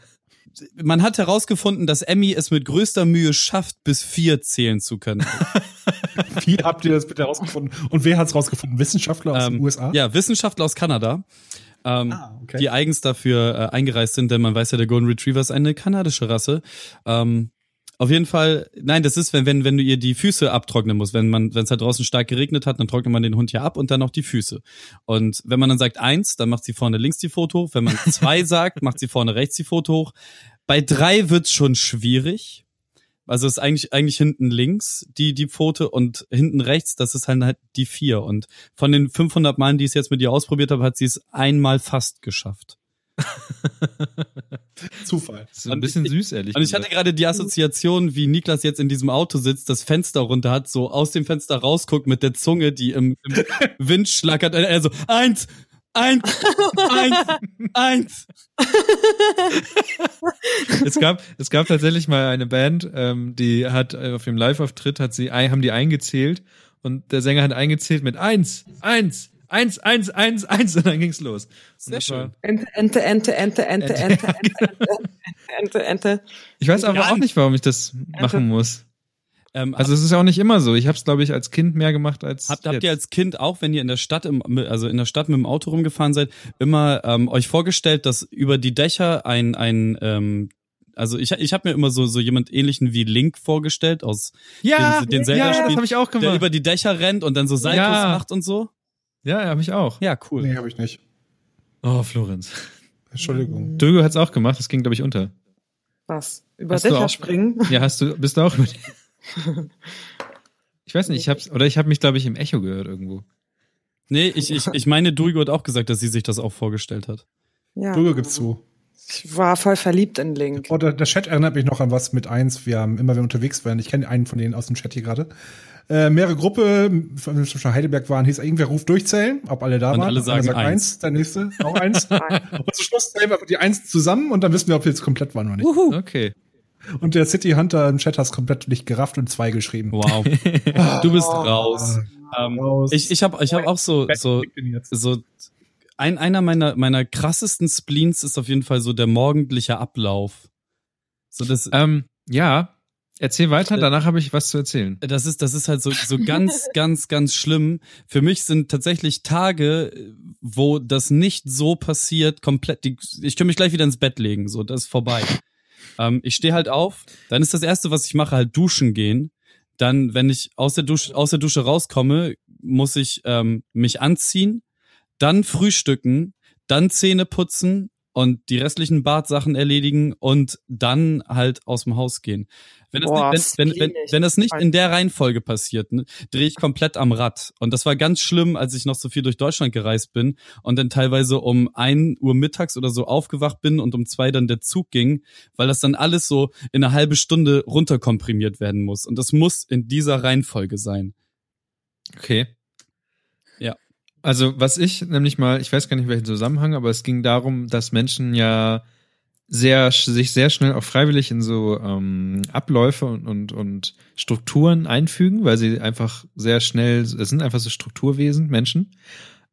Speaker 4: man hat herausgefunden, dass Emmy es mit größter Mühe schafft, bis vier zählen zu können.
Speaker 3: Wie habt ihr das bitte rausgefunden? Und wer hat's rausgefunden? Wissenschaftler aus den
Speaker 4: Ähm,
Speaker 3: USA?
Speaker 4: Ja, Wissenschaftler aus Kanada. Ähm,
Speaker 3: Ah, okay.
Speaker 4: Die eigens dafür äh, eingereist sind, denn man weiß ja, der Golden Retriever ist eine kanadische Rasse. Ähm, auf jeden Fall, nein, das ist, wenn, wenn, wenn du ihr die Füße abtrocknen musst. Wenn man, wenn es halt draußen stark geregnet hat, dann trocknet man den Hund ja ab und dann auch die Füße. Und wenn man dann sagt eins, dann macht sie vorne links die Foto hoch. Wenn man zwei sagt, macht sie vorne rechts die Foto hoch. Bei drei wird's schon schwierig. Also ist eigentlich, eigentlich hinten links die, die Pfote und hinten rechts, das ist halt, halt die vier. Und von den 500 Malen, die ich es jetzt mit ihr ausprobiert habe, hat sie es einmal fast geschafft.
Speaker 3: Zufall.
Speaker 2: Ist so ein
Speaker 4: Und
Speaker 2: bisschen
Speaker 4: ich-
Speaker 2: süß, ehrlich
Speaker 4: Und ich hatte gerade die Assoziation, wie Niklas jetzt in diesem Auto sitzt, das Fenster runter hat, so aus dem Fenster rausguckt mit der Zunge, die im, im Wind schlackert. Und er so, Äh, also, eins, eins, eins, eins.
Speaker 2: Es gab, es gab tatsächlich mal eine Band, ähm, die hat äh, auf dem Live-Auftritt hat sie, ein- haben die eingezählt und der Sänger hat eingezählt mit eins, eins, eins, eins, eins, eins und dann ging's los. Und
Speaker 4: Sehr
Speaker 2: das war-
Speaker 4: schön.
Speaker 5: Ente, Ente, Ente, Ente, Ente, Ente, Ente, Ente, Ente, Ente.
Speaker 2: Ich weiß aber auch nicht, warum ich das machen muss.
Speaker 4: Ähm,
Speaker 2: Also es ist ja auch nicht immer so. Ich habe es, glaube ich, als Kind mehr gemacht als
Speaker 4: Habt, habt ihr
Speaker 2: jetzt.
Speaker 4: als Kind auch, wenn ihr in der Stadt, im, also in der Stadt mit dem Auto rumgefahren seid, immer ähm, euch vorgestellt, dass über die Dächer ein, ein ähm, also ich, ich habe mir immer so, so jemand ähnlichen wie Link vorgestellt, aus
Speaker 2: ja,
Speaker 4: den- den
Speaker 2: ja,
Speaker 4: Zelda
Speaker 2: das
Speaker 4: spielt,
Speaker 2: habe ich auch
Speaker 4: der
Speaker 2: gemacht.
Speaker 4: über die Dächer rennt und dann so Saltos
Speaker 2: Ja.
Speaker 4: macht und so.
Speaker 2: ja, habe ich auch.
Speaker 4: Ja, cool.
Speaker 3: Nee, habe ich nicht.
Speaker 2: Oh, Florenz.
Speaker 3: Entschuldigung.
Speaker 2: Dögo hat's auch gemacht, das ging, glaube ich, unter.
Speaker 5: Was? Über
Speaker 2: Hast du
Speaker 5: Dächer
Speaker 2: auch-
Speaker 5: springen?
Speaker 2: Ja, hast du, bist du auch über die- Ich weiß nicht, ich hab's, oder ich habe mich, glaube ich, im Echo gehört irgendwo.
Speaker 4: Nee, ich, ich, ich meine, Durigo hat auch gesagt, dass sie sich das auch vorgestellt hat.
Speaker 5: Ja.
Speaker 3: Drüber gibt's zu.
Speaker 5: Ich war voll verliebt in Link.
Speaker 3: Oh, der, der Chat erinnert mich noch an was mit eins. Wir haben immer, wenn wir unterwegs waren, ich kenne einen von denen aus dem Chat hier gerade. Äh, mehrere Gruppe, von dem schon Heidelberg waren, hieß irgendwer ruft durchzählen, ob alle da
Speaker 4: Und
Speaker 3: waren.
Speaker 4: alle
Speaker 3: Einer
Speaker 4: sagen
Speaker 3: sagt
Speaker 4: eins.
Speaker 3: der nächste auch eins. und zum Schluss zählen wir die eins zusammen und dann wissen wir, ob wir jetzt komplett waren oder nicht.
Speaker 2: Okay.
Speaker 3: Und der City Hunter im Chat hat's komplett nicht gerafft und zwei geschrieben.
Speaker 4: Wow. du bist raus. Ähm,
Speaker 3: Raus.
Speaker 4: ich ich habe ich hab auch so, so
Speaker 3: Ich bin jetzt.
Speaker 4: so ein, einer meiner, meiner krassesten Spleens ist auf jeden Fall so der morgendliche Ablauf. So das,
Speaker 2: Ähm, ja, erzähl weiter, danach habe ich was zu erzählen.
Speaker 4: das ist, das ist halt so, so ganz, ganz, ganz schlimm. Für mich sind tatsächlich Tage, wo das nicht so passiert, komplett, die, ich kann mich gleich wieder ins Bett legen, so, das ist vorbei. ähm, ich stehe halt auf, dann ist das erste, was ich mache, halt duschen gehen. Dann, wenn ich aus der Dusche, aus der Dusche rauskomme, muss ich ähm, mich anziehen, dann frühstücken, dann Zähne putzen und die restlichen Badsachen erledigen und dann halt aus dem Haus gehen. Wenn das,
Speaker 5: Boah,
Speaker 4: nicht, wenn, wenn, wenn,
Speaker 5: peinlich.
Speaker 4: wenn das nicht in der Reihenfolge passiert, ne, drehe ich komplett am Rad. Und das war ganz schlimm, als ich noch so viel durch Deutschland gereist bin und dann teilweise um 1 Uhr mittags oder so aufgewacht bin und um zwei dann der Zug ging, weil das dann alles so in eine halbe Stunde runterkomprimiert werden muss. Und das muss in dieser Reihenfolge sein.
Speaker 2: Okay.
Speaker 4: Ja.
Speaker 2: Also, was ich nämlich mal, ich weiß gar nicht, welchen Zusammenhang, aber es ging darum, dass Menschen ja sehr, sch- sich sehr schnell auch freiwillig in so ähm, Abläufe und, und, und Strukturen einfügen, weil sie einfach sehr schnell, es sind einfach so Strukturwesen, Menschen.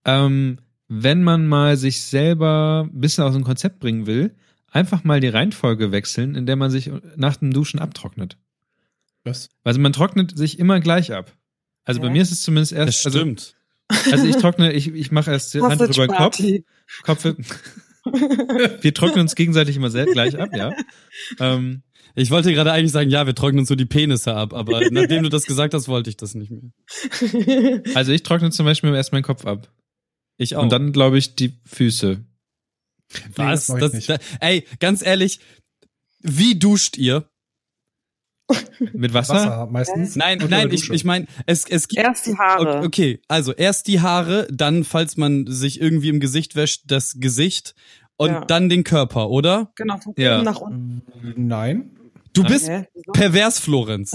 Speaker 2: Ähm, wenn man mal sich selber ein bisschen aus dem Konzept bringen will, einfach mal die Reihenfolge wechseln, in der man sich nach dem Duschen abtrocknet.
Speaker 3: Was?
Speaker 2: Also man trocknet sich immer gleich ab. Also bei
Speaker 5: Hä?
Speaker 2: mir ist es zumindest erst,
Speaker 4: Das
Speaker 2: also
Speaker 4: stimmt.
Speaker 2: also ich trockne, ich, ich mache erst die Hand über den Kopf.
Speaker 5: Sausage-Party.
Speaker 2: Kopf wir trocknen uns gegenseitig immer sehr gleich ab, ja. Ähm,
Speaker 4: Ich wollte gerade eigentlich sagen, ja, wir trocknen uns so die Penisse ab, aber nachdem du das gesagt hast, wollte ich das nicht mehr.
Speaker 2: also ich trockne zum Beispiel erst meinen Kopf ab.
Speaker 4: Ich auch.
Speaker 2: Und dann, glaube ich, die Füße.
Speaker 4: was?
Speaker 3: Nee, das mach ich
Speaker 4: das
Speaker 3: nicht.
Speaker 4: da, ey, ganz ehrlich, wie duscht ihr?
Speaker 2: Mit Wasser?
Speaker 3: Wasser meistens.
Speaker 4: Nein,
Speaker 3: Unter
Speaker 4: nein,
Speaker 3: der
Speaker 4: ich,
Speaker 3: Dusche.
Speaker 4: ich meine, es, es gibt.
Speaker 5: Erst die Haare.
Speaker 4: Okay, also erst die Haare, dann, falls man sich irgendwie im Gesicht wäscht, das Gesicht und
Speaker 5: Ja.
Speaker 4: dann den Körper, oder?
Speaker 5: Genau, von
Speaker 2: Ja.
Speaker 5: oben nach unten.
Speaker 3: Nein.
Speaker 4: Du
Speaker 2: Nein.
Speaker 4: bist
Speaker 5: Hä?
Speaker 4: pervers, Florenz.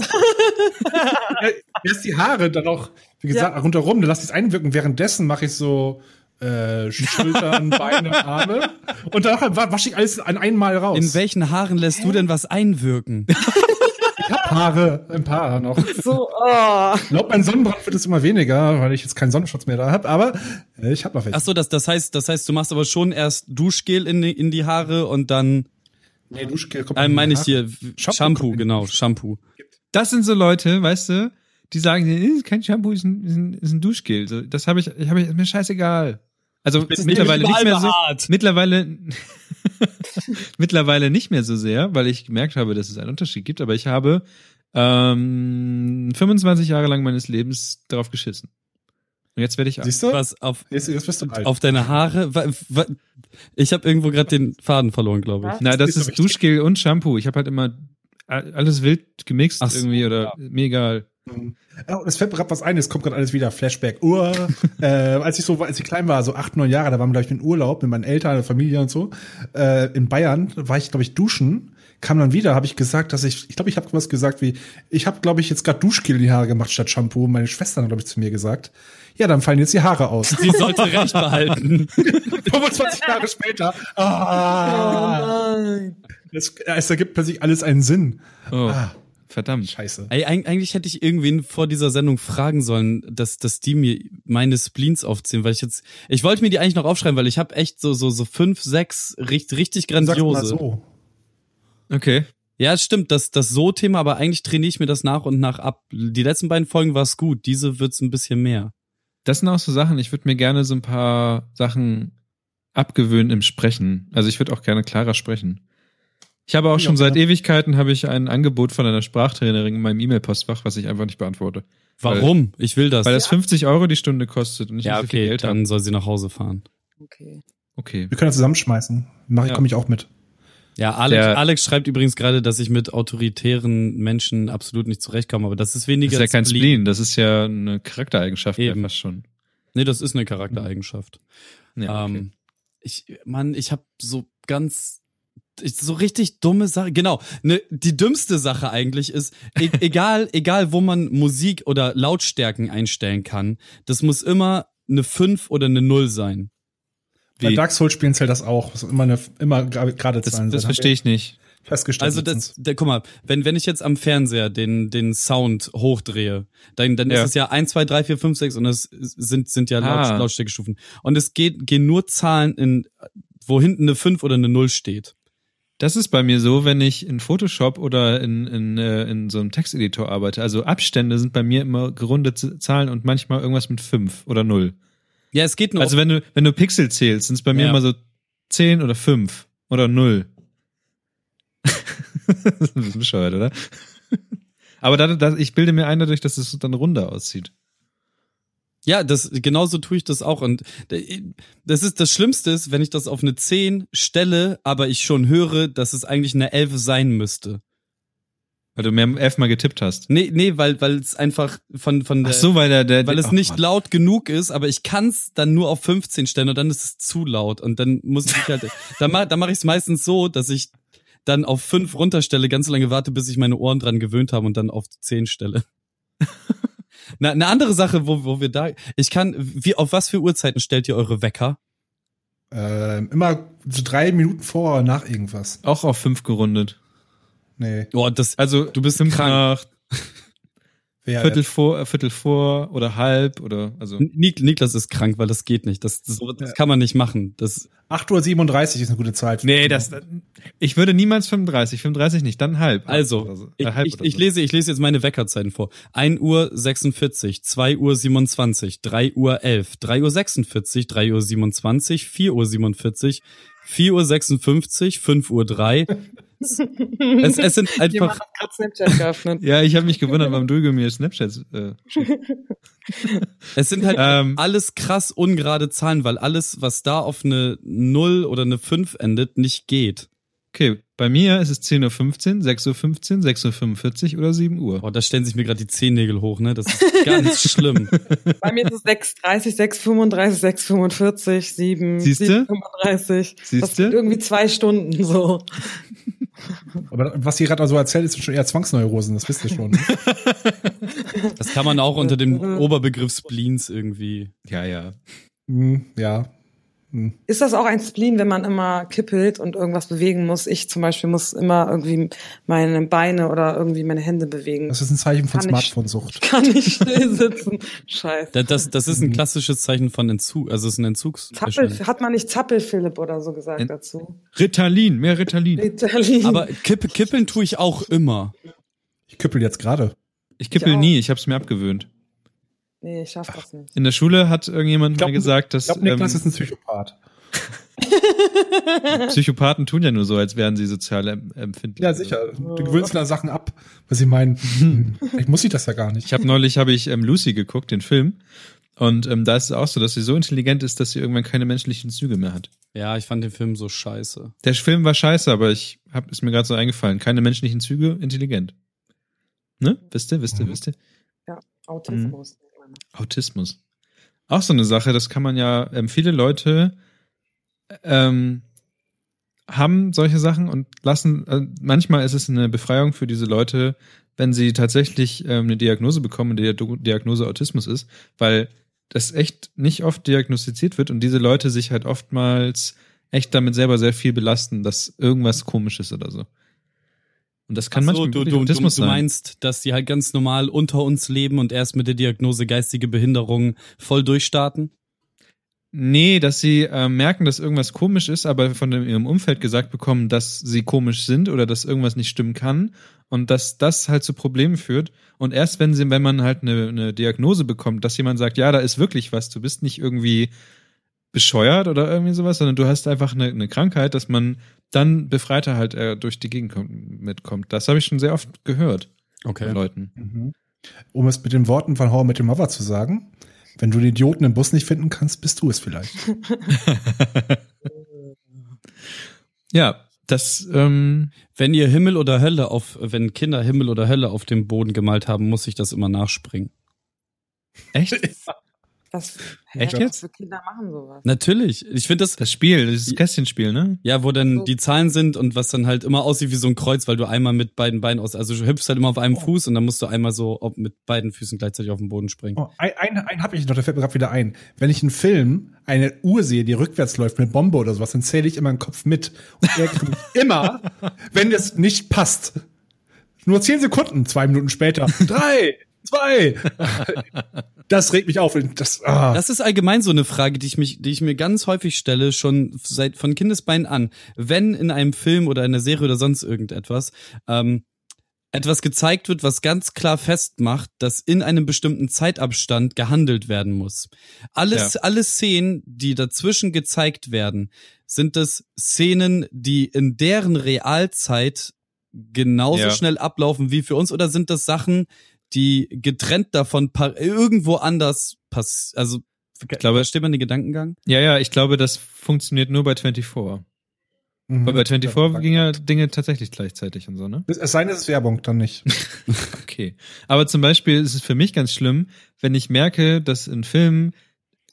Speaker 3: Erst die Haare, dann auch, wie gesagt, rundherum, dann lass ich es einwirken. Währenddessen mache ich so äh, Schultern, Beine, Arme. Und danach wa- wasche ich alles an einmal raus.
Speaker 4: In welchen Haaren lässt du denn was einwirken?
Speaker 3: ich hab Haare, ein paar noch.
Speaker 5: So, oh.
Speaker 3: Laut meinem Sonnenbrand wird es immer weniger, weil ich jetzt keinen Sonnenschutz mehr da habe, aber äh, ich habe noch welche.
Speaker 4: Ach so, das, das heißt, das heißt, du machst aber schon erst Duschgel in, die- in die Haare und dann,
Speaker 3: nee, Duschgel kommt
Speaker 4: nein,
Speaker 3: in
Speaker 4: meine ich
Speaker 3: Haare.
Speaker 4: hier,
Speaker 3: Shampoo
Speaker 4: Shampoo,
Speaker 3: kommt in-
Speaker 4: genau, Shampoo.
Speaker 2: Das sind so Leute, weißt du, die sagen, "Nee, kein Shampoo ist ein, ist ein, ist ein Duschgel. So, Das habe ich, ich habe ich, ist mir scheißegal. Also
Speaker 4: bin
Speaker 2: mittlerweile nicht
Speaker 4: überall
Speaker 2: mehr so.
Speaker 4: behaart.
Speaker 2: Mittlerweile, mittlerweile nicht mehr so sehr, weil ich gemerkt habe, dass es einen Unterschied gibt, aber ich habe ähm, 25 Jahre lang meines Lebens darauf geschissen. Und jetzt werde ich alt.
Speaker 3: Siehst du?
Speaker 4: Was auf,
Speaker 3: Jetzt, jetzt bist du alt.
Speaker 4: auf deine Haare? Wa- wa- Ich habe irgendwo gerade den Faden verloren, glaube ich.
Speaker 2: Na, das
Speaker 3: ist so
Speaker 2: ist
Speaker 3: wichtig.
Speaker 2: Duschgel und Shampoo. Ich habe halt immer a- alles wild gemixt
Speaker 4: Ach so,
Speaker 2: irgendwie oder
Speaker 3: ja.
Speaker 2: mir egal.
Speaker 3: Oh, es fällt mir gerade was ein, es kommt gerade alles wieder, Flashback. Uh, äh, als ich so, als ich klein war, so acht, neun Jahre, da waren wir, glaube ich, in Urlaub mit meinen Eltern, der Familie und so. Äh, in Bayern war ich, glaube ich, duschen, kam dann wieder, habe ich gesagt, dass ich, ich glaube, ich habe was gesagt wie, ich habe, glaube ich, jetzt gerade Duschgel in die Haare gemacht statt Shampoo. Meine Schwester hat, glaube ich, zu mir gesagt, ja, dann fallen jetzt die Haare aus.
Speaker 4: Sie sollte recht behalten.
Speaker 3: 25 Jahre später. Ah,
Speaker 5: Nein.
Speaker 3: es, es ergibt plötzlich alles einen Sinn.
Speaker 2: Oh,
Speaker 3: Ah.
Speaker 2: verdammt.
Speaker 3: Scheiße.
Speaker 4: Ey, eig- eigentlich hätte ich irgendwen vor dieser Sendung fragen sollen, dass, dass die mir meine Spleens aufziehen, weil ich jetzt, ich wollte mir die eigentlich noch aufschreiben, weil ich habe echt so, so, so fünf, sechs richtig, richtig
Speaker 3: Sag mal
Speaker 4: grandiose.
Speaker 3: so.
Speaker 2: Okay.
Speaker 4: Ja, stimmt, das, das So-Thema, aber eigentlich trainiere ich mir das nach und nach ab. Die letzten beiden Folgen war es gut, diese wird's ein bisschen mehr.
Speaker 2: Das sind auch so Sachen, ich würde mir gerne so ein paar Sachen abgewöhnen im Sprechen. Also ich würde auch gerne klarer sprechen. Ich habe auch
Speaker 3: Ja,
Speaker 2: schon seit
Speaker 3: ja.
Speaker 2: Ewigkeiten habe ich ein Angebot von einer Sprachtrainerin in meinem E-Mail-Postfach, was ich einfach nicht beantworte. Weil-
Speaker 4: Warum? ich will das.
Speaker 2: Weil das 50 Euro die Stunde kostet und ich
Speaker 4: ja,
Speaker 2: nicht so viel
Speaker 4: okay,
Speaker 2: Geld
Speaker 4: dann
Speaker 2: habe.
Speaker 4: soll sie nach Hause fahren.
Speaker 5: Okay.
Speaker 2: Okay.
Speaker 3: Wir können das zusammenschmeißen. Mach ich,
Speaker 2: Ja.
Speaker 3: komme ich auch mit.
Speaker 4: Ja, Alex,
Speaker 2: Der-
Speaker 4: Alex schreibt übrigens gerade, dass ich mit autoritären Menschen absolut nicht zurechtkomme, aber das ist
Speaker 2: Das
Speaker 4: weniger
Speaker 2: ist ja kein
Speaker 4: Spleen.
Speaker 2: Spleen, das ist ja eine Charaktereigenschaft
Speaker 4: Eben.
Speaker 2: einfach schon.
Speaker 4: Nee, das ist eine Charaktereigenschaft.
Speaker 2: Ja, okay.
Speaker 4: ähm, ich, Mann, ich habe so ganz ich, so richtig dumme Sache. Genau, ne, die dümmste Sache eigentlich ist, e egal, egal wo man Musik oder Lautstärken einstellen kann, das muss immer eine 5 oder eine 0 sein.
Speaker 3: Bei
Speaker 2: Wie?
Speaker 3: Dark Souls spielen zählt das auch. Das ist immer eine, immer gra- gerade
Speaker 2: das
Speaker 3: Zahlen.
Speaker 2: das
Speaker 3: Hab
Speaker 2: verstehe ich nicht.
Speaker 3: ich Festgestellt.
Speaker 4: Also das, der, guck mal, wenn, wenn ich jetzt am Fernseher den, den Sound hochdrehe, dann, dann
Speaker 2: Ja.
Speaker 4: ist es ja 1, 2, 3, 4, 5, 6 und das sind, sind ja Laut,
Speaker 2: Ah.
Speaker 4: Lautstärkestufen. Und es geht, gehen nur Zahlen in, wo hinten eine 5 oder eine 0 steht.
Speaker 2: Das ist bei mir so, wenn ich in Photoshop oder in, in, äh, in so einem Texteditor arbeite. Also Abstände sind bei mir immer gerundete Zahlen und manchmal irgendwas mit 5 oder 0.
Speaker 4: Ja, es geht nur
Speaker 2: Also wenn du, wenn du Pixel zählst, sind es bei mir
Speaker 4: Ja.
Speaker 2: immer so 10 oder 5 oder 0. das ist ein bisschen bescheuert, oder? Aber da, da, ich bilde mir ein dadurch, dass es dann runder aussieht.
Speaker 4: Ja, das genauso tue ich das auch und das ist das Schlimmste ist, wenn ich das auf eine 10 stelle, aber ich schon höre, dass es eigentlich eine 11 sein müsste.
Speaker 2: Weil du mehr elfmal getippt hast.
Speaker 4: Nee, nee, weil weil es einfach von von der,
Speaker 2: Ach so, weil der, der
Speaker 4: weil es
Speaker 2: oh
Speaker 4: nicht
Speaker 2: Mann.
Speaker 4: laut genug ist, aber ich kann es dann nur auf 15 stellen und dann ist es zu laut und dann muss ich halt dann mach, dann mache ich es meistens so, dass ich dann auf 5 runterstelle, ganz lange warte, bis ich meine Ohren dran gewöhnt habe und dann auf 10 stelle. Na, eine andere Sache, wo, wo wir da, ich kann, wie, auf was für Uhrzeiten stellt ihr eure Wecker?
Speaker 3: ähm, immer so drei Minuten vor oder nach irgendwas.
Speaker 2: auch auf 5 gerundet.
Speaker 3: Nee.
Speaker 4: Oh, das,
Speaker 2: Also du bist fünf
Speaker 4: krank.
Speaker 2: nach
Speaker 3: Wer,
Speaker 2: Viertel vor, äh, Viertel vor oder halb oder also.
Speaker 4: Nik Niklas ist krank, weil das geht nicht. Das, das, das
Speaker 3: Ja.
Speaker 4: kann man nicht machen. Das,
Speaker 3: 8.37 Uhr ist eine gute Zeit.
Speaker 2: Nee, das ich würde niemals 35, 35 nicht, dann halb. Oder
Speaker 4: also,
Speaker 2: so.
Speaker 4: ich,
Speaker 2: Äh, halb
Speaker 4: ich,
Speaker 2: oder
Speaker 4: ich
Speaker 2: so.
Speaker 4: lese, ich lese jetzt meine Weckerzeiten vor. 1 Uhr 46, 2 Uhr 27, 3 Uhr 11, 3 Uhr 46, 3 Uhr 27, 4 Uhr 47, 4 Uhr 56, 5 Uhr 3. es, es sind einfach,
Speaker 5: Jemand hat gerade Snapchat geöffnet.
Speaker 2: Ja, ich habe mich gewundert, warum du mir Snapchats äh,
Speaker 4: es sind halt
Speaker 2: Ähm,
Speaker 3: Ah.
Speaker 4: alles krass ungerade Zahlen, weil alles, was da auf eine 0 oder eine 5 endet, nicht geht.
Speaker 2: Okay, bei mir ist es 10.15 Uhr, 6.15 Uhr, 6.45 Uhr oder 7 Uhr.
Speaker 4: Oh, da stellen sich mir gerade die Zehennägel hoch, ne? Das ist ganz schlimm.
Speaker 5: Bei mir ist es 6,30, 6,35, 6,45, 7,
Speaker 2: Siehste?
Speaker 5: 7,35. Das
Speaker 2: Siehste?
Speaker 5: sind irgendwie zwei Stunden so.
Speaker 3: Aber was ihr gerade so erzählt, ist schon eher Zwangsneurosen, das wisst ihr schon.
Speaker 4: Das kann man auch unter dem Oberbegriff Spleens irgendwie.
Speaker 2: Ja, ja.
Speaker 3: hm, ja.
Speaker 5: Ist das auch ein Spleen, wenn man immer kippelt und irgendwas bewegen muss? Ich zum Beispiel muss immer irgendwie meine Beine oder irgendwie meine Hände bewegen.
Speaker 3: Das ist ein Zeichen von
Speaker 5: Kann ich-
Speaker 3: Smartphone-Sucht.
Speaker 5: Kann nicht still sitzen. Scheiße.
Speaker 4: Das, das, das ist ein klassisches Zeichen von Entzug, also es ist ein
Speaker 5: Zappel,
Speaker 4: Entzugserscheinung.
Speaker 5: hat man nicht Zappel-Philipp oder so gesagt
Speaker 2: Ein-
Speaker 5: dazu?
Speaker 2: Ritalin, mehr Ritalin.
Speaker 5: Ritalin.
Speaker 4: Aber kipp, kippeln tue ich auch immer.
Speaker 3: Ich kippel jetzt gerade.
Speaker 2: Ich kippel
Speaker 5: auch.
Speaker 2: nie, ich habe es mir abgewöhnt.
Speaker 5: nee, ich schaff das nicht.
Speaker 2: In der Schule hat irgendjemand
Speaker 3: Glaub-
Speaker 2: mir gesagt,
Speaker 3: Ich
Speaker 2: dass
Speaker 3: glaube, Niklas
Speaker 2: ähm,
Speaker 3: ist ein Psychopath.
Speaker 2: Psychopathen tun ja nur so, als wären sie sozial em- empfindlich.
Speaker 3: Ja, sicher. Du gewöhnst dir da Sachen ab, weil sie meinen, hm, vielleicht muss ich das ja gar nicht.
Speaker 2: Ich habe neulich habe ich ähm, Lucy geguckt, den Film. Und ähm, da ist es auch so, dass sie so intelligent ist, dass sie irgendwann keine menschlichen Züge mehr hat.
Speaker 4: Ja, ich fand den Film so scheiße.
Speaker 2: Der Film war scheiße, aber ich hab, ist mir gerade so eingefallen. Keine menschlichen Züge, intelligent. Ne? Wisst ihr, wisst ihr,
Speaker 3: Mhm.
Speaker 2: wisst ihr?
Speaker 5: Autismus.
Speaker 2: Autismus. Auch so eine Sache, das kann man ja, ähm, viele Leute ähm, haben solche Sachen und lassen, äh, manchmal ist es eine Befreiung für diese Leute, wenn sie tatsächlich ähm, eine Diagnose bekommen, und die Do- Diagnose Autismus ist, weil das echt nicht oft diagnostiziert wird und diese Leute sich halt oftmals echt damit selber sehr viel belasten, dass irgendwas komisch ist oder so. Und das kann
Speaker 4: Ach
Speaker 2: manchmal
Speaker 4: du,
Speaker 2: wirklich
Speaker 4: du,
Speaker 2: Autismus
Speaker 4: du, du
Speaker 2: sein.
Speaker 4: meinst, dass die halt ganz normal unter uns leben und erst mit der Diagnose geistige Behinderung voll durchstarten?
Speaker 2: Nee, dass sie äh, merken, dass irgendwas komisch ist, aber von dem, ihrem Umfeld gesagt bekommen, dass sie komisch sind oder dass irgendwas nicht stimmen kann und dass das halt zu Problemen führt. Und erst wenn sie, wenn man halt eine, eine Diagnose bekommt, dass jemand sagt, ja, da ist wirklich was, du bist nicht irgendwie bescheuert oder irgendwie sowas, sondern du hast einfach eine, eine Krankheit, dass man dann befreiter halt äh, durch die Gegend kommt, mitkommt. Das habe ich schon sehr oft gehört von
Speaker 4: Okay.
Speaker 2: Leuten.
Speaker 3: Um es mit den Worten von Horror mit dem Hover zu sagen, wenn du den Idioten im Bus nicht finden kannst, bist du es vielleicht.
Speaker 2: Ja, das, ähm,
Speaker 4: Wenn ihr Himmel oder Hölle auf, wenn Kinder Himmel oder Hölle auf dem Boden gemalt haben, muss ich das immer nachspringen.
Speaker 2: echt?
Speaker 5: Was,
Speaker 2: Echt
Speaker 5: was
Speaker 2: jetzt?
Speaker 5: für Kinder machen sowas?
Speaker 4: Natürlich. Ich finde das,
Speaker 2: Das Spiel, dieses Kästchenspiel, ne?
Speaker 4: ja, wo dann die Zahlen sind und was dann halt immer aussieht wie so ein Kreuz, weil du einmal mit beiden Beinen aus, also du hüpfst halt immer auf einem Fuß und dann musst du einmal so auf- mit beiden Füßen gleichzeitig auf den Boden springen.
Speaker 3: Oh, ein ein, ein habe ich noch, der fällt mir gerade wieder ein. Wenn ich einen Film, eine Uhr sehe, die rückwärts läuft mit Bombe oder sowas, dann zähle ich immer im Kopf mit. Und ärgere mich immer, wenn das nicht passt. Nur zehn Sekunden, zwei Minuten später. Drei, zwei. Das regt mich auf. und Das, ah.
Speaker 4: Das ist allgemein so eine Frage, die ich mich, die ich mir ganz häufig stelle, schon seit von Kindesbeinen an. Wenn in einem Film oder einer Serie oder sonst irgendetwas ähm, etwas gezeigt wird, was ganz klar festmacht, dass in einem bestimmten Zeitabstand gehandelt werden muss. Alles, alle Szenen, die dazwischen gezeigt werden, sind es Szenen, die in deren Realzeit genauso
Speaker 2: Ja.
Speaker 4: schnell ablaufen wie für uns oder sind das Sachen, die getrennt davon par- irgendwo anders pass also ich
Speaker 2: glaube-
Speaker 4: versteht man den Gedankengang?
Speaker 2: Ja, ja, ich glaube, das funktioniert nur bei 24. Weil
Speaker 3: Mhm.
Speaker 2: bei 24 ging ja Dinge tatsächlich gleichzeitig und so, ne?
Speaker 3: Es es sei denn, es ist Werbung, dann nicht.
Speaker 2: Okay. Aber zum Beispiel ist es für mich ganz schlimm, wenn ich merke, dass in Filmen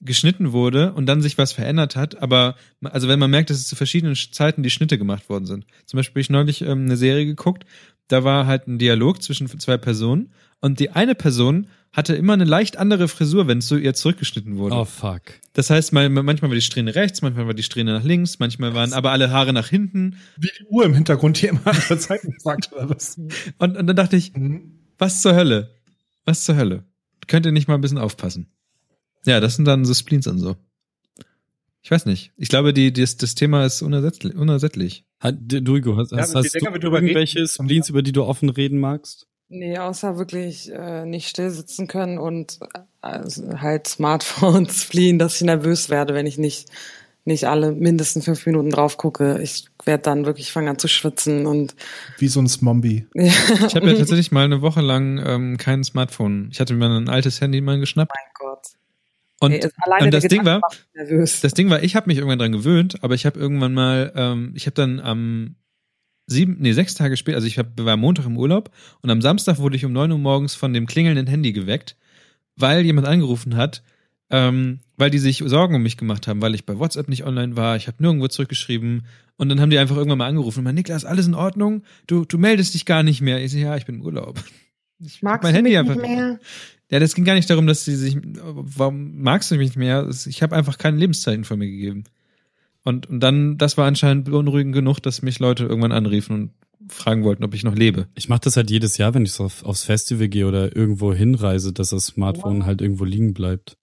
Speaker 2: geschnitten wurde und dann sich was verändert hat, aber also wenn man merkt, dass es zu verschiedenen Sch- Zeiten die Schnitte gemacht worden sind. Zum Beispiel habe ich neulich ähm, eine Serie geguckt, da war halt ein Dialog zwischen zwei Personen und die eine Person hatte immer eine leicht andere Frisur, wenn es zu ihr zurückgeschnitten wurde.
Speaker 4: Oh fuck.
Speaker 2: Das heißt, mal- manchmal war die Strähne rechts, manchmal war die Strähne nach links, manchmal waren aber alle Haare nach hinten.
Speaker 3: Wie die Uhr im Hintergrund, die immer andere Zeiten sagt oder was.
Speaker 2: Und, und dann dachte ich,
Speaker 3: Mhm.
Speaker 2: was zur Hölle? Was zur Hölle? Könnt ihr nicht mal ein bisschen aufpassen? Ja, das sind dann so Spleens und so. Ich weiß nicht. Ich glaube, die, das, das Thema ist unersetzlich. unersättlich.
Speaker 4: Hat, Duigo, hast, hast,
Speaker 3: wenn wir
Speaker 4: hast
Speaker 3: länger
Speaker 4: du
Speaker 3: drüber reden,
Speaker 4: irgendwelche
Speaker 3: dann-
Speaker 4: Spleens, über die du offen reden magst?
Speaker 5: Nee, außer wirklich äh, nicht still sitzen können und äh, also halt Smartphones fliehen, dass ich nervös werde, wenn ich nicht, nicht alle mindestens fünf Minuten drauf gucke. Ich werde dann wirklich fangen an zu schwitzen und Oh
Speaker 3: Wie so ein Smombie.
Speaker 2: Ich habe ja tatsächlich mal eine Woche lang ähm, kein Smartphone. Ich hatte mir ein altes Handy mal geschnappt.
Speaker 5: mein Gott.
Speaker 2: Und,
Speaker 5: Ey, es- alleine
Speaker 2: und
Speaker 5: der
Speaker 2: das Ding
Speaker 5: Gedanke
Speaker 2: war,
Speaker 5: macht mich nervös.
Speaker 2: Das Ding war, ich habe mich irgendwann dran gewöhnt, aber ich habe irgendwann mal, ähm, ich habe dann am sieben, nee, sechs Tage später, also ich hab, war Montag im Urlaub und am Samstag wurde ich um 9 Uhr morgens von dem klingelnden Handy geweckt, weil jemand angerufen hat, ähm, weil die sich Sorgen um mich gemacht haben, weil ich bei WhatsApp nicht online war, ich habe nirgendwo zurückgeschrieben und dann haben die einfach irgendwann mal angerufen und meinen, Niklas, alles in Ordnung? Du, du meldest dich gar nicht mehr. Ich so, ja, ich bin im Urlaub. Ich hab
Speaker 5: Magst du mich nicht mehr?
Speaker 2: ja, das ging gar nicht darum, dass sie sich, warum magst du mich nicht mehr? Es- Ich habe einfach keine Lebenszeichen von mir gegeben. Und, und dann, das war anscheinend beunruhigend genug, dass mich Leute irgendwann anriefen und fragen wollten, ob ich noch lebe.
Speaker 4: Ich mache das halt jedes Jahr, wenn ich so auf, aufs Festival gehe oder irgendwo hinreise, dass das Smartphone halt irgendwo liegen bleibt.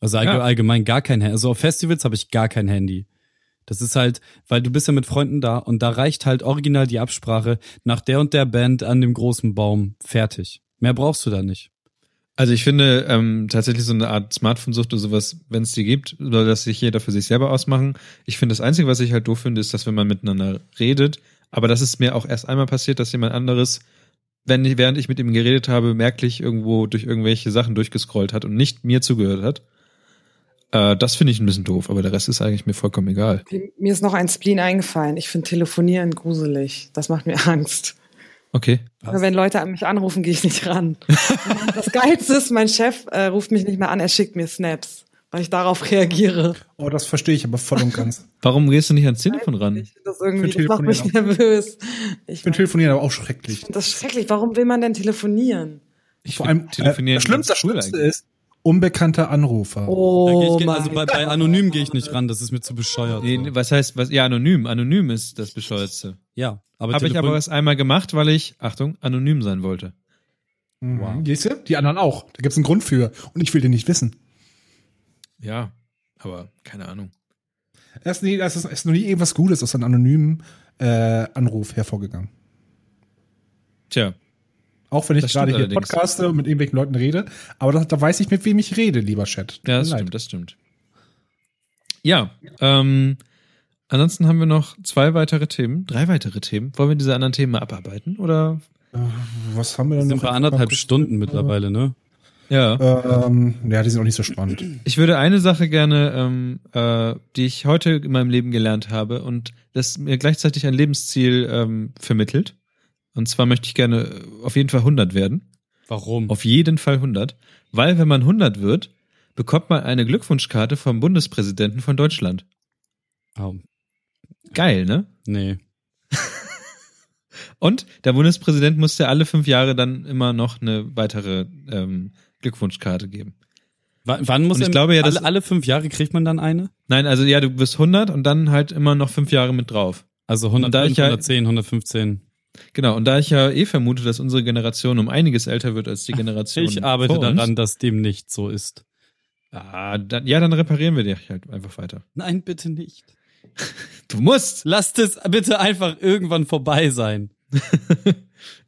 Speaker 4: Also allge-
Speaker 2: Ja.
Speaker 4: allgemein gar kein Handy. Also auf Festivals habe ich gar kein Handy. Das ist halt, weil du bist ja mit Freunden da und da reicht halt original die Absprache nach der und der Band an dem großen Baum fertig. Mehr brauchst du da nicht.
Speaker 2: Also ich finde ähm, tatsächlich so eine Art Smartphone-Sucht oder sowas, wenn es die gibt, soll das sich jeder für sich selber ausmachen. Ich finde das Einzige, was ich halt doof finde, ist, dass wenn man miteinander redet, aber das ist mir auch erst einmal passiert, dass jemand anderes, wenn ich, während ich mit ihm geredet habe, merklich irgendwo durch irgendwelche Sachen durchgescrollt hat und nicht mir zugehört hat. Äh, das finde ich ein bisschen doof, aber der Rest ist eigentlich mir vollkommen egal.
Speaker 5: Mir ist noch ein Spleen eingefallen. Ich finde Telefonieren gruselig. Das macht mir Angst.
Speaker 2: Okay.
Speaker 5: Nur Wenn Leute an mich anrufen, gehe ich nicht ran. das Geilste ist, mein Chef äh, ruft mich nicht mehr an, er schickt mir Snaps, weil ich darauf reagiere.
Speaker 3: Oh, das verstehe ich aber voll und ganz.
Speaker 2: Warum gehst du nicht ans Telefon ran?
Speaker 5: Ich finde das irgendwie, das
Speaker 3: Für
Speaker 5: macht mich nervös. Ich
Speaker 3: Ich bin
Speaker 5: meine,
Speaker 3: telefonieren aber auch schrecklich.
Speaker 5: das ist schrecklich. Warum will man denn telefonieren?
Speaker 2: Ich
Speaker 3: Vor allem, äh, das Schlimmste, das Schlimmste ist, unbekannter Anrufer.
Speaker 4: Da geh ich
Speaker 5: Oh
Speaker 4: ge-
Speaker 5: mein
Speaker 4: also bei, bei Anonym gehe ich nicht ran, das ist mir zu bescheuert.
Speaker 3: äh,
Speaker 2: Nee, was heißt, was, ja, anonym. Anonym ist das Bescheuertste.
Speaker 4: Ja, aber
Speaker 2: Habe ich
Speaker 4: Telefon-
Speaker 2: aber erst einmal gemacht, weil ich, Achtung, anonym sein wollte.
Speaker 3: Mhm. Siehst du? Die anderen auch. Da gibt's einen Grund für. Und ich will den nicht wissen.
Speaker 2: Ja, aber keine Ahnung.
Speaker 3: Es ist, nie, es ist, es ist noch nie irgendwas Gutes aus einem anonymen äh, Anruf hervorgegangen.
Speaker 2: Tja,
Speaker 3: Auch wenn ich
Speaker 2: Das
Speaker 3: gerade
Speaker 2: stimmt
Speaker 3: hier
Speaker 2: allerdings.
Speaker 3: podcaste und mit irgendwelchen Leuten rede. Aber da, da weiß ich, mit wem ich rede, lieber Chat. Tut
Speaker 2: ja,
Speaker 3: mir
Speaker 2: das
Speaker 3: leid.
Speaker 2: stimmt, das stimmt. Ja, ähm, ansonsten haben wir noch zwei weitere Themen, drei weitere Themen. Wollen wir diese anderen Themen mal abarbeiten oder?
Speaker 3: Äh, Was haben wir
Speaker 4: Wir
Speaker 3: denn
Speaker 4: sind
Speaker 3: noch?
Speaker 4: bei anderthalb Stunden mittlerweile, ne?
Speaker 2: Ja.
Speaker 3: Ähm, ja, die sind auch nicht so spannend.
Speaker 2: Ich würde eine Sache gerne, ähm, äh, die ich heute in meinem Leben gelernt habe und das mir gleichzeitig ein Lebensziel ähm, vermittelt. Und zwar möchte ich gerne äh, auf jeden Fall 100 werden.
Speaker 4: Warum?
Speaker 2: Auf jeden Fall 100. Weil wenn man 100 wird, bekommt man eine Glückwunschkarte vom Bundespräsidenten von Deutschland.
Speaker 4: Oh,
Speaker 2: Geil, ne?
Speaker 4: nee.
Speaker 2: Und der Bundespräsident muss ja alle fünf Jahre dann immer noch eine weitere ähm, Glückwunschkarte geben.
Speaker 4: W wann muss
Speaker 2: Und ich
Speaker 4: er-
Speaker 2: glaube ja, dass-
Speaker 4: alle, alle fünf Jahre kriegt man dann eine?
Speaker 2: Nein, also ja, du bist 100 und dann halt immer noch fünf Jahre mit drauf.
Speaker 4: Also
Speaker 2: Und da
Speaker 4: 105,
Speaker 2: ich ja-
Speaker 4: 110, 115.
Speaker 2: Genau, und da ich ja eh vermute, dass unsere Generation um einiges älter wird als die Generation.
Speaker 4: Ich arbeite
Speaker 2: vor uns,
Speaker 4: daran, dass dem nicht so ist.
Speaker 2: Ah, dann, ja, dann reparieren wir dich halt einfach weiter.
Speaker 4: Nein, bitte nicht.
Speaker 2: Du musst!
Speaker 4: Lasst es bitte einfach irgendwann vorbei sein.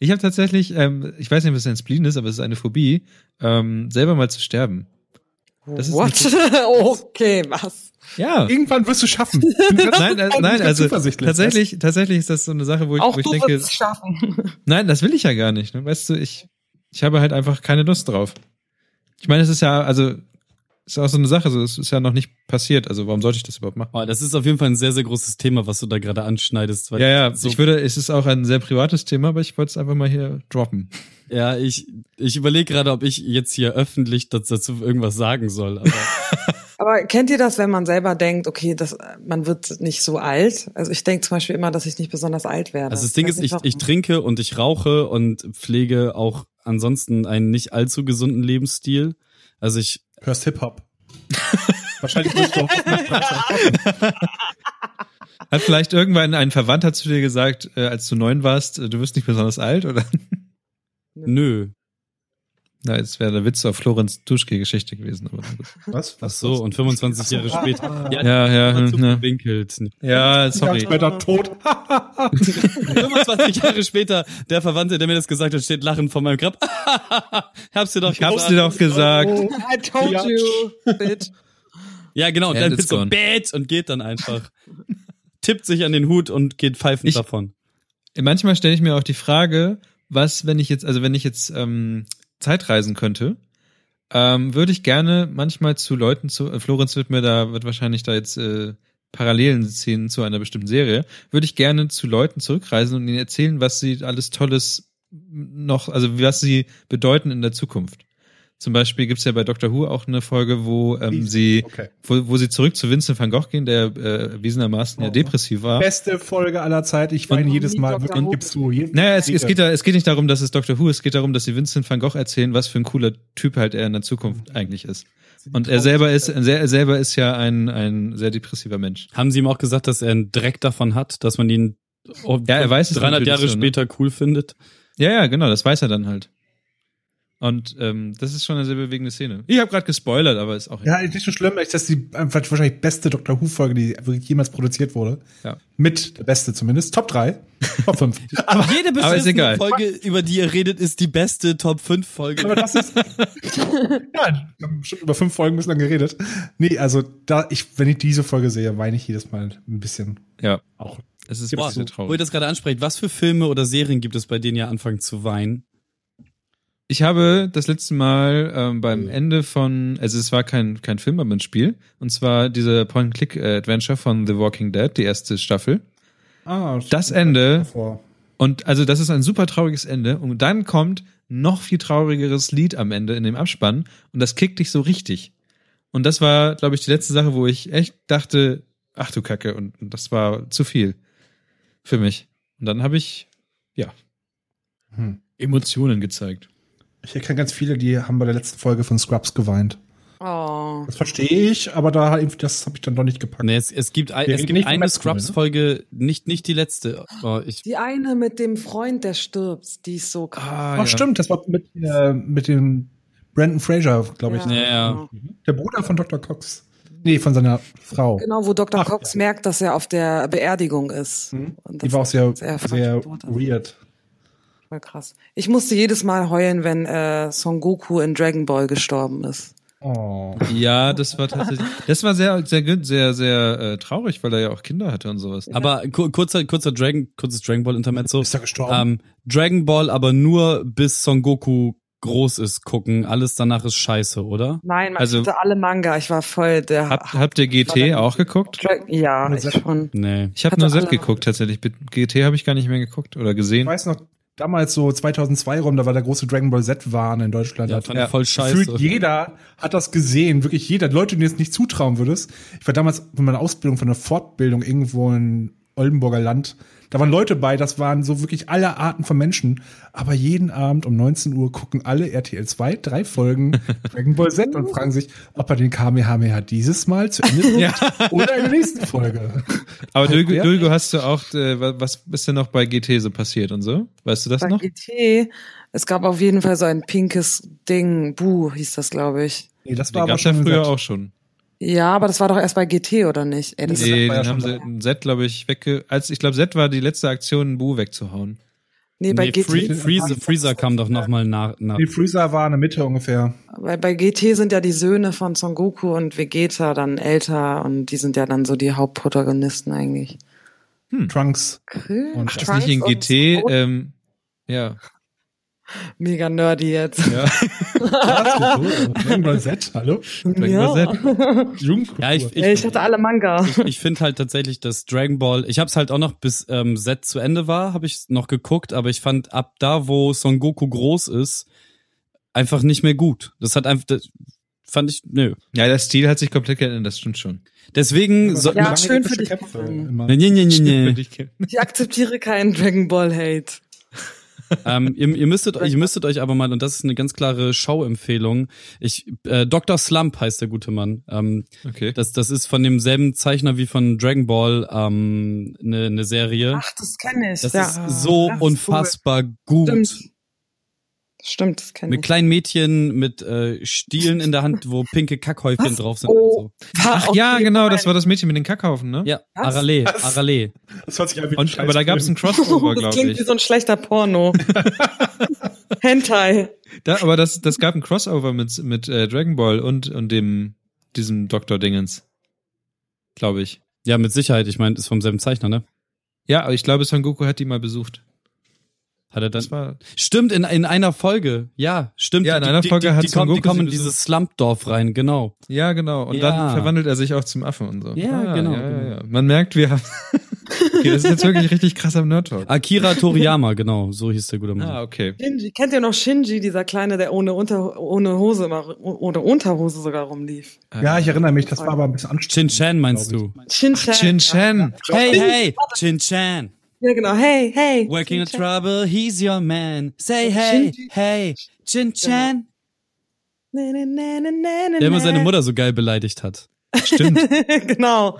Speaker 2: Ich habe tatsächlich, ähm, ich weiß nicht, was ein Spleen ist, aber es ist eine Phobie, ähm, selber mal zu sterben. Das ist
Speaker 5: What? okay, was?
Speaker 2: Ja.
Speaker 3: Irgendwann wirst du schaffen.
Speaker 2: Nein, äh,
Speaker 3: Ich
Speaker 2: nein,
Speaker 3: bin
Speaker 2: also
Speaker 3: zuversichtlich.
Speaker 2: tatsächlich, tatsächlich ist das so eine Sache, wo ich,
Speaker 5: Auch
Speaker 2: wo ich
Speaker 5: du
Speaker 2: denke,
Speaker 5: wirst es schaffen.
Speaker 2: Nein, das will ich ja gar nicht. Ne? Weißt du, ich, ich habe halt einfach keine Lust drauf. Ich meine, es ist ja, also, ist auch so eine Sache, so, es ist ja noch nicht passiert. Also, warum sollte ich das überhaupt machen?
Speaker 4: Oh, das ist auf jeden Fall ein sehr, sehr großes Thema, was du da gerade anschneidest. Weil
Speaker 2: Ja, ja,
Speaker 4: so,
Speaker 2: ich würde, es ist auch ein sehr privates Thema, aber ich wollte es einfach mal hier droppen.
Speaker 4: ja, ich, ich überlege gerade, ob ich jetzt hier öffentlich das, dazu irgendwas sagen soll. Aber
Speaker 5: Aber kennt ihr das, wenn man selber denkt, okay, das, äh, man wird nicht so alt? Also ich denke zum Beispiel immer, dass ich nicht besonders alt werde.
Speaker 4: Also das Ding
Speaker 5: weiß
Speaker 4: ist,
Speaker 5: nicht,
Speaker 4: ich,
Speaker 5: warum.
Speaker 4: ich trinke und ich rauche und pflege auch ansonsten einen nicht allzu gesunden Lebensstil. Also ich,
Speaker 3: Hörst Hip-Hop. Wahrscheinlich wirst du auch
Speaker 2: Hat vielleicht irgendwann ein Verwandter zu dir gesagt, äh, als du neun warst, äh, du wirst nicht besonders alt, oder?
Speaker 4: nö.
Speaker 2: Na, jetzt wäre der Witz auf Florenz Duschke-Geschichte gewesen. Aber na gut.
Speaker 3: Was?
Speaker 4: Ach so, und 25 Jahre
Speaker 3: ah.
Speaker 4: später. Ja, Mhm.
Speaker 2: ja, ja,
Speaker 4: immer zu
Speaker 2: hm,
Speaker 4: verwinkelt.
Speaker 2: ja, ja, sorry.
Speaker 3: später tot.
Speaker 4: 25 Jahre später, der Verwandte, der mir das gesagt hat, steht lachend vor meinem Grab. ich hab's dir doch
Speaker 2: Ich hab's dir doch gesagt.
Speaker 5: Oh, I told
Speaker 3: Ja.
Speaker 5: you, bitch.
Speaker 4: Ja, genau. Und
Speaker 2: And
Speaker 4: dann
Speaker 2: it's
Speaker 4: bist du
Speaker 2: gone.
Speaker 4: Bett und geht dann einfach. Tippt sich an den Hut und geht pfeifend
Speaker 2: Ich-
Speaker 4: davon.
Speaker 2: Manchmal stelle ich mir auch die Frage, was, wenn ich jetzt, also wenn ich jetzt ähm, Zeitreisen könnte, ähm, würde ich gerne manchmal zu Leuten zu, äh, Florenz wird mir da, wird wahrscheinlich da jetzt äh, Parallelen ziehen zu einer bestimmten Serie, würde ich gerne zu Leuten zurückreisen und ihnen erzählen, was sie alles Tolles noch, also was sie bedeuten in der Zukunft. Zum Beispiel gibt's ja bei Doctor Who auch eine Folge, wo ähm, sie,
Speaker 3: Okay.
Speaker 2: wo, wo sie zurück zu Vincent van Gogh gehen, der äh, erwiesenermaßen ja depressiv war.
Speaker 3: Beste Folge aller Zeit. Ich weine jedes Mal.
Speaker 5: Dr.
Speaker 3: Wirklich,
Speaker 5: Who.
Speaker 3: gibst du. jeden-
Speaker 2: Naja, es, es,
Speaker 3: jede-
Speaker 2: geht da, es geht nicht darum, dass es Dr. Who, es geht darum, dass sie Vincent van Gogh erzählen, was für ein cooler Typ halt er in der Zukunft eigentlich ist. Und er selber ist, er selber ist ja ein, ein sehr depressiver Mensch.
Speaker 4: Haben sie ihm auch gesagt, dass er einen Dreck davon hat, dass man ihn
Speaker 2: Ja, er weiß es
Speaker 4: 300
Speaker 2: natürlich
Speaker 4: Jahre
Speaker 2: schon, ne?
Speaker 4: später cool findet?
Speaker 2: Ja, ja, genau, das weiß er dann halt. Und ähm, das ist schon eine sehr bewegende Szene. Ich habe gerade gespoilert, aber ist auch
Speaker 3: Ja, ist nicht so schlimm. Das ist die ähm, wahrscheinlich beste Dr. Who-Folge, die wirklich jemals produziert wurde.
Speaker 2: Ja.
Speaker 3: Mit der beste zumindest. Top 3. Top 5.
Speaker 4: Aber jede
Speaker 2: aber ist
Speaker 4: beschissene
Speaker 2: egal.
Speaker 4: Folge, über die ihr redet, ist die beste Top 5 Folge.
Speaker 3: Aber das ist. ja, wir haben schon über fünf Folgen bislang geredet. Nee, also da, ich, wenn ich diese Folge sehe, weine ich jedes Mal ein bisschen.
Speaker 2: ja.
Speaker 3: Auch.
Speaker 2: Es ist
Speaker 4: Boah,
Speaker 2: wirklich sehr
Speaker 4: wo ihr
Speaker 2: traurig.
Speaker 4: das gerade ansprecht, was für Filme oder Serien gibt es, bei denen ihr anfangt zu weinen?
Speaker 2: Ich habe das letzte Mal ähm, beim Ende von, also es war kein, kein Film, aber ein Spiel, und zwar diese Point-and-Click-Adventure von The Walking Dead, die erste Staffel.
Speaker 3: Ah,
Speaker 2: Das Ende
Speaker 3: vor.
Speaker 2: Und also das ist ein super trauriges Ende. Und dann kommt noch viel traurigeres Lied am Ende in dem Abspann. Und das kickt dich so richtig. Und das war, glaube ich, die letzte Sache, wo ich echt dachte, ach du Kacke. Und, und das war zu viel für mich. Und dann habe ich, ja,
Speaker 3: Hm.
Speaker 2: Emotionen gezeigt.
Speaker 3: Ich kenne ganz viele, die haben bei der letzten Folge von Scrubs geweint.
Speaker 5: Oh.
Speaker 3: Das verstehe ich, aber da irgendwie, das habe ich dann doch nicht gepackt.
Speaker 4: Nee, Ne, es, es gibt, ein,
Speaker 3: Wir
Speaker 4: es
Speaker 3: reden
Speaker 4: gibt
Speaker 3: nicht von
Speaker 4: eine
Speaker 3: Matt Cool, ne?
Speaker 4: Scrubs-Folge, nicht, nicht die letzte. Oh, ich,
Speaker 5: Die eine mit dem Freund, der stirbt, die ist so krass.
Speaker 2: Ah,
Speaker 3: Ach stimmt, das war mit, äh, mit dem Brandon Fraser, glaube Ah, ich.
Speaker 4: Ja. ja.
Speaker 3: Der Bruder von Dr. Cox. Nee, von seiner Frau.
Speaker 5: Genau, wo Dr.
Speaker 3: Ach,
Speaker 5: Cox merkt, dass er auf der Beerdigung ist.
Speaker 4: Mhm.
Speaker 5: Und das
Speaker 3: Die war auch sehr,
Speaker 5: ist
Speaker 3: sehr
Speaker 5: verantwortlich.
Speaker 3: weird.
Speaker 5: Voll krass. Ich musste jedes Mal heulen, wenn äh, Son Goku in Dragon Ball gestorben ist.
Speaker 3: Oh.
Speaker 2: Ähm, Ja, das war tatsächlich. Das war sehr, sehr, gün- sehr, sehr äh, traurig, weil er ja auch Kinder hatte und sowas.
Speaker 4: Aber ku- kurzer, kurzer Dragon, kurzes Dragon Ball Intermezzo.
Speaker 3: Ist er gestorben?
Speaker 4: Ähm, Dragon Ball aber nur bis Son Goku groß ist gucken. Alles danach ist scheiße, oder?
Speaker 5: Nein, man
Speaker 2: Also-
Speaker 5: hatte alle Manga. Ich war voll der.
Speaker 2: Habt, habt ihr GT auch geguckt?
Speaker 5: Dra- ja, ich schon.
Speaker 4: Nee.
Speaker 2: Ich habe
Speaker 5: Hatte
Speaker 2: nur Sepp
Speaker 5: alle.
Speaker 2: geguckt tatsächlich. Mit GT habe ich gar nicht mehr geguckt oder gesehen.
Speaker 3: Ich weiß noch, damals so 2002 rum, da war der große Dragon Ball Z-Wahn in Deutschland.
Speaker 4: Ja,
Speaker 3: Hat-
Speaker 4: fand ich voll scheiße.
Speaker 3: Gefühlt jeder hat das gesehen, wirklich jeder. Leute, denen du es nicht zutrauen würdest. Ich war damals von meiner Ausbildung, von einer Fortbildung irgendwo in Oldenburger Land. Da waren Leute bei, das waren so wirklich alle Arten von Menschen. Aber jeden Abend um 19 Uhr gucken alle RTL 2 drei Folgen Dragon Ball Z und fragen sich, ob er den Kamehameha dieses Mal zu Ende bringt oder in der nächsten Folge.
Speaker 2: Aber Dulgo,
Speaker 3: Ja.
Speaker 2: Dulgo hast du auch, äh, wa- was ist denn noch bei GT so passiert und so? Weißt du das
Speaker 5: Bei
Speaker 2: noch?
Speaker 5: GT, es gab auf jeden Fall so ein pinkes Ding. Bu hieß das, glaube ich.
Speaker 3: Nee, das
Speaker 2: Den gab's ja
Speaker 3: in
Speaker 2: früher
Speaker 3: Z.
Speaker 2: auch schon.
Speaker 5: Ja, aber das war doch erst bei GT, oder nicht? Ey, das ist,
Speaker 2: Nee,
Speaker 3: war ja
Speaker 2: den haben
Speaker 3: schon
Speaker 2: sie in Z, glaube ich, wegge. Als ich glaube, Z war die letzte Aktion, Bu wegzuhauen.
Speaker 5: nee, bei,
Speaker 4: nee,
Speaker 5: GT,
Speaker 4: Free, Freezer, Freezer kam doch nochmal nach. nach.
Speaker 3: Die Freezer war in der Mitte ungefähr.
Speaker 5: bei, bei GT sind ja die Söhne von Son Goku und Vegeta dann älter und die sind ja dann so die Hauptprotagonisten eigentlich.
Speaker 3: Trunks. Und
Speaker 2: Ach, das ist nicht in
Speaker 5: Trunks und
Speaker 2: GT.
Speaker 5: Sprout.
Speaker 2: Ähm, ja.
Speaker 5: Mega nerdy jetzt.
Speaker 2: ja.
Speaker 3: Dragon Ball Z, hallo?
Speaker 2: Dragon Ball Z.
Speaker 3: Jugendkultur.
Speaker 4: Ja, ich, ich,
Speaker 5: Ja, ich hatte alle Manga.
Speaker 4: ich finde halt tatsächlich, dass Dragon Ball, ich habe es halt auch noch bis ähm, Set zu Ende war, habe ich noch geguckt, aber ich fand ab da, wo Son Goku groß ist, einfach nicht mehr gut. Das hat einfach, das fand ich, nö.
Speaker 2: Ja, der Stil hat sich komplett geändert, das stimmt schon.
Speaker 4: Deswegen, so,
Speaker 5: Ja, schön für dich. Mhm.
Speaker 4: nee, nee, nee, nee, nee.
Speaker 2: Stimmt,
Speaker 5: Ich akzeptiere keinen Dragon Ball Hate.
Speaker 4: ähm, ihr, ihr, müsstet, ihr müsstet euch aber mal, und das ist eine ganz klare Schauempfehlung, ich, äh, Dr. Slump heißt der gute Mann. Ähm,
Speaker 2: Okay.
Speaker 4: das, das ist von demselben Zeichner wie von Dragon Ball ähm, eine, eine Serie.
Speaker 5: Ach, das kenne ich.
Speaker 4: Das
Speaker 5: ja.
Speaker 4: ist so
Speaker 5: Ach, cool.
Speaker 4: unfassbar gut.
Speaker 5: Stimmt. Stimmt, das kenne
Speaker 4: Mit
Speaker 5: ich.
Speaker 4: kleinen Mädchen, mit äh, Stielen in der Hand, wo pinke Kackhäufchen drauf sind.
Speaker 5: Oh.
Speaker 4: Und so.
Speaker 2: Ach ja, genau, das war das Mädchen mit den Kackhaufen, ne?
Speaker 4: Ja,
Speaker 5: Was?
Speaker 4: Arale, Arale.
Speaker 3: Das hört sich an wie ein
Speaker 2: Und,
Speaker 3: Scheiß
Speaker 2: aber da gab es
Speaker 3: Film.
Speaker 2: einen Crossover,
Speaker 5: das
Speaker 2: glaube
Speaker 5: klingt wie
Speaker 2: ich.
Speaker 5: so ein schlechter Porno. Hentai.
Speaker 2: Da, aber das, das gab einen Crossover mit, mit äh, Dragon Ball und, und dem, diesem Dr. Dingens. Glaube ich.
Speaker 4: Ja, mit Sicherheit. Ich meine, ist vom selben Zeichner, ne?
Speaker 2: Ja, aber ich glaube, Son Goku hat die mal besucht.
Speaker 4: Hat er dann.
Speaker 2: Das war.
Speaker 4: Stimmt, in, in einer Folge. Ja, stimmt.
Speaker 2: Ja, in
Speaker 4: Die-
Speaker 2: einer
Speaker 4: die,
Speaker 2: Folge
Speaker 4: die,
Speaker 2: hat
Speaker 4: die,
Speaker 2: Son
Speaker 4: kommen, die
Speaker 2: Goku
Speaker 4: kommen in
Speaker 2: sie
Speaker 4: dieses Slumpdorf rein, genau.
Speaker 2: Ja, genau. Und
Speaker 4: Ja.
Speaker 2: dann verwandelt er sich auch zum Affen und so. Ah,
Speaker 4: Ja, genau,
Speaker 2: Ja,
Speaker 4: genau.
Speaker 2: ja, ja. Man merkt, wir haben. okay, das ist jetzt wirklich richtig krass am Nerd Talk.
Speaker 4: Akira Toriyama, genau, so hieß der gute Mann.
Speaker 2: Ah, okay.
Speaker 5: Shinji. Kennt ihr noch Shinji, dieser Kleine, der ohne, Unter ohne Hose, immer, ohne Unterhose sogar rumlief?
Speaker 3: Ja, ich erinnere mich, das war aber ein bisschen
Speaker 4: Chin
Speaker 3: anstrengend.
Speaker 4: Chan meinst du?
Speaker 5: Shin-Chan.
Speaker 2: Chin Chen.
Speaker 4: Hey, hey, Chin Chan.
Speaker 5: Ja, genau. Hey, hey.
Speaker 4: Working the
Speaker 5: Shin-Chan.
Speaker 4: trouble, he's your man. Say hey, hey, Genau. Chin Chan.
Speaker 5: Nee, nee, nee, nee, nee, nee,
Speaker 4: Der immer seine
Speaker 5: nee.
Speaker 4: Mutter so geil beleidigt hat.
Speaker 2: Stimmt.
Speaker 5: genau.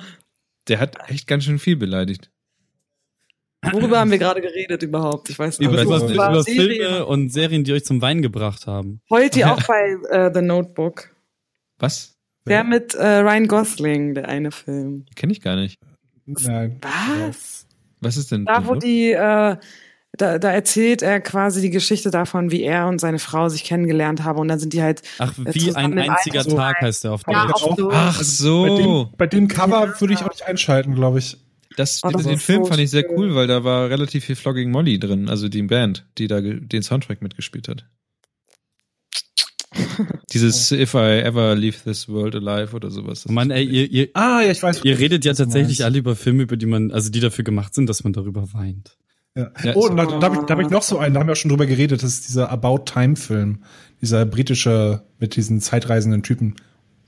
Speaker 2: Der hat echt ganz schön viel beleidigt.
Speaker 5: Worüber haben wir gerade geredet überhaupt? Ich weiß nicht.
Speaker 4: Über,
Speaker 2: weiß
Speaker 4: über,
Speaker 2: auch nicht.
Speaker 4: über,
Speaker 5: Serien.
Speaker 4: Filme und Serien, die euch zum Weinen gebracht haben.
Speaker 5: Heute auch bei äh, The Notebook.
Speaker 2: Was?
Speaker 5: Der mit äh, Ryan Gosling, der eine Film.
Speaker 2: Kenne ich gar nicht.
Speaker 3: Nein.
Speaker 5: Was?
Speaker 2: Was ist denn?
Speaker 5: Da, wo die, äh, da, da erzählt er quasi die Geschichte davon, wie er und seine Frau sich kennengelernt haben. Und dann sind die halt.
Speaker 4: Ach,
Speaker 5: Äh,
Speaker 4: wie ein
Speaker 5: zusammen im
Speaker 4: einziger
Speaker 5: Alter.
Speaker 4: Tag heißt der auf
Speaker 5: Ja,
Speaker 4: Deutsch.
Speaker 5: auch so.
Speaker 2: Ach
Speaker 4: Also,
Speaker 3: Bei,
Speaker 2: so.
Speaker 3: dem, bei dem Cover würde ich auch nicht einschalten, glaube ich.
Speaker 2: Das,
Speaker 5: Oh, das
Speaker 2: den
Speaker 5: ist
Speaker 2: Film
Speaker 5: so
Speaker 2: fand ich sehr
Speaker 5: schön.
Speaker 2: cool, weil da war relativ viel Flogging Molly drin, also die Band, die da ge- den Soundtrack mitgespielt hat. Dieses If I Ever Leave This World Alive oder sowas. Das
Speaker 4: Oh Mann,
Speaker 2: ist-
Speaker 4: ey, ihr, ihr,
Speaker 3: Ah, ja, ich weiß.
Speaker 4: ihr redet ja tatsächlich
Speaker 3: meinst.
Speaker 4: alle über Filme, über die man, also die dafür gemacht sind, dass man darüber weint.
Speaker 3: Ja.
Speaker 2: Ja,
Speaker 3: oh,
Speaker 2: ist
Speaker 3: und da, da habe ich, da hab ich noch so einen, da haben wir schon drüber geredet, das ist dieser About Time-Film, dieser britische mit diesen zeitreisenden Typen.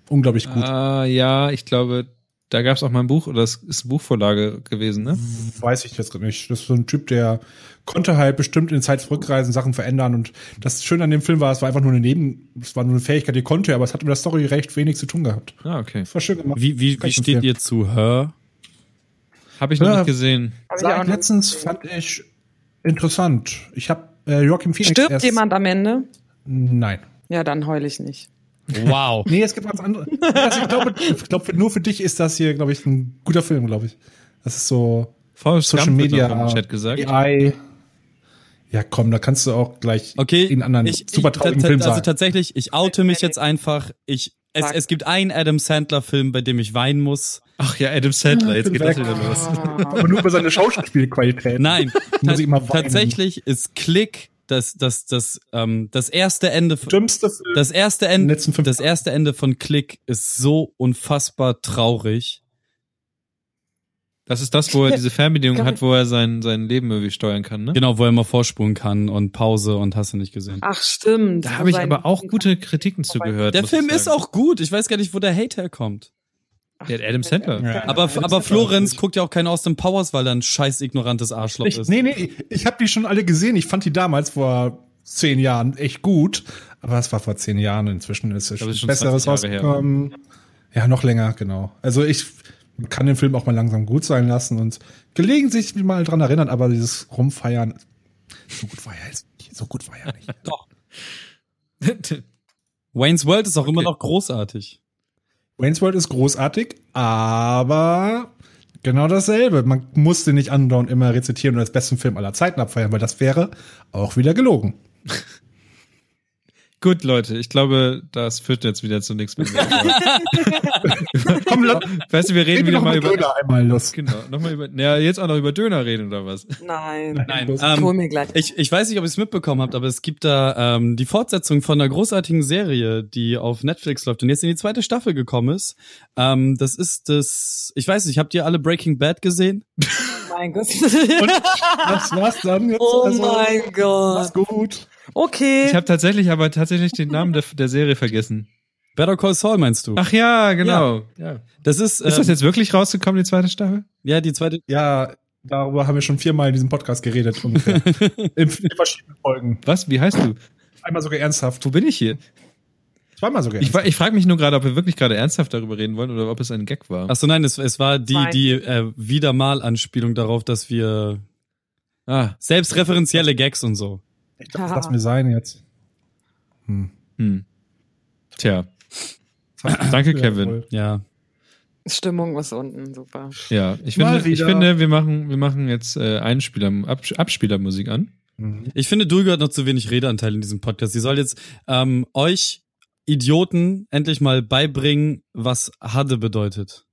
Speaker 3: Unglaublich gut.
Speaker 2: Ah, ja, ich glaube, da gab es auch mal ein Buch, oder das ist Buchvorlage gewesen, ne?
Speaker 3: Weiß ich jetzt gerade nicht. Das ist so ein Typ, der konnte halt bestimmt in der Zeit zurückreisen, Sachen verändern. Und das Schöne an dem Film war, es war einfach nur eine Neben, es war nur eine Fähigkeit, die konnte, er, aber es hat mit der Story recht wenig zu tun gehabt.
Speaker 2: Ah, okay.
Speaker 3: Das war schön gemacht.
Speaker 4: Wie, wie,
Speaker 3: Kann
Speaker 4: wie
Speaker 3: ich
Speaker 4: steht
Speaker 3: empfehlen.
Speaker 4: ihr zu Her?
Speaker 2: Habe ich noch
Speaker 3: Ja.
Speaker 2: nicht gesehen.
Speaker 5: Hab ich
Speaker 3: Sah
Speaker 5: auch
Speaker 3: ich
Speaker 5: noch-
Speaker 3: letztens fand ich interessant. Ich habe äh, Joachim Phoenix
Speaker 5: Stirbt
Speaker 3: erst-
Speaker 5: jemand am Ende?
Speaker 3: Nein.
Speaker 5: Ja, dann heul ich nicht.
Speaker 4: Wow.
Speaker 3: Nee, es gibt was anderes. Also ich glaube, ich glaube, nur für dich ist das hier, glaube ich, ein guter Film, glaube ich. Das ist so
Speaker 2: Forrest
Speaker 3: Social
Speaker 2: Gump wird
Speaker 3: Media,
Speaker 2: noch im Chat gesagt.
Speaker 3: AI. Ja, komm, da kannst du auch gleich
Speaker 4: Okay.
Speaker 3: den anderen
Speaker 4: ich,
Speaker 3: super traurigen
Speaker 4: ich, tats-
Speaker 3: Film
Speaker 4: Also
Speaker 3: sagen.
Speaker 4: tatsächlich, ich oute mich jetzt einfach. Ich, es,
Speaker 5: Sag.
Speaker 4: es gibt einen Adam Sandler-Film, bei dem ich weinen muss.
Speaker 2: Ach ja, Adam Sandler, jetzt
Speaker 3: bin
Speaker 2: geht das
Speaker 3: weg.
Speaker 2: wieder los.
Speaker 5: Ah.
Speaker 3: Aber nur über seine Schauspielqualität.
Speaker 4: Nein,
Speaker 3: Muss ich immer
Speaker 4: ta-
Speaker 3: weinen.
Speaker 4: tatsächlich ist Click das, das, das, ähm, das erste Ende von-
Speaker 3: Dümmste Film.
Speaker 4: Das erste
Speaker 3: In den
Speaker 4: Ende,
Speaker 3: letzten fünf
Speaker 4: das erste Ende von Click ist so unfassbar traurig.
Speaker 2: Das ist das, wo er diese Fernbedienung hat, wo er sein, sein Leben irgendwie steuern kann, ne?
Speaker 4: Genau, wo er mal vorspulen kann und Pause und hast du nicht gesehen.
Speaker 5: Ach, stimmt.
Speaker 2: Da habe ich
Speaker 5: Sein-
Speaker 2: aber auch gute Kritiken zu gehört.
Speaker 4: Der
Speaker 2: muss ich
Speaker 4: Film ist
Speaker 2: sagen.
Speaker 4: auch gut. Ich weiß gar nicht, wo der Hate herkommt.
Speaker 2: Der hat Adam Sandler.
Speaker 3: Ja.
Speaker 4: Aber, aber Florenz guckt ja auch keinen Austin Powers, weil er ein scheiß ignorantes Arschloch
Speaker 3: Ich,
Speaker 4: ist.
Speaker 3: nee, nee, ich habe die schon alle gesehen. Ich fand die damals vor zehn Jahren echt gut. Aber es war vor zehn Jahren. Inzwischen ist es
Speaker 2: glaube, es ist
Speaker 3: schon
Speaker 2: schon
Speaker 3: besseres
Speaker 2: 20 Jahre her.
Speaker 3: rausgekommen. Ja, noch länger, genau. Also ich man kann den Film auch mal langsam gut sein lassen und gelegentlich mich mal dran erinnern, aber dieses Rumfeiern, so gut war er jetzt nicht. So gut war er nicht.
Speaker 4: Wayne's World ist auch immer
Speaker 2: Okay.
Speaker 4: noch großartig.
Speaker 3: Wayne's World ist großartig, aber genau dasselbe. Man musste nicht andauernd immer rezitieren und als besten Film aller Zeiten abfeiern, weil das wäre auch wieder gelogen.
Speaker 2: Gut, Leute, ich glaube, das führt jetzt wieder zu nichts mehr.
Speaker 3: Komm, lass,
Speaker 2: weißt du, wir reden
Speaker 3: reden wir
Speaker 2: wieder
Speaker 3: noch
Speaker 2: mal über.
Speaker 3: Döner einmal los.
Speaker 2: Genau, nochmal über. Ja, jetzt auch noch über Döner reden oder was?
Speaker 5: Nein.
Speaker 3: Los.
Speaker 5: Ich hol
Speaker 4: Ähm,
Speaker 5: mir gleich. Oh
Speaker 4: ich, ich weiß nicht, ob ihr es mitbekommen habt, aber es gibt da ähm, die Fortsetzung von einer großartigen Serie, die auf Netflix läuft und jetzt in die zweite Staffel gekommen ist. Ähm, das ist das, ich weiß nicht, habt ihr alle Breaking Bad gesehen?
Speaker 5: mein Gott.
Speaker 3: Das war's dann jetzt.
Speaker 5: oh
Speaker 3: also,
Speaker 5: mein Gott.
Speaker 3: Mach's gut.
Speaker 5: Okay.
Speaker 2: Ich habe tatsächlich, aber tatsächlich den Namen der, der Serie vergessen.
Speaker 4: Better Call Saul meinst du?
Speaker 2: Ach ja, genau. Ja.
Speaker 4: das ist, äh,
Speaker 2: Ist
Speaker 3: Ähm,
Speaker 2: das jetzt wirklich rausgekommen, die zweite Staffel?
Speaker 4: ja die zweite.
Speaker 3: Ja, darüber haben wir schon viermal in diesem Podcast geredet. Ungefähr. in, in verschiedenen Folgen.
Speaker 2: Was? Wie heißt du?
Speaker 3: Einmal sogar ernsthaft.
Speaker 2: Wo bin ich hier?
Speaker 3: Zweimal sogar
Speaker 2: Ich,
Speaker 3: ernsthaft.
Speaker 2: fra- ich frage mich nur gerade, ob wir wirklich gerade ernsthaft darüber reden wollen oder ob es ein Gag war.
Speaker 4: Ach so, nein, es, es war die
Speaker 5: Nein.
Speaker 4: die äh, wieder mal Anspielung darauf, dass wir
Speaker 2: Ah,
Speaker 4: selbstreferenzielle Gags und so.
Speaker 3: Ich dachte, das lass mir sein jetzt. Hm.
Speaker 2: hm. Tja. Danke, Kevin.
Speaker 3: Jawohl.
Speaker 4: Ja,
Speaker 5: Stimmung ist unten. Super.
Speaker 2: Ja, ich
Speaker 3: Mal
Speaker 2: finde, ich
Speaker 3: wieder.
Speaker 2: finde wir, machen, wir machen jetzt äh, Einspieler, Abs Abspielermusik an.
Speaker 3: Mhm.
Speaker 4: Ich finde, Dulge hat noch zu wenig Redeanteil in diesem Podcast. Sie soll jetzt ähm, euch Idioten endlich mal beibringen, was Hadde bedeutet.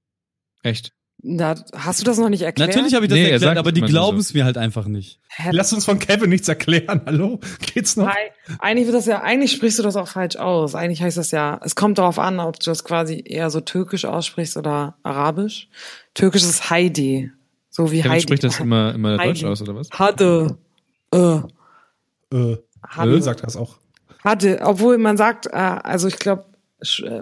Speaker 2: Echt?
Speaker 5: Na, hast du das noch nicht erklärt?
Speaker 4: Natürlich habe ich das
Speaker 2: Nee, er
Speaker 4: erklärt,
Speaker 2: sagt
Speaker 4: aber die
Speaker 2: manchmal
Speaker 4: glauben
Speaker 2: so.
Speaker 4: es mir halt einfach nicht.
Speaker 5: Hä?
Speaker 3: Lass uns von Kevin nichts erklären. Hallo? Geht's noch?
Speaker 5: Hi. Eigentlich wird das ja, eigentlich sprichst du das auch falsch aus. Eigentlich heißt das ja, es kommt darauf an, ob du das quasi eher so türkisch aussprichst oder arabisch. Türkisch ist Heidi. So wie
Speaker 2: Kevin
Speaker 5: Heidi.
Speaker 2: spricht das immer, immer
Speaker 5: Heidi.
Speaker 2: Deutsch aus, oder was?
Speaker 5: Hatte. Äh,
Speaker 3: Äh,
Speaker 5: Hallo.
Speaker 3: äh, sagt das auch.
Speaker 5: hatte. Obwohl man sagt, äh, also ich glaube,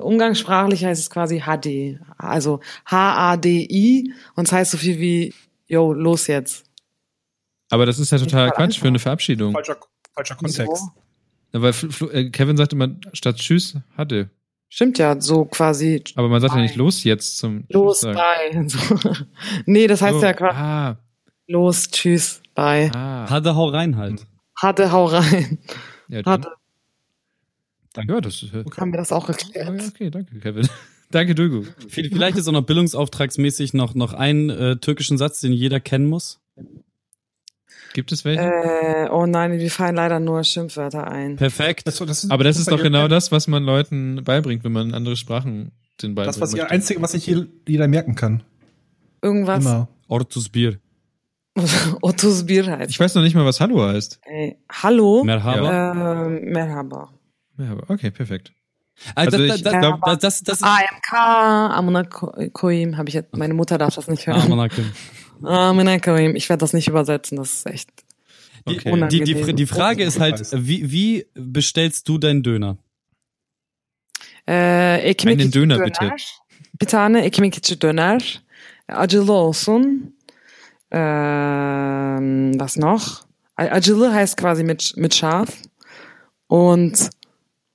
Speaker 5: umgangssprachlich heißt es quasi HD. Also H-A-D-I und es heißt so viel wie, yo, los jetzt.
Speaker 2: Aber das ist ja totaler
Speaker 5: Total
Speaker 2: Quatsch für eine
Speaker 5: einfach.
Speaker 2: Verabschiedung.
Speaker 3: Falscher, falscher Kontext.
Speaker 5: So.
Speaker 2: Ja, weil Fl Fl äh, Kevin sagt immer statt Tschüss hatte.
Speaker 5: Stimmt ja, so quasi.
Speaker 2: Aber man sagt ja nicht los jetzt zum
Speaker 5: Los,
Speaker 2: Tschüss sagen.
Speaker 5: bye. So. Nee, das heißt
Speaker 2: So.
Speaker 5: ja quasi
Speaker 2: Ah,
Speaker 5: los, tschüss, bye.
Speaker 2: ah. Hm.
Speaker 4: Hadde, hau rein halt.
Speaker 5: Hatte, hau rein.
Speaker 2: Ja, dann,
Speaker 5: Hatte,
Speaker 2: ja das ist. Okay.
Speaker 5: haben wir das auch
Speaker 2: Oh Ja,
Speaker 5: geklärt.
Speaker 2: okay, danke, Kevin. danke, Dulgu.
Speaker 4: Vielleicht ist auch noch bildungsauftragsmäßig noch, noch einen äh, türkischen Satz, den jeder kennen muss.
Speaker 2: Gibt es
Speaker 3: Ähm,
Speaker 2: welche?
Speaker 5: Äh, oh nein, wir fallen leider nur Schimpfwörter ein.
Speaker 4: Perfekt.
Speaker 3: Das, das ist,
Speaker 2: Aber das ist doch
Speaker 3: ihr-
Speaker 2: genau das, was man Leuten beibringt, wenn man andere Sprachen den beibringt.
Speaker 3: Das was ihr einzige, was sich je- jeder merken kann.
Speaker 5: Irgendwas
Speaker 3: Immer.
Speaker 4: Ortus Bier.
Speaker 5: Otto's Bier heißt.
Speaker 2: ich weiß noch nicht mal, was Hallo heißt.
Speaker 5: Ey, hallo?
Speaker 4: Merhaba. Äh,
Speaker 5: Ähm, Merhaba.
Speaker 2: Ja, aber okay, perfekt.
Speaker 4: Also,
Speaker 2: Also
Speaker 4: da-
Speaker 2: ich
Speaker 4: da- da-
Speaker 5: glaub-
Speaker 4: da-
Speaker 5: Ah,
Speaker 4: das, das, das,
Speaker 5: AMK, Amuna Ko- Koim, habe ich jetzt, meine Mutter darf das nicht
Speaker 4: Ah,
Speaker 5: hören.
Speaker 4: Manake.
Speaker 5: Ah, Menakarim, ich werde das nicht übersetzen, das ist echt.
Speaker 4: Die,
Speaker 2: Okay.
Speaker 4: die, die,
Speaker 5: Unangenehm.
Speaker 4: die Frage ist halt, wie, wie bestellst du deinen Döner?
Speaker 5: Ee, ekmek
Speaker 2: Einen
Speaker 5: içi
Speaker 2: Döner
Speaker 5: döner,
Speaker 2: bitte.
Speaker 5: Bir tane ekmek içi döner. Acılı olsun. Ee, was noch? A- Acılı heißt quasi mit, mit scharf. Und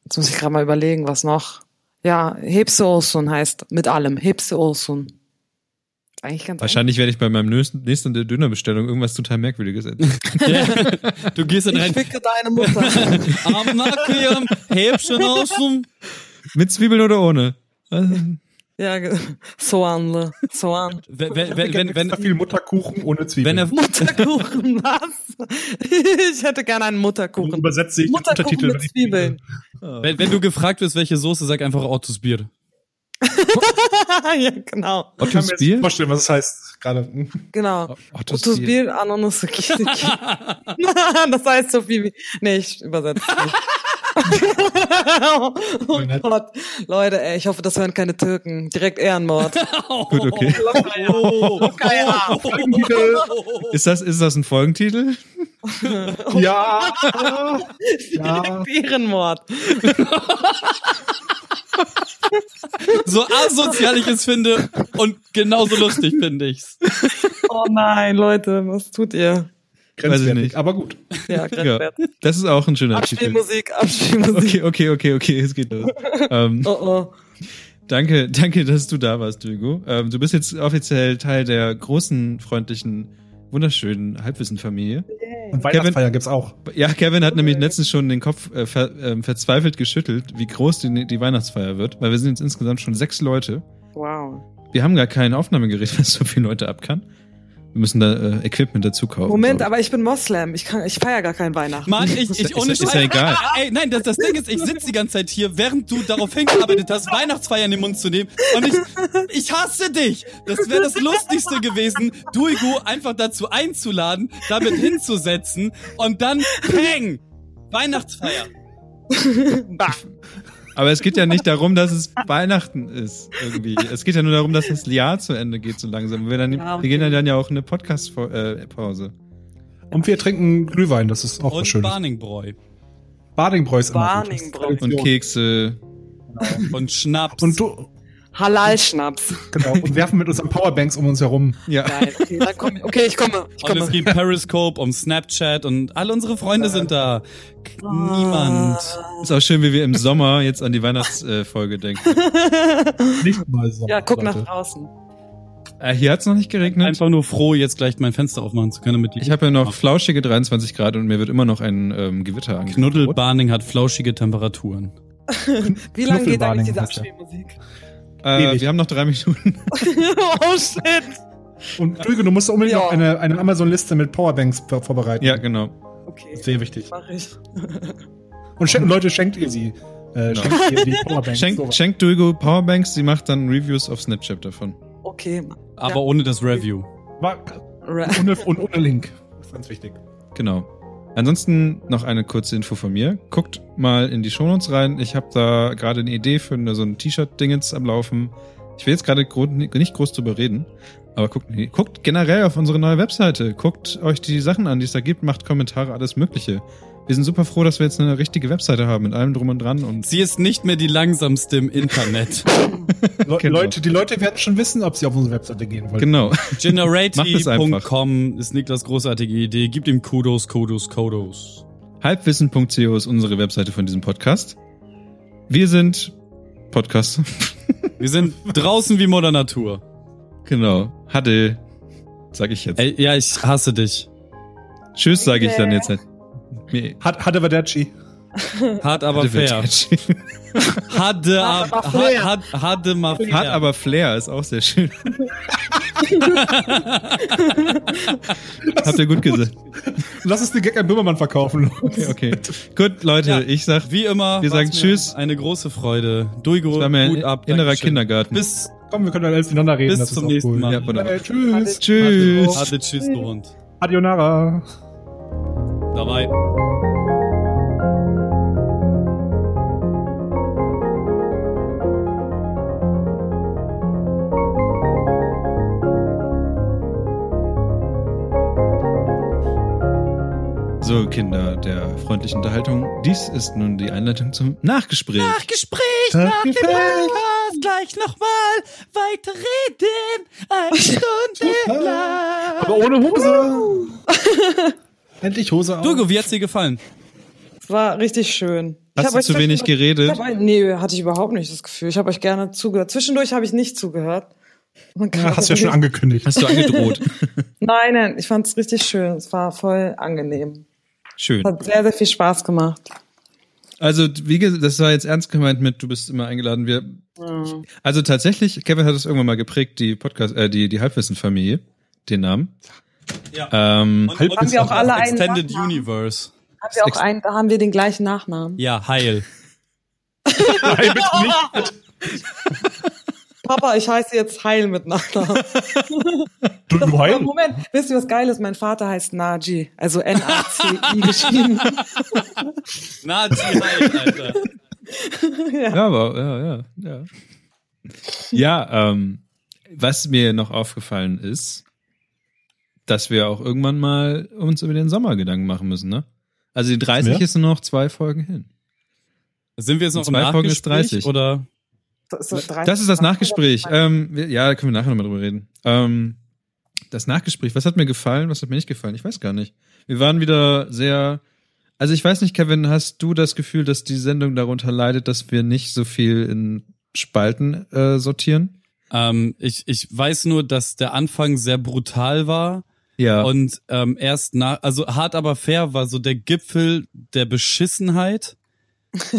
Speaker 5: jetzt muss ich gerade mal überlegen, was noch. Ja, Hepsi olsun heißt mit allem. Hepsi olsun. Eigentlich ganz
Speaker 2: Wahrscheinlich werde ich bei meinem nächsten, nächsten Dönerbestellung irgendwas total Merkwürdiges essen.
Speaker 4: Du gehst dann
Speaker 5: einfach.
Speaker 4: rein,
Speaker 5: Ich ficke deine Mutter.
Speaker 4: Amnakiam, heb schon aus um.
Speaker 2: Mit Zwiebeln oder ohne? Also,
Speaker 5: ja, ge- Soğanlı. Soğan.
Speaker 4: Wenn, wenn, wenn, wenn,
Speaker 3: Extra viel Mutterkuchen ohne Zwiebeln.
Speaker 4: wenn er,
Speaker 5: Mutterkuchen, was? Ich hätte gerne einen Mutterkuchen.
Speaker 3: übersetze ich den
Speaker 5: Mutterkuchen
Speaker 3: Untertitel.
Speaker 5: mit Zwiebeln.
Speaker 4: wenn, wenn du gefragt wirst, welche Soße, sag einfach Ottos Bier.
Speaker 5: ja, genau.
Speaker 3: Ich kann
Speaker 2: Ottos
Speaker 3: mir jetzt
Speaker 2: Bier?
Speaker 3: vorstellen, was das heißt gerade. hm.
Speaker 5: Genau.
Speaker 2: Ottos
Speaker 5: Ottos
Speaker 2: Bier.
Speaker 5: Bier, Ananas, Kekik. Das heißt so viel wie... Nee, ich übersetze es nicht. oh Gott. Leute, ey, ich hoffe, das hören keine Türken. Direkt Ehrenmord.
Speaker 2: Gut, okay.
Speaker 4: Oh,
Speaker 2: Ist das, ist das ein Folgentitel?
Speaker 3: Ja, ja.
Speaker 5: Direkt Ehrenmord.
Speaker 4: so asozial ich es finde und genauso lustig finde ich's.
Speaker 5: Oh nein, Leute, was tut ihr?
Speaker 2: Weiß ich
Speaker 3: Grenzwertig,
Speaker 2: nicht.
Speaker 3: aber gut.
Speaker 5: Ja,
Speaker 2: Ja.
Speaker 5: grenzwert.
Speaker 2: Das ist auch ein schöner Titel.
Speaker 5: Abspielmusik, Abspielmusik.
Speaker 2: Okay, okay, okay, okay, es geht los. ähm,
Speaker 5: Oh oh.
Speaker 2: danke, danke, dass du da warst, Hugo. Ähm, du bist jetzt offiziell Teil der großen, freundlichen, wunderschönen Halbwissen-Familie.
Speaker 3: Und Weihnachtsfeier gibt's auch.
Speaker 2: Ja, Kevin hat nämlich letztens schon den Kopf äh, ver, ähm, verzweifelt geschüttelt, wie groß die, die Weihnachtsfeier wird, weil wir sind jetzt insgesamt schon sechs Leute.
Speaker 5: Wow.
Speaker 2: Wir haben gar kein Aufnahmegerät, was so viele Leute ab kann. Wir müssen da äh, Equipment dazu kaufen.
Speaker 5: Moment,
Speaker 2: glaub
Speaker 5: aber ich bin Moslem. Ich, kann, ich feier gar keinen Weihnachten.
Speaker 4: Mann, ich,
Speaker 2: Ist
Speaker 4: ich
Speaker 2: ja-
Speaker 4: ohne
Speaker 2: ist ja- ist ja
Speaker 4: Scheiß- Ah,
Speaker 2: egal.
Speaker 4: Ey, nein, das, das Ding ist, ich sitze die ganze Zeit hier, während du darauf hingearbeitet hast, Weihnachtsfeier in den Mund zu nehmen. Und ich, ich hasse dich. Das wäre das Lustigste gewesen, Duigo einfach dazu einzuladen, damit hinzusetzen und dann Peng! Weihnachtsfeier.
Speaker 2: ich. aber es geht ja nicht darum, dass es Weihnachten ist irgendwie. Es geht ja nur darum, dass das Jahr zu Ende geht so langsam. Wir, dann,
Speaker 5: Ja, okay.
Speaker 2: wir gehen ja dann ja auch in eine äh, Podcast-Pause.
Speaker 3: Und wir trinken Glühwein, das ist auch was
Speaker 4: Und
Speaker 3: Schönes.
Speaker 4: Barningbräu.
Speaker 3: Badingbräu ist immer gut. Das ist
Speaker 5: Barningbräu.
Speaker 2: Und
Speaker 3: Tradition.
Speaker 2: Kekse.
Speaker 4: Und Schnaps.
Speaker 3: Und du,
Speaker 5: Halal-Schnaps.
Speaker 3: genau, und werfen mit unseren Powerbanks um uns herum.
Speaker 2: Ja.
Speaker 5: Geil. Okay, dann komm, ich. okay, ich komme. Ich
Speaker 4: und
Speaker 5: komme.
Speaker 4: es gibt Periscope um Snapchat und alle unsere Freunde sind da. K- Niemand.
Speaker 2: Ist auch schön, wie wir im Sommer jetzt an die Weihnachtsfolge denken.
Speaker 3: Nicht mal so.
Speaker 5: Ja, guck nach
Speaker 3: Leute.
Speaker 5: draußen.
Speaker 2: Äh, hier hat es noch nicht geregnet.
Speaker 4: Einfach nur froh, jetzt gleich mein Fenster aufmachen zu können, damit die
Speaker 2: Ich habe ja noch flauschige 23 Grad und mir wird immer noch ein ähm, Gewitter angekündigt.
Speaker 4: Knuddelbarning hat flauschige Temperaturen.
Speaker 5: Wie lange geht eigentlich
Speaker 3: Knuffelbarning
Speaker 5: diese
Speaker 3: heißt er.
Speaker 5: Abspielmusik?
Speaker 2: Äh,
Speaker 3: Ewig.
Speaker 2: wir haben noch drei Minuten.
Speaker 5: oh shit.
Speaker 3: Und Drüge, du musst unbedingt
Speaker 5: Ja.
Speaker 3: noch eine, eine Amazon-Liste mit Powerbanks vor- vorbereiten.
Speaker 2: Ja, genau.
Speaker 5: Okay,
Speaker 3: Sehr wichtig.
Speaker 5: mach ich.
Speaker 3: Und schen Leute, schenkt ihr sie. Äh, Schenkt ihr die Powerbanks.
Speaker 2: Genau. Schenkt
Speaker 3: sowas.
Speaker 2: schenkt Duigo Powerbanks, sie macht dann Reviews auf Snapchat davon.
Speaker 5: Okay.
Speaker 4: Aber
Speaker 5: Ja.
Speaker 4: ohne das Review.
Speaker 3: War-
Speaker 5: Ra-
Speaker 3: Ohne, und ohne Link. Das ist ganz wichtig.
Speaker 2: Genau. Ansonsten noch eine kurze Info von mir. Guckt mal in die Shownotes rein. Ich habe da gerade eine Idee für eine, so ein T-Shirt-Ding jetzt am Laufen. Ich will jetzt gerade gro- nicht groß drüber reden, aber guckt, guckt generell auf unsere neue Webseite. Guckt euch die Sachen an, die es da gibt, macht Kommentare, alles Mögliche. Wir sind super froh, dass wir jetzt eine richtige Webseite haben mit allem drum und dran und
Speaker 4: Sie ist nicht mehr die langsamste im Internet.
Speaker 3: Le
Speaker 2: Genau.
Speaker 3: Leute, die Leute werden schon wissen, ob sie auf unsere Webseite gehen wollen.
Speaker 2: genau. Macht es
Speaker 4: Generati.com ist Niklas großartige Idee. Gib ihm Kudos, Kudos, Kudos.
Speaker 2: Halbwissen.co ist unsere Webseite von diesem Podcast. Wir sind Podcast.
Speaker 4: Wir sind draußen wie Mutter Natur.
Speaker 2: genau. Haddel. Sag ich jetzt.
Speaker 4: Ey, ja, ich hasse dich.
Speaker 2: Tschüss, sage ich dann jetzt halt. Nee.
Speaker 3: Hat, hatte Wadachi.
Speaker 4: Hart aber
Speaker 2: Hatte
Speaker 4: fair.
Speaker 2: Vintage.
Speaker 4: Hatte
Speaker 5: Hart
Speaker 4: aber
Speaker 5: aber fair.
Speaker 4: fair. Hatte mal fair.
Speaker 2: Hat aber Flair, ist auch sehr schön. Habt ihr gut gesagt.
Speaker 3: Lass es den Gag an Böhmermann verkaufen.
Speaker 2: Okay, okay. Gut, Leute,
Speaker 4: Ja.
Speaker 2: ich sag,
Speaker 4: Wie immer.
Speaker 2: Wir sagen
Speaker 4: war's mir
Speaker 2: Tschüss.
Speaker 4: Eine große Freude. Duigo,
Speaker 2: das war mir ein
Speaker 4: gut ab.
Speaker 2: innerer
Speaker 4: Dankeschön.
Speaker 2: Kindergarten.
Speaker 4: Bis
Speaker 3: Komm, wir können dann alles miteinander reden.
Speaker 4: Bis
Speaker 3: das ist
Speaker 4: zum
Speaker 3: auch
Speaker 4: nächsten Mal.
Speaker 2: ja, wunderbar.
Speaker 3: Äh, tschüss.
Speaker 2: Tschüss.
Speaker 4: hatte Tschüss, du Hund.
Speaker 3: Adionara.
Speaker 4: Dabei.
Speaker 2: So, Kinder der freundlichen Unterhaltung, dies ist nun die Einleitung zum Nachgespräch.
Speaker 4: Nachgespräch, nach dem Podcast, gleich nochmal weiter reden, eine Stunde lang.
Speaker 3: Aber ohne Hose. Endlich Hose auf.
Speaker 4: Durgo, wie hat's dir gefallen?
Speaker 5: Es war richtig schön. Ich
Speaker 2: Hast
Speaker 5: hab
Speaker 2: du
Speaker 5: euch
Speaker 2: zu wenig
Speaker 5: zwischendurch-
Speaker 2: geredet?
Speaker 5: Ich hab, nee, hatte ich überhaupt nicht das Gefühl. Ich habe euch gerne zugehört. Zwischendurch habe ich nicht zugehört. Man kann
Speaker 3: Ja, hast du ja
Speaker 5: das
Speaker 3: schon
Speaker 5: nicht-
Speaker 3: angekündigt.
Speaker 2: Hast du angedroht?
Speaker 5: Nein, nein, ich fand es richtig schön. Es war voll angenehm.
Speaker 2: Schön.
Speaker 5: Es hat sehr, sehr viel Spaß gemacht.
Speaker 2: Also, wie gesagt, das war jetzt ernst gemeint mit, du bist immer eingeladen. Wir, also tatsächlich, Kevin hat das irgendwann mal geprägt, die Podcast, äh, die, die Halbwissen-Familie, den Namen.
Speaker 4: Ja.
Speaker 2: Ähm,
Speaker 5: Haben wir auch alle einen
Speaker 4: Extended
Speaker 5: Nachnamen?
Speaker 4: Universe.
Speaker 5: Haben wir auch einen, da haben wir den gleichen Nachnamen.
Speaker 4: Ja, heil.
Speaker 5: Papa, ich heiße jetzt Heil mit Nachnamen.
Speaker 3: Du, du
Speaker 5: Oh,
Speaker 3: heil.
Speaker 5: Moment, wisst ihr, was geil ist? Mein Vater heißt Naji, also N-A-C-I geschrieben.
Speaker 4: Nazi heil, Alter.
Speaker 2: Ja, aber, ja, ja, ja. Ja, ähm, was mir noch aufgefallen ist, dass wir auch irgendwann mal uns über den Sommer Gedanken machen müssen, ne? Also die 30
Speaker 3: Ja.
Speaker 2: ist nur noch zwei Folgen hin.
Speaker 4: Sind wir jetzt noch im
Speaker 2: Zwei Folgen
Speaker 4: Nachgespräch?
Speaker 2: ist 30.
Speaker 4: Oder?
Speaker 5: Das ist das,
Speaker 2: Das ist das Nachgespräch. Ähm, wir, ja, da können wir nachher nochmal drüber reden. Ähm, das Nachgespräch, was hat mir gefallen, was hat mir nicht gefallen? Ich weiß gar nicht. Wir waren wieder sehr. Also ich weiß nicht, Kevin, hast du das Gefühl, dass die Sendung darunter leidet, dass wir nicht so viel in Spalten äh, sortieren?
Speaker 4: Ähm, ich, ich weiß nur, dass der Anfang sehr brutal war.
Speaker 2: Ja.
Speaker 4: Und ähm, erst nach, also hart aber fair war so der Gipfel der Beschissenheit.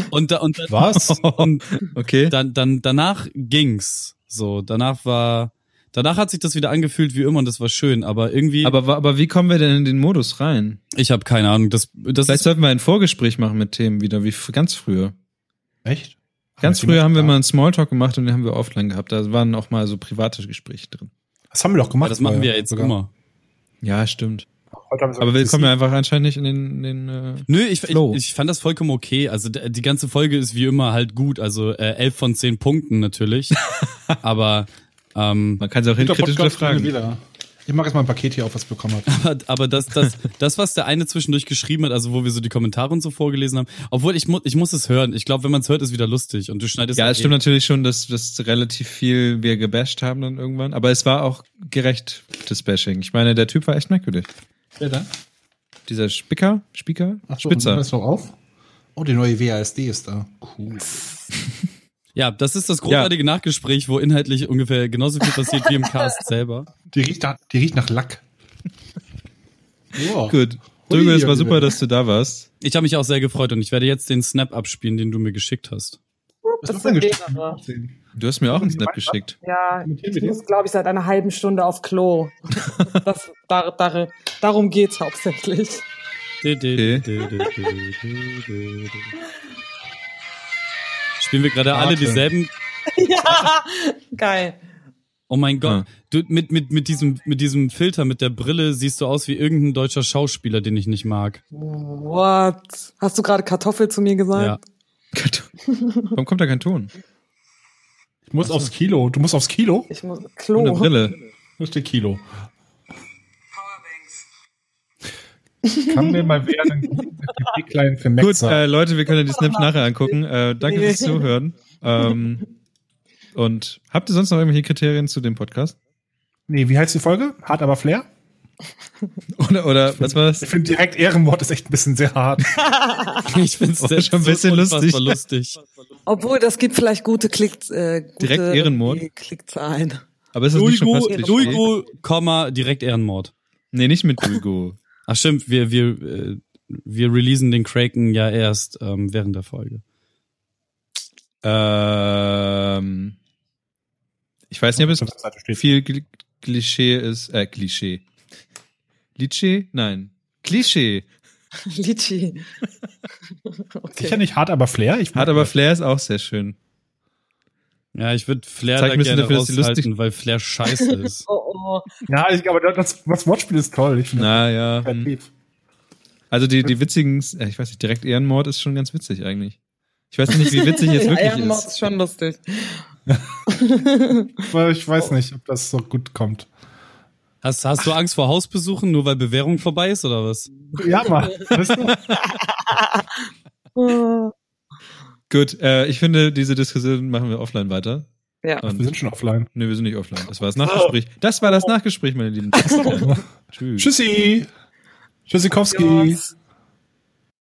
Speaker 4: Und, da, und, dann,
Speaker 3: Was?
Speaker 4: und
Speaker 2: okay.
Speaker 4: dann, dann danach ging's. So, danach war, danach hat sich das wieder angefühlt wie immer und das war schön. Aber irgendwie,
Speaker 2: Aber, wa- aber wie kommen wir denn in den Modus rein?
Speaker 4: ich habe keine Ahnung. Das, das
Speaker 2: Vielleicht
Speaker 4: ist,
Speaker 2: sollten wir ein Vorgespräch machen mit Themen wieder, wie f- ganz früher.
Speaker 3: Echt?
Speaker 2: Ganz
Speaker 3: Haben
Speaker 2: früher haben wir
Speaker 3: gemacht?
Speaker 2: mal einen Smalltalk gemacht und den haben wir offline gehabt. Da waren auch mal so private Gespräche drin.
Speaker 3: Das haben wir doch
Speaker 4: ja,
Speaker 3: gemacht.
Speaker 4: das machen wir ja jetzt
Speaker 3: sogar.
Speaker 4: immer.
Speaker 2: Ja, stimmt.
Speaker 3: Heute haben wir
Speaker 2: Aber wir
Speaker 3: das-
Speaker 2: kommen ja einfach anscheinend nicht in den, in den äh,
Speaker 4: Nö, ich, ich,
Speaker 2: Flow.
Speaker 4: ich fand das vollkommen okay. Also d- die ganze Folge ist wie immer halt gut. Also äh, elf von zehn Punkten natürlich. aber ähm,
Speaker 2: man kann es auch hin
Speaker 3: Guter
Speaker 2: kritisch
Speaker 3: Podcast,
Speaker 2: hinterfragen.
Speaker 3: wieder. Ich mache jetzt mal ein Paket hier auf, was ich bekommen habe.
Speaker 4: Aber, aber das, das, das, was der eine zwischendurch geschrieben hat, also wo wir so die Kommentare und so vorgelesen haben, obwohl ich, mu ich muss es hören. Ich glaube, wenn man es hört, ist wieder lustig und du schneidest.
Speaker 2: Ja, es
Speaker 4: eh-
Speaker 2: stimmt natürlich schon, dass, dass relativ viel wir gebasht haben dann irgendwann. Aber es war auch gerecht, das Bashing. Ich meine, der Typ war echt merkwürdig.
Speaker 3: Wer da?
Speaker 2: Dieser Spicker, Spieker, Spitzer.
Speaker 3: Das noch auf? Oh, die neue WASD ist da. Cool.
Speaker 4: Ja, das ist das großartige Nachgespräch, wo inhaltlich ungefähr genauso viel passiert wie im Cast selber.
Speaker 3: Die riecht nach, die riecht nach Lack. Joa.
Speaker 2: Gut.
Speaker 3: Hui,
Speaker 2: Drüge, es war
Speaker 3: Hui.
Speaker 2: super, dass du da warst.
Speaker 4: Ich habe mich auch sehr gefreut und ich werde jetzt den Snap abspielen, den du mir geschickt hast.
Speaker 3: Was
Speaker 5: Das
Speaker 3: ist denn
Speaker 5: sind
Speaker 3: gesch-
Speaker 5: mehrere.
Speaker 2: Du hast mir auch einen Snap geschickt.
Speaker 5: Ja,
Speaker 3: Notieren
Speaker 5: ich
Speaker 3: wir
Speaker 5: muss, glaube ich, seit einer halben Stunde auf Klo. Das, dar, dar, darum geht's hauptsächlich.
Speaker 4: Spielen wir gerade alle
Speaker 3: Warte.
Speaker 4: dieselben
Speaker 5: Ja, geil.
Speaker 4: Oh mein
Speaker 2: Ah.
Speaker 4: Gott. Du, mit, mit, mit, diesem, mit diesem Filter, mit der Brille siehst du aus wie irgendein deutscher Schauspieler, den ich nicht mag.
Speaker 5: What? Hast du gerade Kartoffel zu mir
Speaker 4: Ja.
Speaker 5: gesagt?
Speaker 2: Gott. Warum kommt da kein Ton?
Speaker 3: Ich muss aufs Kilo. Du musst aufs Kilo?
Speaker 5: Ich muss
Speaker 2: Ohne
Speaker 5: Klo.
Speaker 2: Brille.
Speaker 3: Das steht Kilo. Kann mir mal wer einen die kleinen
Speaker 2: Gut,
Speaker 3: Vermexer.
Speaker 2: äh, Leute, wir können ja die Snaps nachher angucken. Äh, danke
Speaker 5: Nee.
Speaker 2: fürs Zuhören. Ähm, und habt ihr sonst noch irgendwelche Kriterien zu dem Podcast?
Speaker 3: Nee, wie heißt die Folge? Hart aber Flair?
Speaker 2: Oder, oder was war das?
Speaker 3: Ich finde direkt Ehrenwort ist echt ein bisschen sehr hart.
Speaker 4: Ich find's
Speaker 2: Oh,
Speaker 4: selbst
Speaker 2: schon ein
Speaker 4: so
Speaker 2: bisschen
Speaker 4: unfassbar
Speaker 2: lustig.
Speaker 4: lustig.
Speaker 5: Obwohl, das gibt vielleicht gute Klicks. Äh, gute
Speaker 2: Direkt Ehrenmord?
Speaker 5: die Klickzahlen.
Speaker 2: Aber ist das nicht schon
Speaker 4: Duigo,
Speaker 2: fast Klischee?
Speaker 4: Duigo, Komma, direkt Ehrenmord.
Speaker 2: Nee, nicht mit Duigo.
Speaker 4: Ach stimmt, wir, wir, äh, wir releasen den Kraken ja erst ähm, während der Folge.
Speaker 2: ähm, ich weiß nicht, ob es viel Gl Klischee ist. Äh, Klischee. Klischee? Nein. Klischee.
Speaker 5: Litschi.
Speaker 3: Sicher
Speaker 5: Okay.
Speaker 3: nicht hart aber Flair? Ich
Speaker 2: Hat aber Flair ist auch sehr schön.
Speaker 4: Ja, ich würde Flair
Speaker 2: Zeig
Speaker 4: da
Speaker 2: ein bisschen
Speaker 4: gerne
Speaker 2: dafür, dass die lustig-
Speaker 4: raushalten, weil Flair scheiße ist.
Speaker 5: Oh, oh.
Speaker 3: Ja, ich, aber das, das Wortspiel ist toll. Ich finde
Speaker 2: Naja.
Speaker 3: das
Speaker 2: Hm.
Speaker 3: kreativ.
Speaker 2: Also die, die witzigen, äh, ich weiß nicht, direkt Ehrenmord ist schon ganz witzig eigentlich. Ich weiß nicht, wie witzig jetzt
Speaker 5: Ja,
Speaker 2: wirklich
Speaker 5: Ehrenmord
Speaker 2: ist.
Speaker 5: ist schon lustig.
Speaker 3: Weil Ich weiß nicht, ob das so gut kommt.
Speaker 4: Hast, hast du Angst vor Hausbesuchen, nur weil Bewährung vorbei ist oder was?
Speaker 3: Ja, Mann. Weißt
Speaker 2: Ah.
Speaker 3: du?
Speaker 2: Gut, äh, ich finde, diese Diskussion machen wir offline weiter.
Speaker 5: Ja.
Speaker 2: Und-
Speaker 3: Wir sind oh. schon offline.
Speaker 2: Nee, wir sind nicht offline. Das war das Nachgespräch. Das war das Nachgespräch, meine Lieben. Tschüss.
Speaker 3: Tschüssi. Tschüssikowski.
Speaker 5: Adios.